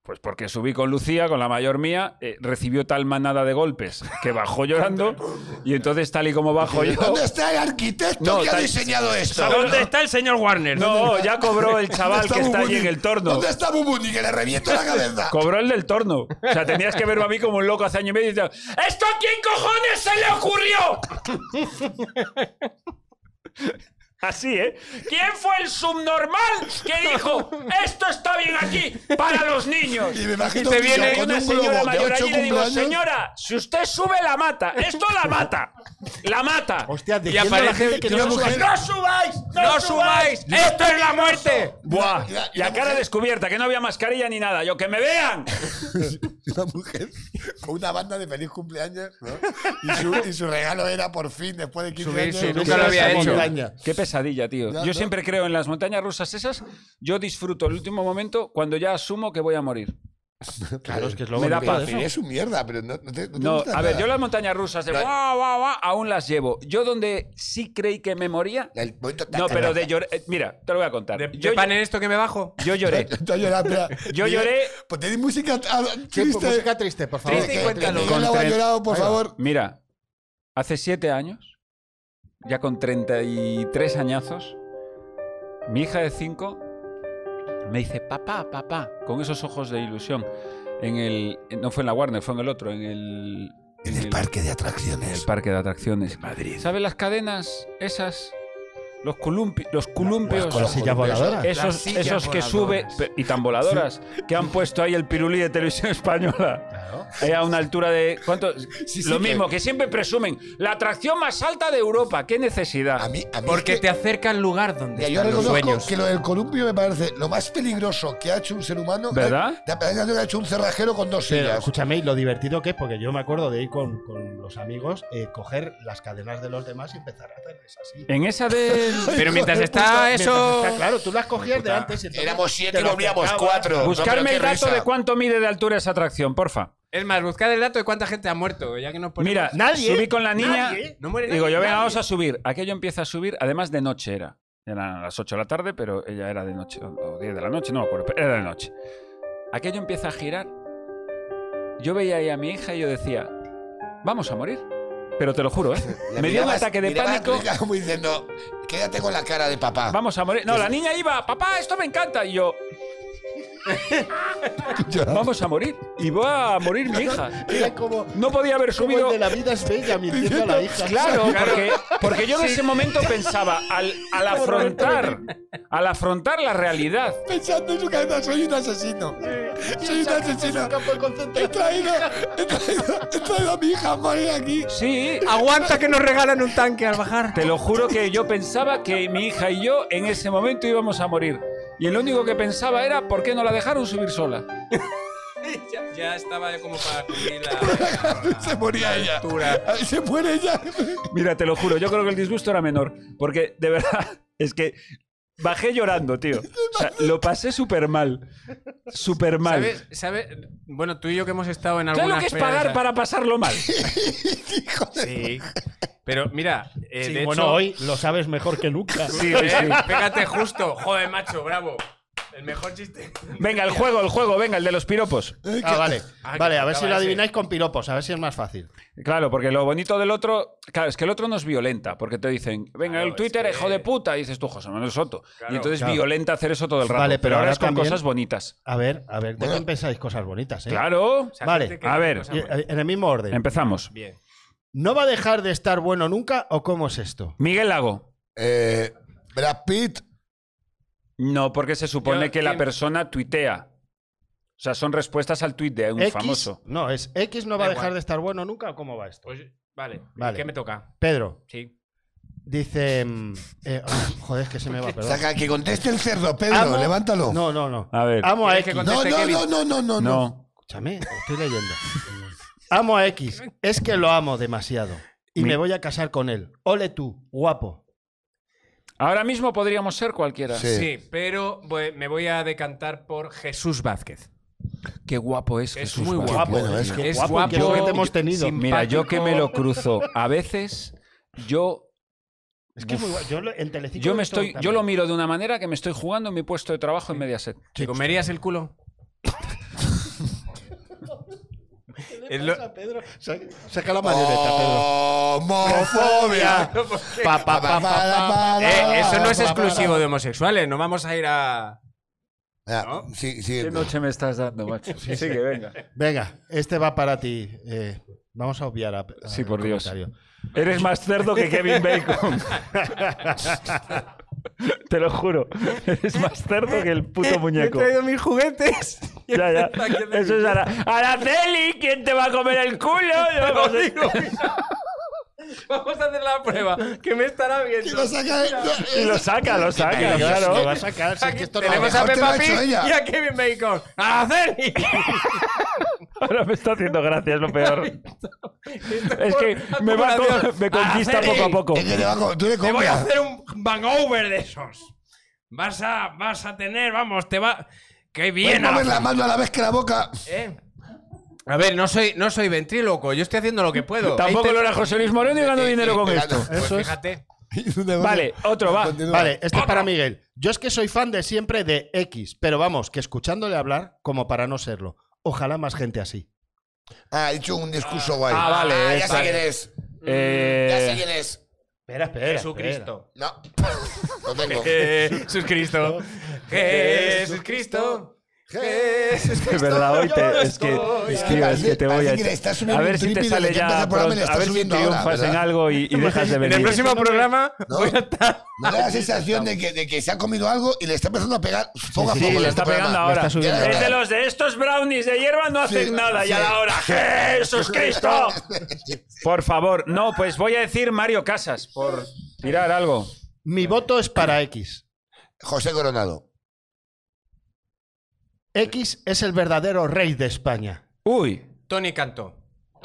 Speaker 1: Pues porque subí con Lucía, con la mayor mía, eh, recibió tal manada de golpes que bajó llorando y entonces tal y como bajo yo...
Speaker 2: ¿Dónde está el arquitecto
Speaker 1: No,
Speaker 2: que ha
Speaker 1: tal-
Speaker 2: diseñado esto?
Speaker 3: ¿Dónde está el señor Warner?
Speaker 1: No, ya cobró el
Speaker 2: ¿Dónde
Speaker 1: chaval que está allí
Speaker 2: Bubundi?
Speaker 1: en el torno.
Speaker 2: ¿Dónde está Bubundi? Que le reviento la cabeza.
Speaker 1: Cobró el del torno. O sea, tenías que verme a mí como un loco hace año y medio y decía, ¿esto a quién cojones se le ocurrió? Así, ¿eh? ¿Quién fue el subnormal que dijo, esto está bien aquí para los niños?
Speaker 2: Y me imagino
Speaker 3: te
Speaker 2: un niño
Speaker 3: viene
Speaker 2: con
Speaker 1: una
Speaker 2: un globo
Speaker 1: señora
Speaker 2: de
Speaker 1: mayor
Speaker 2: ocho
Speaker 1: allí le digo,
Speaker 2: cumpleaños.
Speaker 1: señora, si usted sube la mata, esto la mata, la mata.
Speaker 4: Hostia, diciendo a la
Speaker 3: aparece
Speaker 4: gente que
Speaker 2: una
Speaker 4: no
Speaker 2: mujer.
Speaker 4: subas-
Speaker 1: ¡No subáis! ¡No,
Speaker 3: ¡No
Speaker 1: subáis!
Speaker 3: subáis! ¡Esto es la muerte!
Speaker 1: Buah,
Speaker 2: Y la- y
Speaker 1: la
Speaker 2: la
Speaker 1: cara
Speaker 2: mujer-
Speaker 1: descubierta, que no había mascarilla ni nada. Yo, que me vean.
Speaker 2: una mujer con una banda de feliz cumpleaños, ¿no? Y su, y su regalo era por fin, después de 15
Speaker 3: Subir,
Speaker 2: años.
Speaker 3: sí,
Speaker 2: subir
Speaker 3: nunca lo
Speaker 2: a
Speaker 3: había
Speaker 2: esa
Speaker 3: hecho.
Speaker 2: montaña.
Speaker 1: Qué pesadilla, tío.
Speaker 2: Ya,
Speaker 1: Yo
Speaker 2: ¿no?
Speaker 1: siempre creo en las montañas rusas esas. Yo disfruto el último momento cuando ya asumo que voy a morir.
Speaker 4: Claro, es que es lo
Speaker 1: Me da
Speaker 4: bonito.
Speaker 1: paz.
Speaker 2: Sí, es un mierda, pero no, no te, no te
Speaker 1: No,
Speaker 2: gusta
Speaker 1: a ver,
Speaker 2: nada.
Speaker 1: yo las montañas rusas de
Speaker 2: No.
Speaker 1: guau, guau, guau, aún las llevo. Yo donde sí creí que me moría.
Speaker 2: El momento
Speaker 1: No, pero de llorar. Mira, te lo voy a contar.
Speaker 3: ¿De,
Speaker 1: yo,
Speaker 3: de pan en esto que me bajo?
Speaker 1: yo lloré.
Speaker 2: Está llorando. mira.
Speaker 1: Yo
Speaker 2: Mira,
Speaker 1: lloré.
Speaker 2: Pues tenéis música ah,
Speaker 4: Sí, pues,
Speaker 2: triste.
Speaker 4: música triste, por favor.
Speaker 3: Triste y
Speaker 2: Que-
Speaker 3: cuéntalo.
Speaker 2: que Miguel Agua ha
Speaker 1: Con tren-
Speaker 2: llorado, por
Speaker 4: Ahí va.
Speaker 2: favor.
Speaker 1: Mira, hace siete años, ya con 33 añazos, mi hija de 5 me dice, papá, papá, con esos ojos de ilusión. En el, no fue en la Warner, fue en el otro, en el...
Speaker 2: En el parque de atracciones.
Speaker 1: El parque de atracciones. Madrid. ¿Sabes las cadenas esas? Los, columpi- los columpios.
Speaker 4: Con la silla voladora.
Speaker 3: Las
Speaker 1: Esos,
Speaker 3: sillas
Speaker 1: esos que sube
Speaker 3: voladoras.
Speaker 1: pe- y tan voladoras que han puesto ahí el pirulí de televisión española Eh, a una altura de ¿cuánto?
Speaker 2: sí,
Speaker 1: lo
Speaker 2: que-
Speaker 1: mismo que siempre presumen la atracción más alta de Europa qué necesidad
Speaker 2: A mí, a mí
Speaker 3: Porque
Speaker 2: es que-
Speaker 3: te acerca al lugar donde
Speaker 2: Mira, yo
Speaker 3: están los
Speaker 2: reconozco
Speaker 3: sueños.
Speaker 2: que lo del columpio me parece lo más peligroso que ha hecho un ser humano.
Speaker 1: ¿Verdad?
Speaker 2: La verdad que ha hecho un cerrajero con dos
Speaker 4: Pero
Speaker 2: sillas.
Speaker 4: escúchame, y lo divertido que es, porque yo me acuerdo de ir con, con los amigos, eh, coger las cadenas de los demás y empezar a hacerles así.
Speaker 1: en esa de
Speaker 3: Pero mientras
Speaker 4: Hijo de puta,
Speaker 3: está eso.
Speaker 4: mientras está- claro, tú las cogías de antes y entonces
Speaker 7: Éramos siete
Speaker 4: te
Speaker 7: y
Speaker 4: lo
Speaker 7: volvíamos
Speaker 4: acercabas.
Speaker 7: cuatro. No, pero
Speaker 1: buscarme
Speaker 7: qué
Speaker 1: el dato
Speaker 7: risa.
Speaker 1: de cuánto mide de altura esa atracción porfa
Speaker 3: Es más, buscad el dato de cuánta gente ha muerto. Ya que nos ponemos-
Speaker 1: mira
Speaker 4: Nadie,
Speaker 1: subí con la niña
Speaker 4: nadie.
Speaker 3: No muere
Speaker 1: digo
Speaker 3: nadie,
Speaker 1: yo venga
Speaker 3: nadie.
Speaker 1: vamos a subir aquello empieza a subir además de noche era eran las 8 de la tarde pero ella era de noche o o 10 de la noche no me acuerdo pero era de noche aquello empieza a girar yo veía ahí a mi hija y yo decía, vamos a morir. Pero te lo juro, ¿eh?
Speaker 2: La
Speaker 1: Me dio un
Speaker 2: mirabas-
Speaker 1: ataque de
Speaker 2: mirabas
Speaker 1: pánico.
Speaker 2: rica Como diciendo, quédate con la cara de papá.
Speaker 1: Vamos a morir. No, la niña iba, papá, esto me encanta. Y yo, vamos a morir. Y va a morir mi hija.
Speaker 4: Era como,
Speaker 1: No podía haber
Speaker 4: como el
Speaker 1: subido.
Speaker 4: de la vida es bella mintiendo a la hija.
Speaker 1: Claro, porque, porque yo en ese momento pensaba, al, al afrontar, al afrontar la realidad,
Speaker 2: Pensando en su cabeza, soy un asesino. Soy un asesino. He traído, he traído, he traído a mi hija a morir aquí.
Speaker 1: sí,
Speaker 3: Aguanta que nos regalan un tanque al bajar.
Speaker 1: te lo juro que yo pensaba que mi hija y yo en ese momento íbamos a morir. Y lo único que pensaba era, ¿por qué no la dejaron subir sola?
Speaker 3: ya, ya estaba yo como para cumplir la.
Speaker 2: Se moría ella.
Speaker 3: altura.
Speaker 2: Ay, Se muere ella.
Speaker 1: Mira, te lo juro, yo creo que el disgusto era menor. Porque de verdad, es que bajé llorando, tío. O sea, lo pasé súper mal. Súper mal.
Speaker 3: ¿Sabes? ¿Sabes? Bueno, tú y yo que hemos estado en algunas ¿eh?
Speaker 1: Claro que es
Speaker 3: ferias
Speaker 1: pagar
Speaker 3: a-
Speaker 1: para pasarlo mal.
Speaker 3: Sí. Pero mira, eh,
Speaker 4: Sí,
Speaker 3: de
Speaker 4: bueno,
Speaker 3: hecho,
Speaker 4: hoy lo sabes mejor que nunca.
Speaker 1: Sí,
Speaker 3: eh,
Speaker 1: sí.
Speaker 3: pégate justo. Joder, macho, bravo. El mejor chiste.
Speaker 1: Venga, el juego, el juego, venga, el de los piropos.
Speaker 4: Ah, vale.
Speaker 3: Ah, que
Speaker 4: vale, a ver si lo
Speaker 3: faltaba ese.
Speaker 4: adivináis con piropos, a ver si es más fácil.
Speaker 1: Claro, porque lo bonito del otro. Claro, es que el otro nos violenta, porque te dicen, venga,
Speaker 3: Claro,
Speaker 1: el Twitter,
Speaker 3: es que-
Speaker 1: hijo de puta, y dices tú, José Manuel Soto.
Speaker 3: Claro,
Speaker 1: y entonces
Speaker 4: claro.
Speaker 1: violenta hacer eso todo el rato.
Speaker 4: Vale,
Speaker 1: pero,
Speaker 4: pero
Speaker 1: ahora
Speaker 4: ahora
Speaker 1: es con
Speaker 4: también-
Speaker 1: cosas bonitas.
Speaker 4: A ver, a ver, dejen pensáis cosas bonitas, ¿eh?
Speaker 1: Claro.
Speaker 3: O sea,
Speaker 4: Vale,
Speaker 3: gente que
Speaker 1: a
Speaker 3: hace
Speaker 1: ver.
Speaker 3: cosas
Speaker 4: Y-
Speaker 3: buenas.
Speaker 4: En el mismo orden.
Speaker 1: Empezamos.
Speaker 3: Bien.
Speaker 4: ¿No va a dejar de estar bueno nunca o cómo es esto?
Speaker 1: Miguel Lago.
Speaker 2: Eh, Brad Pitt.
Speaker 1: No, porque se supone
Speaker 3: Yo- em-
Speaker 1: que la
Speaker 3: ¿quién?
Speaker 1: persona tuitea. O sea, son respuestas al tuit de un
Speaker 4: X,
Speaker 1: famoso.
Speaker 4: No, es X no
Speaker 3: Da
Speaker 4: va a
Speaker 3: igual.
Speaker 4: dejar de estar bueno nunca o cómo va esto.
Speaker 3: Pues, vale.
Speaker 4: Vale.
Speaker 3: ¿Qué me toca?
Speaker 4: Pedro
Speaker 3: Sí.
Speaker 4: dice, mm, eh, oh, joder, es que se me va, perdón.
Speaker 2: Saca, que conteste el cerdo, Pedro.
Speaker 4: Amo-
Speaker 2: levántalo.
Speaker 4: No, no, no.
Speaker 1: A ver.
Speaker 4: Amo a
Speaker 3: ¿Quieres que
Speaker 4: X.
Speaker 3: con-
Speaker 2: no,
Speaker 3: conteste,
Speaker 2: no,
Speaker 3: Kevin.
Speaker 2: no, no, no, no, no.
Speaker 1: No.
Speaker 4: Escúchame, estoy leyendo. Amo a X. Es que lo amo demasiado. Y
Speaker 1: Mi-
Speaker 4: me voy a casar con él. Ole tú, guapo.
Speaker 1: Ahora mismo podríamos ser cualquiera.
Speaker 2: Sí.
Speaker 3: Sí, pero voy- me voy a decantar por Jesús Vázquez.
Speaker 1: Qué guapo es,
Speaker 3: Es
Speaker 1: Jesús
Speaker 3: muy
Speaker 1: Vázquez.
Speaker 3: guapo.
Speaker 2: bueno, es
Speaker 4: que
Speaker 3: es
Speaker 4: guapo,
Speaker 3: guapo.
Speaker 4: que es lo que te hemos tenido.
Speaker 3: simpático.
Speaker 1: Mira, yo que me lo cruzo. A veces yo,
Speaker 4: Es que es muy guapo. Yo lo- en Telecinco
Speaker 1: yo
Speaker 4: lo he
Speaker 1: me
Speaker 4: visto
Speaker 1: estoy, yo
Speaker 4: también.
Speaker 1: lo miro de una manera que me estoy jugando mi puesto de trabajo en Mediaset.
Speaker 3: ¿Te comerías el culo?
Speaker 4: ¿Qué
Speaker 3: Es
Speaker 4: le
Speaker 3: lo-
Speaker 4: pasa, Pedro? Sa- Saca la madereta,
Speaker 2: Oh,
Speaker 4: Pedro.
Speaker 2: Homofobia.
Speaker 4: Pa, pa, pa, pa, pa.
Speaker 3: Eh, eso no es
Speaker 2: pa, pa,
Speaker 3: exclusivo de homosexuales, no vamos a ir a.
Speaker 2: Ah, sí, sí.
Speaker 1: ¿Qué noche me estás dando, macho? Sí, que venga.
Speaker 4: Venga, este va para ti. eh, vamos a obviar a, a-
Speaker 1: Sí,
Speaker 4: el
Speaker 1: por Dios.
Speaker 4: comentario.
Speaker 1: Eres más cerdo que Kevin Bacon. Te lo juro. Eres más cerdo que el puto muñeco.
Speaker 3: mis juguetes.
Speaker 1: Ya, ya. Eso es Ara- Araceli, ¿quién te va a comer el culo? Yo no sé.
Speaker 3: Vamos a hacer la prueba. Que me estará
Speaker 2: Y
Speaker 3: viendo.
Speaker 2: lo saca. eh, no,
Speaker 1: Y lo saca, lo saca,
Speaker 2: Pero yo
Speaker 1: claro.
Speaker 4: Lo va a sacar, si es que esto no-
Speaker 3: Tenemos
Speaker 2: a lo
Speaker 3: a
Speaker 2: mejor te lo
Speaker 3: Peppa
Speaker 2: ha hecho
Speaker 3: Pig y
Speaker 2: ella.
Speaker 3: a Kevin Bacon. ¡Araceli!
Speaker 1: Ahora me está haciendo gracia, es lo peor. Es que me, va a co- me conquista
Speaker 3: Araceli,
Speaker 1: poco a poco.
Speaker 2: Es eh, que le va co- tú le
Speaker 3: Te voy a
Speaker 2: copias.
Speaker 3: hacer un hangover de esos. Vas a, vas a tener, vamos, te va. ¡Qué
Speaker 2: Puedes
Speaker 3: bien!
Speaker 2: mover la
Speaker 3: Araceli.
Speaker 2: mano a la vez que la boca.
Speaker 3: ¿Eh? A ver, no soy, no soy ventríloco, yo estoy haciendo lo que puedo.
Speaker 1: Tampoco
Speaker 3: Ahí te-
Speaker 1: lo era José Luis Moreno y ganó dinero con
Speaker 2: Eh,
Speaker 1: esto.
Speaker 3: Pues
Speaker 4: Eso es.
Speaker 3: fíjate.
Speaker 1: Vale, otro va.
Speaker 4: Vale, este es para Miguel. Yo es que soy fan de siempre de X, pero vamos, que escuchándole hablar como para no serlo. Ojalá más gente así.
Speaker 2: Ah, ha hecho un discurso guay.
Speaker 1: Ah, vale,
Speaker 2: Ah,
Speaker 1: es-
Speaker 2: ya sé
Speaker 1: vale.
Speaker 2: quién es. Mm, Ya sé
Speaker 1: Eh,
Speaker 2: quién es.
Speaker 4: Espera, espera.
Speaker 3: Jesucristo.
Speaker 2: No. Lo tengo.
Speaker 3: Jesucristo. Jesucristo. Jesucristo.
Speaker 1: es verdad, hoy te, es que, tío, es que te voy a...
Speaker 2: Parece que le estás subiendo
Speaker 1: A ver
Speaker 2: un
Speaker 1: si te
Speaker 2: trípode
Speaker 1: sale
Speaker 2: desde que empieza
Speaker 1: ya
Speaker 2: el programa y
Speaker 1: pronto,
Speaker 2: le
Speaker 1: a
Speaker 2: estás
Speaker 1: ver si
Speaker 2: subiendo ahora,
Speaker 1: triunfas en
Speaker 2: ¿verdad?
Speaker 1: algo y, y dejas de
Speaker 3: En el
Speaker 1: venir.
Speaker 3: próximo programa
Speaker 2: No.
Speaker 3: voy a estar.
Speaker 2: No le da la sensación de que, de que se ha comido algo y le está empezando a pegar poco
Speaker 4: sí,
Speaker 2: a poco.
Speaker 4: sí,
Speaker 1: le
Speaker 2: en este
Speaker 1: está
Speaker 2: programa.
Speaker 1: pegando ahora. Eh,
Speaker 4: está subiendo
Speaker 1: Es de
Speaker 2: ahora.
Speaker 1: los de estos brownies de hierba no hacen
Speaker 2: Sí,
Speaker 1: nada y a
Speaker 2: sí.
Speaker 1: la hora. ¡Jesús Cristo! Por favor, no, pues voy a decir Mario Casas por tirar algo.
Speaker 4: Mi voto es para X.
Speaker 2: José Coronado.
Speaker 4: X es el verdadero rey de España.
Speaker 1: Uy,
Speaker 3: Tony Cantó.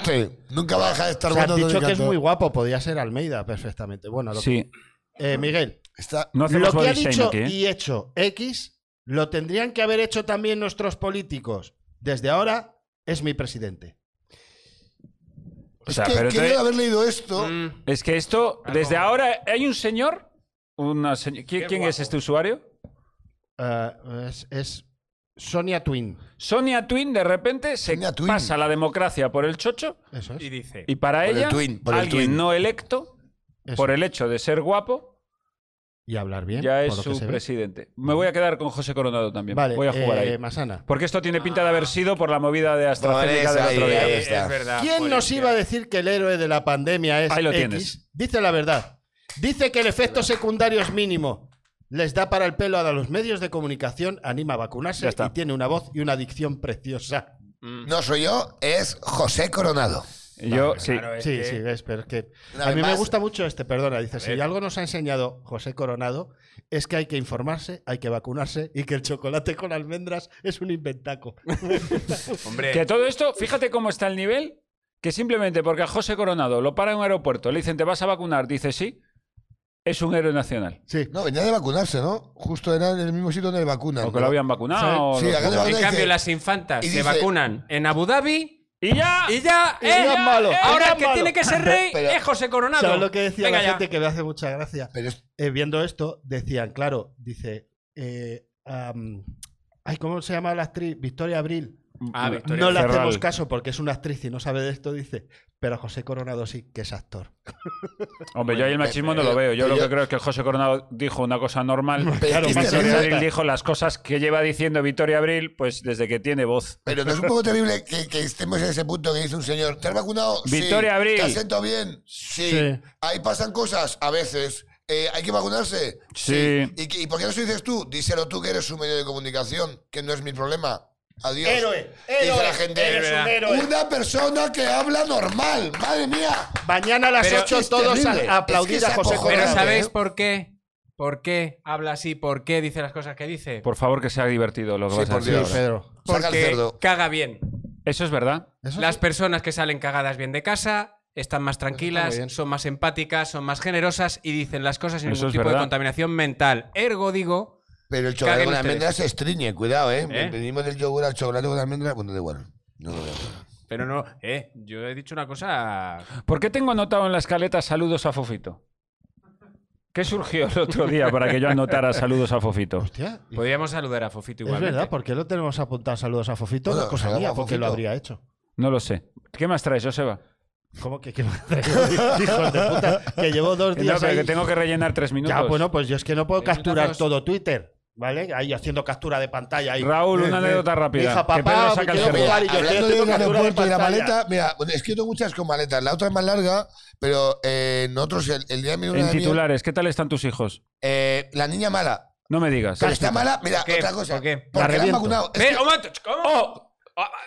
Speaker 2: Sí. Nunca va a dejar de estar
Speaker 4: O sea, has
Speaker 2: bueno.
Speaker 4: dicho
Speaker 2: Tony
Speaker 4: que es
Speaker 2: Cantó.
Speaker 4: muy guapo, podía ser Almeida perfectamente. Bueno, lo
Speaker 1: sí.
Speaker 4: que- eh, Miguel,
Speaker 2: Está...
Speaker 1: No
Speaker 4: lo
Speaker 1: hacemos
Speaker 4: que
Speaker 1: body
Speaker 4: ha
Speaker 1: shame
Speaker 4: dicho
Speaker 1: aquí, ¿eh?
Speaker 4: y hecho X lo tendrían que haber hecho también nuestros políticos. Desde ahora es mi presidente.
Speaker 1: O sea,
Speaker 2: es que
Speaker 1: pero
Speaker 2: quería
Speaker 1: te-
Speaker 2: haber leído esto.
Speaker 3: Mm,
Speaker 1: Es que esto,
Speaker 3: Algo.
Speaker 1: desde ahora, hay un señor. Una señ- ¿Qui-
Speaker 3: Qué
Speaker 1: ¿Quién
Speaker 3: guapo.
Speaker 1: es este usuario?
Speaker 4: Ah, Eh, es, es Sonia Twin.
Speaker 1: Sonia Twin de repente se
Speaker 2: Sonia Twin.
Speaker 1: pasa la democracia por el chocho
Speaker 4: Eso es.
Speaker 3: Y dice.
Speaker 1: y para
Speaker 2: Por el
Speaker 1: ella
Speaker 2: twin, por el
Speaker 1: alguien
Speaker 2: twin.
Speaker 1: no electo
Speaker 4: Eso.
Speaker 1: por el hecho de ser guapo
Speaker 4: Y hablar bien.
Speaker 1: ya es
Speaker 4: por lo que
Speaker 1: su
Speaker 4: se ve.
Speaker 1: presidente. Me voy a quedar con José Coronado también.
Speaker 4: Vale,
Speaker 1: voy a jugar
Speaker 4: eh,
Speaker 1: ahí.
Speaker 4: Masana.
Speaker 1: Porque esto tiene pinta de haber sido por la movida de AstraZeneca
Speaker 8: esa,
Speaker 1: del otro
Speaker 8: ahí,
Speaker 1: día.
Speaker 8: ahí
Speaker 3: Es
Speaker 8: está.
Speaker 3: verdad.
Speaker 4: ¿Quién
Speaker 3: joder,
Speaker 4: nos
Speaker 3: tío.
Speaker 4: iba a decir que el héroe de la pandemia es
Speaker 1: Ahí lo
Speaker 4: X?
Speaker 1: tienes.
Speaker 4: Dice la verdad. Dice que el efecto secundario es mínimo. Les da para el pelo a los medios de comunicación, anima a vacunarse
Speaker 1: está.
Speaker 4: y tiene una voz y una adicción preciosa.
Speaker 2: No soy yo, es José Coronado.
Speaker 1: Yo, sí.
Speaker 3: Claro, es
Speaker 4: Sí,
Speaker 3: que-
Speaker 4: sí, ves, pero es que
Speaker 2: Una
Speaker 4: a
Speaker 2: vez
Speaker 4: mí me
Speaker 2: más.
Speaker 4: gusta mucho este, perdona, dice, si algo nos ha enseñado José Coronado es que hay que informarse, hay que vacunarse y que el chocolate con almendras es un inventaco.
Speaker 3: Hombre,
Speaker 1: Que todo esto, fíjate cómo está el nivel, que simplemente porque a José Coronado lo para en un aeropuerto, le dicen, ¿te vas a vacunar? Dice, sí, es un héroe nacional.
Speaker 4: Sí.
Speaker 2: No, venía de vacunarse, ¿no? Justo era en el mismo sitio donde le vacunan.
Speaker 1: O que
Speaker 2: ¿no?
Speaker 1: lo habían vacunado.
Speaker 2: Ah, Sí,
Speaker 1: o lo-
Speaker 2: acá de vacunar
Speaker 3: en
Speaker 2: dice,
Speaker 3: cambio, las infantas
Speaker 2: y
Speaker 3: se
Speaker 2: dice-
Speaker 3: vacunan en Abu Dhabi
Speaker 1: Y ya...
Speaker 3: y ya.
Speaker 4: Y
Speaker 3: ¡eh!
Speaker 4: ya es malo,
Speaker 3: ¡Eh!
Speaker 4: y
Speaker 3: Ahora el
Speaker 4: ya es
Speaker 3: que
Speaker 4: malo.
Speaker 3: tiene que ser rey
Speaker 2: Pero-
Speaker 3: es José Coronado.
Speaker 4: ¿Sabes lo que decía
Speaker 3: Venga
Speaker 4: la
Speaker 3: ya.
Speaker 4: gente que me hace mucha gracia?
Speaker 2: Pero es-
Speaker 4: Eh, viendo esto, decían, claro, dice, eh, am, ay, ¿cómo se llama la actriz? Victoria Abril.
Speaker 1: Mm,
Speaker 3: Ah, Victoria
Speaker 4: No le
Speaker 1: Ferral.
Speaker 4: hacemos caso porque es una actriz y no sabe de esto, dice, pero José Coronado sí, que es actor.
Speaker 1: Hombre, yo ahí el machismo no lo veo. Yo lo que creo es que el José Coronado dijo una cosa normal.
Speaker 2: Claro,
Speaker 1: y
Speaker 2: más
Speaker 1: Victoria
Speaker 2: exacta.
Speaker 1: Abril dijo las cosas que lleva diciendo Victoria Abril, pues desde que tiene voz.
Speaker 2: pero no es un poco terrible que, que estemos en ese punto que dice un señor, ¿te has vacunado? Sí.
Speaker 1: Victoria Abril.
Speaker 2: ¿Te has sentado bien? Sí.
Speaker 4: Sí.
Speaker 2: Ahí pasan cosas a veces. Eh, ¿Hay que vacunarse?
Speaker 1: Sí.
Speaker 2: ¿Y, qué- y por qué no se lo dices tú? Díselo tú que eres un medio de comunicación, que no es mi problema. Adiós. Dice la gente,
Speaker 3: eres un
Speaker 2: una persona que habla normal, madre mía.
Speaker 4: Mañana a las
Speaker 3: Pero
Speaker 4: 8
Speaker 2: es
Speaker 4: todos
Speaker 2: terrible.
Speaker 4: a, a aplaudir
Speaker 2: Es que
Speaker 4: a
Speaker 2: es
Speaker 4: José
Speaker 2: acojonante.
Speaker 3: Pero
Speaker 4: Coronado.
Speaker 3: ¿sabéis
Speaker 2: ¿eh?
Speaker 3: por qué? ¿Por qué habla así? ¿Por qué dice las cosas que dice?
Speaker 1: Por favor, que sea divertido lo que
Speaker 2: Sí,
Speaker 1: vas a
Speaker 2: por
Speaker 1: decir
Speaker 2: Dios.
Speaker 1: ahora.
Speaker 4: Pedro.
Speaker 2: Saca el
Speaker 3: Porque
Speaker 2: cerdo.
Speaker 3: caga bien.
Speaker 1: Eso es verdad.
Speaker 4: Eso
Speaker 3: Las
Speaker 4: sí.
Speaker 3: personas que salen cagadas bien de casa están más
Speaker 4: muy
Speaker 3: tranquilas,
Speaker 4: bien.
Speaker 3: son más empáticas, son más generosas y dicen las cosas sin
Speaker 1: Eso
Speaker 3: ningún
Speaker 1: es
Speaker 3: tipo de
Speaker 1: verdad.
Speaker 3: contaminación mental. Ergo digo,
Speaker 2: Pero el chocolate
Speaker 3: Caguen
Speaker 2: con
Speaker 3: ustedes.
Speaker 2: almendras se estriñe, cuidado, ¿eh?
Speaker 3: ¿Eh?
Speaker 2: Venimos del yogur al chocolate con almendras, bueno, da igual. No lo veo.
Speaker 3: pero no, eh, yo he dicho una cosa.
Speaker 1: ¿Por qué tengo anotado en la escaleta saludos a Fofito? ¿Qué surgió el otro día para que yo anotara saludos a Fofito?
Speaker 4: Hostia, y-
Speaker 3: Podríamos saludar a Fofito
Speaker 4: es
Speaker 3: igual.
Speaker 4: verdad, ¿por qué lo tenemos apuntado? Saludos a Fofito.
Speaker 2: Bueno,
Speaker 4: No es cosa
Speaker 2: saludos
Speaker 4: mía,
Speaker 2: a
Speaker 4: porque lo
Speaker 2: Fofito.
Speaker 4: habría hecho.
Speaker 1: No lo sé. ¿Qué más traes, Joseba?
Speaker 4: ¿Cómo que qué madre? Hijos de puta, que llevo dos
Speaker 1: No,
Speaker 4: días
Speaker 1: pero
Speaker 4: ahí.
Speaker 1: que tengo que rellenar tres minutos.
Speaker 4: Ya, bueno, pues yo es que no puedo
Speaker 3: Minutos.
Speaker 4: capturar todo Twitter, ¿vale? Ahí haciendo captura de pantalla. Ahí.
Speaker 1: Raúl, una
Speaker 4: Eh,
Speaker 1: anécdota
Speaker 4: eh,
Speaker 1: rápida,
Speaker 4: Hija,
Speaker 1: que Pedro
Speaker 4: papá,
Speaker 1: saca el
Speaker 4: quiero
Speaker 1: cerdo.
Speaker 4: jugar y yo
Speaker 2: Hablando
Speaker 4: tengo
Speaker 2: del
Speaker 4: captura de
Speaker 2: aeropuerto y la
Speaker 4: pantalla.
Speaker 2: maleta, mira, bueno, es que yo tengo muchas con maletas. La otra es más larga, pero eh, nosotros el, el día de mi luna
Speaker 1: En
Speaker 2: de miel,
Speaker 1: titulares, ¿qué tal están tus hijos?
Speaker 2: eh, la niña mala.
Speaker 1: No me digas.
Speaker 2: Pero está mala, mira,
Speaker 3: ¿Por qué?
Speaker 2: otra cosa.
Speaker 3: ¿Por qué?
Speaker 4: La
Speaker 2: Porque la han
Speaker 4: reviento.
Speaker 2: vacunado. Es
Speaker 3: Ve,
Speaker 2: que-
Speaker 3: oh, macho, ¿Cómo?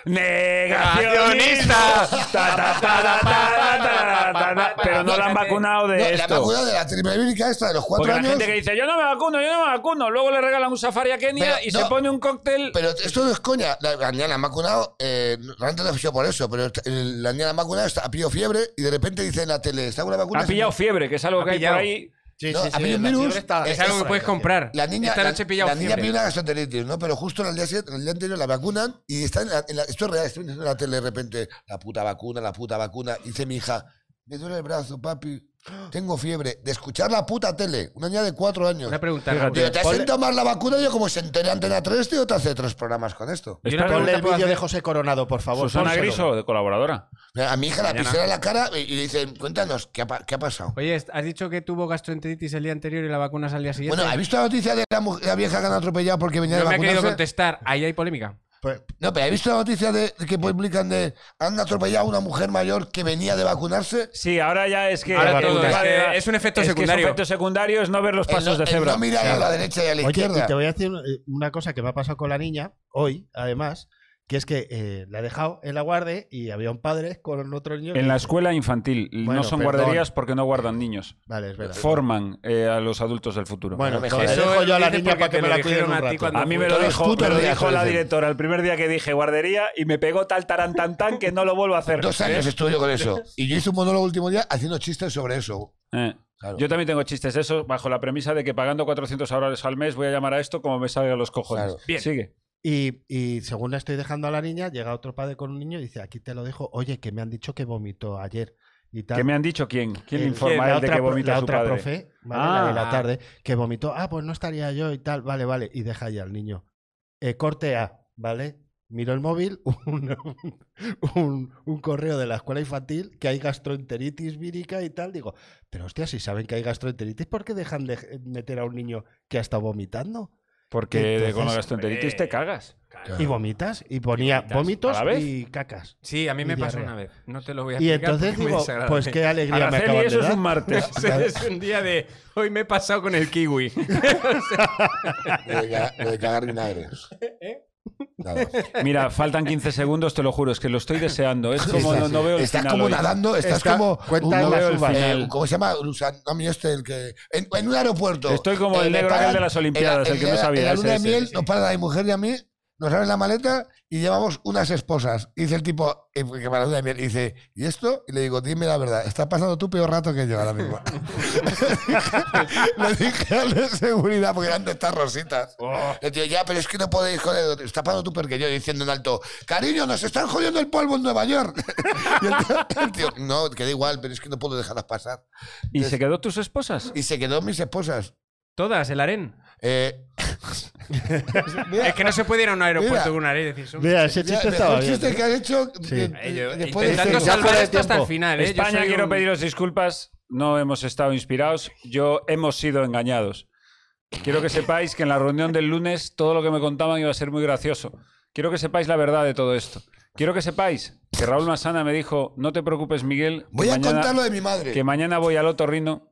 Speaker 1: ¡Negacionista! Ta, ta, ta, ta, ta, ta, ta, ta. Pero no la han vacunado
Speaker 2: no,
Speaker 1: de
Speaker 2: la han
Speaker 1: esto.
Speaker 2: vacunado de la triple bíblica esta de los cuatro
Speaker 1: Porque la
Speaker 2: años.
Speaker 1: gente que dice, yo no me vacuno, yo no me vacuno. Luego le regalan un safari a Kenia
Speaker 2: Pero,
Speaker 1: y
Speaker 2: no.
Speaker 1: se pone un cóctel.
Speaker 2: Pero esto no es coña. La, la niña la han vacunado, eh, realmente no ha sido por eso, pero el- la niña la han vacunado, está- ha pillado fiebre y de repente dice en la tele, está una vacuna.
Speaker 1: Ha pillado fiebre, que es algo
Speaker 3: Ha
Speaker 1: que hay por
Speaker 3: pillado.
Speaker 1: ahí.
Speaker 4: Sí,
Speaker 2: No,
Speaker 4: sí,
Speaker 2: a
Speaker 4: sí,
Speaker 2: mí el
Speaker 4: la
Speaker 2: virus
Speaker 4: fiebre está-
Speaker 3: Es algo que puedes
Speaker 4: está-
Speaker 3: comprar.
Speaker 2: La niña,
Speaker 3: Esta
Speaker 2: la-
Speaker 3: noche he pillado
Speaker 2: la niña
Speaker 3: fiebre.
Speaker 2: pilló una gastroenteritis, ¿no? Pero justo en el día, siete- en el día anterior la vacunan y está en la, en la- esto es real, estoy viendo en la tele de repente, la puta vacuna, la puta vacuna. Y dice mi hija, me duele el brazo, papi, tengo fiebre. De escuchar la puta tele, una niña de cuatro años.
Speaker 3: Una pregunta.
Speaker 1: Fíjate.
Speaker 2: Digo,
Speaker 3: Raúl.
Speaker 2: ¿te hacen tomar la vacuna? Yo como se enteré Antena 3, tío, te hace tres programas con esto.
Speaker 3: Yo
Speaker 1: Espera,
Speaker 3: una
Speaker 4: Ponle
Speaker 3: pregunta
Speaker 4: el
Speaker 3: puedo
Speaker 4: vídeo de
Speaker 3: hacer.
Speaker 4: José Coronado, por favor.
Speaker 1: Susana
Speaker 4: pónselo.
Speaker 1: Griso, de colaboradora.
Speaker 2: A mi hija la
Speaker 3: Mañana. Pues,
Speaker 2: pisera en la cara y, y le dicen, cuéntanos, ¿qué ha, pa- qué ha pasado?
Speaker 3: Oye, has dicho que tuvo gastroenteritis el día anterior y la vacuna al día siguiente.
Speaker 2: Bueno, ¿has visto la noticia de la, mu- la vieja que han atropellado porque venía
Speaker 3: no
Speaker 2: de
Speaker 3: me ha querido
Speaker 2: vacunarse?
Speaker 3: contestar. Ahí hay polémica.
Speaker 4: Pues,
Speaker 2: No, pero ¿has visto la noticia de, que publican de han atropellado a una mujer mayor que venía de vacunarse?
Speaker 1: Sí, ahora ya es que.
Speaker 3: Ahora
Speaker 1: que-
Speaker 3: todo,
Speaker 1: que-
Speaker 3: es que
Speaker 1: que-
Speaker 3: es un efecto
Speaker 1: es que
Speaker 3: secundario.
Speaker 1: su efecto secundario es no ver los
Speaker 2: El
Speaker 1: pasos
Speaker 2: no-
Speaker 1: de
Speaker 2: el
Speaker 1: cebra.
Speaker 2: no mirar a la derecha y a la
Speaker 4: Oye,
Speaker 2: izquierda.
Speaker 4: y te voy a decir eh, una cosa que me ha pasado con la niña hoy, además, que es que eh, la he dejado en la guardia y había un padre con otro niño. que-
Speaker 1: En la escuela infantil no
Speaker 4: Bueno,
Speaker 1: son
Speaker 4: perdón.
Speaker 1: guarderías porque no guardan niños.
Speaker 4: Vale, es verdad.
Speaker 1: Forman eh, a los adultos del futuro.
Speaker 4: Bueno,
Speaker 2: me
Speaker 4: me
Speaker 2: jodas.
Speaker 4: dejo yo a la
Speaker 3: dice
Speaker 4: niña
Speaker 3: porque
Speaker 4: para
Speaker 3: te
Speaker 4: que me
Speaker 3: lo
Speaker 4: la cuide
Speaker 3: dijeron
Speaker 4: un
Speaker 3: a ti
Speaker 4: rato.
Speaker 3: cuando
Speaker 1: a mí me lo
Speaker 2: Todos
Speaker 1: dijo,
Speaker 2: putos
Speaker 1: me lo
Speaker 2: días
Speaker 1: dijo la
Speaker 2: dicen.
Speaker 1: directora el primer día que dije guardería y me pegó tal tarantantán que no lo vuelvo a ¿eh? hacer.
Speaker 2: Dos años estudio con eso. Y yo hice un monólogo el último día haciendo chistes sobre eso.
Speaker 1: Eh,
Speaker 2: Claro.
Speaker 1: Yo también tengo chistes de eso bajo la premisa de que pagando 400 dólares al mes voy a llamar a esto como me salga a los cojones.
Speaker 2: Claro.
Speaker 3: Bien.
Speaker 1: Sigue.
Speaker 4: Y, y según la estoy dejando a la niña, llega otro padre con un niño y dice, aquí te lo dejo, oye, que me han dicho que vomitó ayer. Y tal.
Speaker 1: ¿Qué me han dicho quién? ¿Quién le
Speaker 4: Eh,
Speaker 1: informa
Speaker 4: la
Speaker 1: a él de
Speaker 4: otra
Speaker 1: que
Speaker 4: pro-
Speaker 1: vomita
Speaker 4: la
Speaker 1: su
Speaker 4: otra
Speaker 1: padre?
Speaker 4: profe, ¿vale? la de
Speaker 3: Ah.
Speaker 4: la tarde, que vomitó, ah, pues no estaría yo y tal, vale, vale, y deja ahí al niño. Eh, corte A. ¿vale? Miro el móvil, un, un- un correo de la escuela infantil que hay gastroenteritis vírica y tal. Digo, pero hostia, si saben que hay gastroenteritis, ¿por qué dejan de meter a un niño que ha estado vomitando?
Speaker 1: Porque
Speaker 4: Entonces,
Speaker 1: con la
Speaker 4: Eh.
Speaker 1: gastroenteritis te cagas.
Speaker 4: Y vomitas, y ponía
Speaker 1: vomitas,
Speaker 4: vómitos
Speaker 1: a la vez.
Speaker 4: y cacas.
Speaker 3: Sí, a mí
Speaker 4: Y
Speaker 3: me pasó
Speaker 4: diarrea.
Speaker 3: una vez. No te lo voy a
Speaker 4: Y
Speaker 3: explicar.
Speaker 4: entonces
Speaker 3: porque es muy
Speaker 4: digo,
Speaker 3: desagradable.
Speaker 4: pues qué alegría me
Speaker 1: Araceli,
Speaker 4: acaban de
Speaker 1: eso
Speaker 4: dar.
Speaker 1: es un martes.
Speaker 3: O sea, es un día de hoy me he pasado con el kiwi.
Speaker 2: Lo de cagar- lo de cagar vinagres. Nada.
Speaker 1: Mira, faltan 15 segundos, te lo juro, es que lo estoy deseando. Es como no,
Speaker 2: Estás-
Speaker 1: no veo el
Speaker 2: Estás
Speaker 1: final
Speaker 2: como
Speaker 1: hoy.
Speaker 2: nadando, estás
Speaker 4: Está-
Speaker 2: como.
Speaker 4: cuenta
Speaker 2: no
Speaker 4: las
Speaker 2: veo el
Speaker 4: uvas.
Speaker 2: final. ¿Cómo se llama? Usandami este, el que. En, en un aeropuerto.
Speaker 1: Estoy como el
Speaker 2: le
Speaker 1: negro aquel
Speaker 2: Eh, pagan-
Speaker 1: de las Olimpiadas, el que
Speaker 2: de
Speaker 1: no
Speaker 2: la-
Speaker 1: sabía,
Speaker 2: En la
Speaker 1: ese,
Speaker 2: luna de
Speaker 1: ese,
Speaker 2: miel
Speaker 1: ese.
Speaker 2: nos paran a mi mujer y a mí, nos abren la maleta y llevamos unas esposas. Y dice el tipo, eh, que para la luna de miel, y dice, ¿y esto? Y le digo, dime la verdad, está pasando tú peor rato que yo ahora mismo. le dije al de seguridad, porque eran de estas rositas.
Speaker 1: Oh.
Speaker 2: Le digo, ya, pero es que no podéis joder, está pasando tú peor que yo, diciendo en alto, cariño, nos están jodiendo el polvo en Nueva York. y el tío, el tío, no, que da igual, pero es que no puedo dejarlas pasar.
Speaker 1: ¿Y se quedó tus esposas?
Speaker 2: Y se quedó mis esposas.
Speaker 3: Todas, el harén.
Speaker 2: Eh,
Speaker 3: Es que no se puede ir a un aeropuerto
Speaker 2: Mira.
Speaker 3: con un harén y decir, son-
Speaker 4: Mira, ese
Speaker 2: Ya,
Speaker 4: chiste
Speaker 2: mejor
Speaker 4: estaba bien. ¿eh?
Speaker 2: chiste ¿eh? que has hecho
Speaker 4: Sí.
Speaker 2: de-
Speaker 3: Eh, yo-
Speaker 2: después de cinco.
Speaker 3: intentando
Speaker 4: Ya fuera
Speaker 3: salvar
Speaker 4: de
Speaker 3: esto hasta el
Speaker 4: tiempo.
Speaker 3: final. ¿eh? Yo
Speaker 1: España,
Speaker 3: soy
Speaker 1: quiero
Speaker 3: un-
Speaker 1: pediros disculpas, no hemos estado inspirados, yo hemos sido engañados. Quiero que sepáis que en la reunión del lunes todo lo que me contaban iba a ser muy gracioso. Quiero que sepáis la verdad de todo esto. Quiero que sepáis que Raúl Masana me dijo, no te preocupes Miguel, que
Speaker 2: Voy a
Speaker 1: mañana-
Speaker 2: contar lo de mi madre.
Speaker 1: que mañana voy al otorrino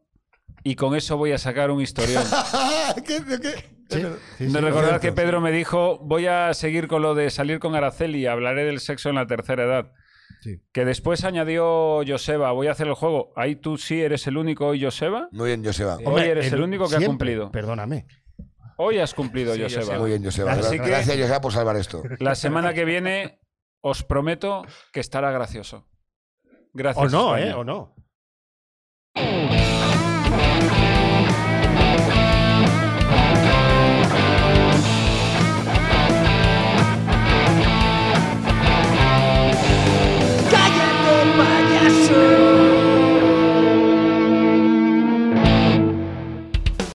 Speaker 1: y con eso voy a sacar un historión.
Speaker 2: ¿Qué- qué- qué?
Speaker 4: Sí, sí,
Speaker 1: No
Speaker 4: sí,
Speaker 1: recordad
Speaker 4: cierto.
Speaker 1: que Pedro me dijo, voy a seguir con lo de salir con Araceli, hablaré del sexo en la tercera edad.
Speaker 4: Sí.
Speaker 1: Que después añadió Joseba, voy a hacer el juego. Ahí tú sí eres el único hoy, Joseba.
Speaker 2: Muy bien, Joseba.
Speaker 1: Hoy eres el, único que
Speaker 4: siempre,
Speaker 1: ha cumplido.
Speaker 4: Perdóname.
Speaker 1: Hoy has cumplido,
Speaker 3: Sí,
Speaker 1: Joseba.
Speaker 2: Muy bien, Joseba.
Speaker 4: Así
Speaker 2: Gra-
Speaker 1: que-
Speaker 2: Gracias, Joseba, por salvar esto.
Speaker 1: La semana que viene os prometo que estará gracioso. Gracias.
Speaker 4: O no,
Speaker 1: España.
Speaker 4: ¿eh? O no.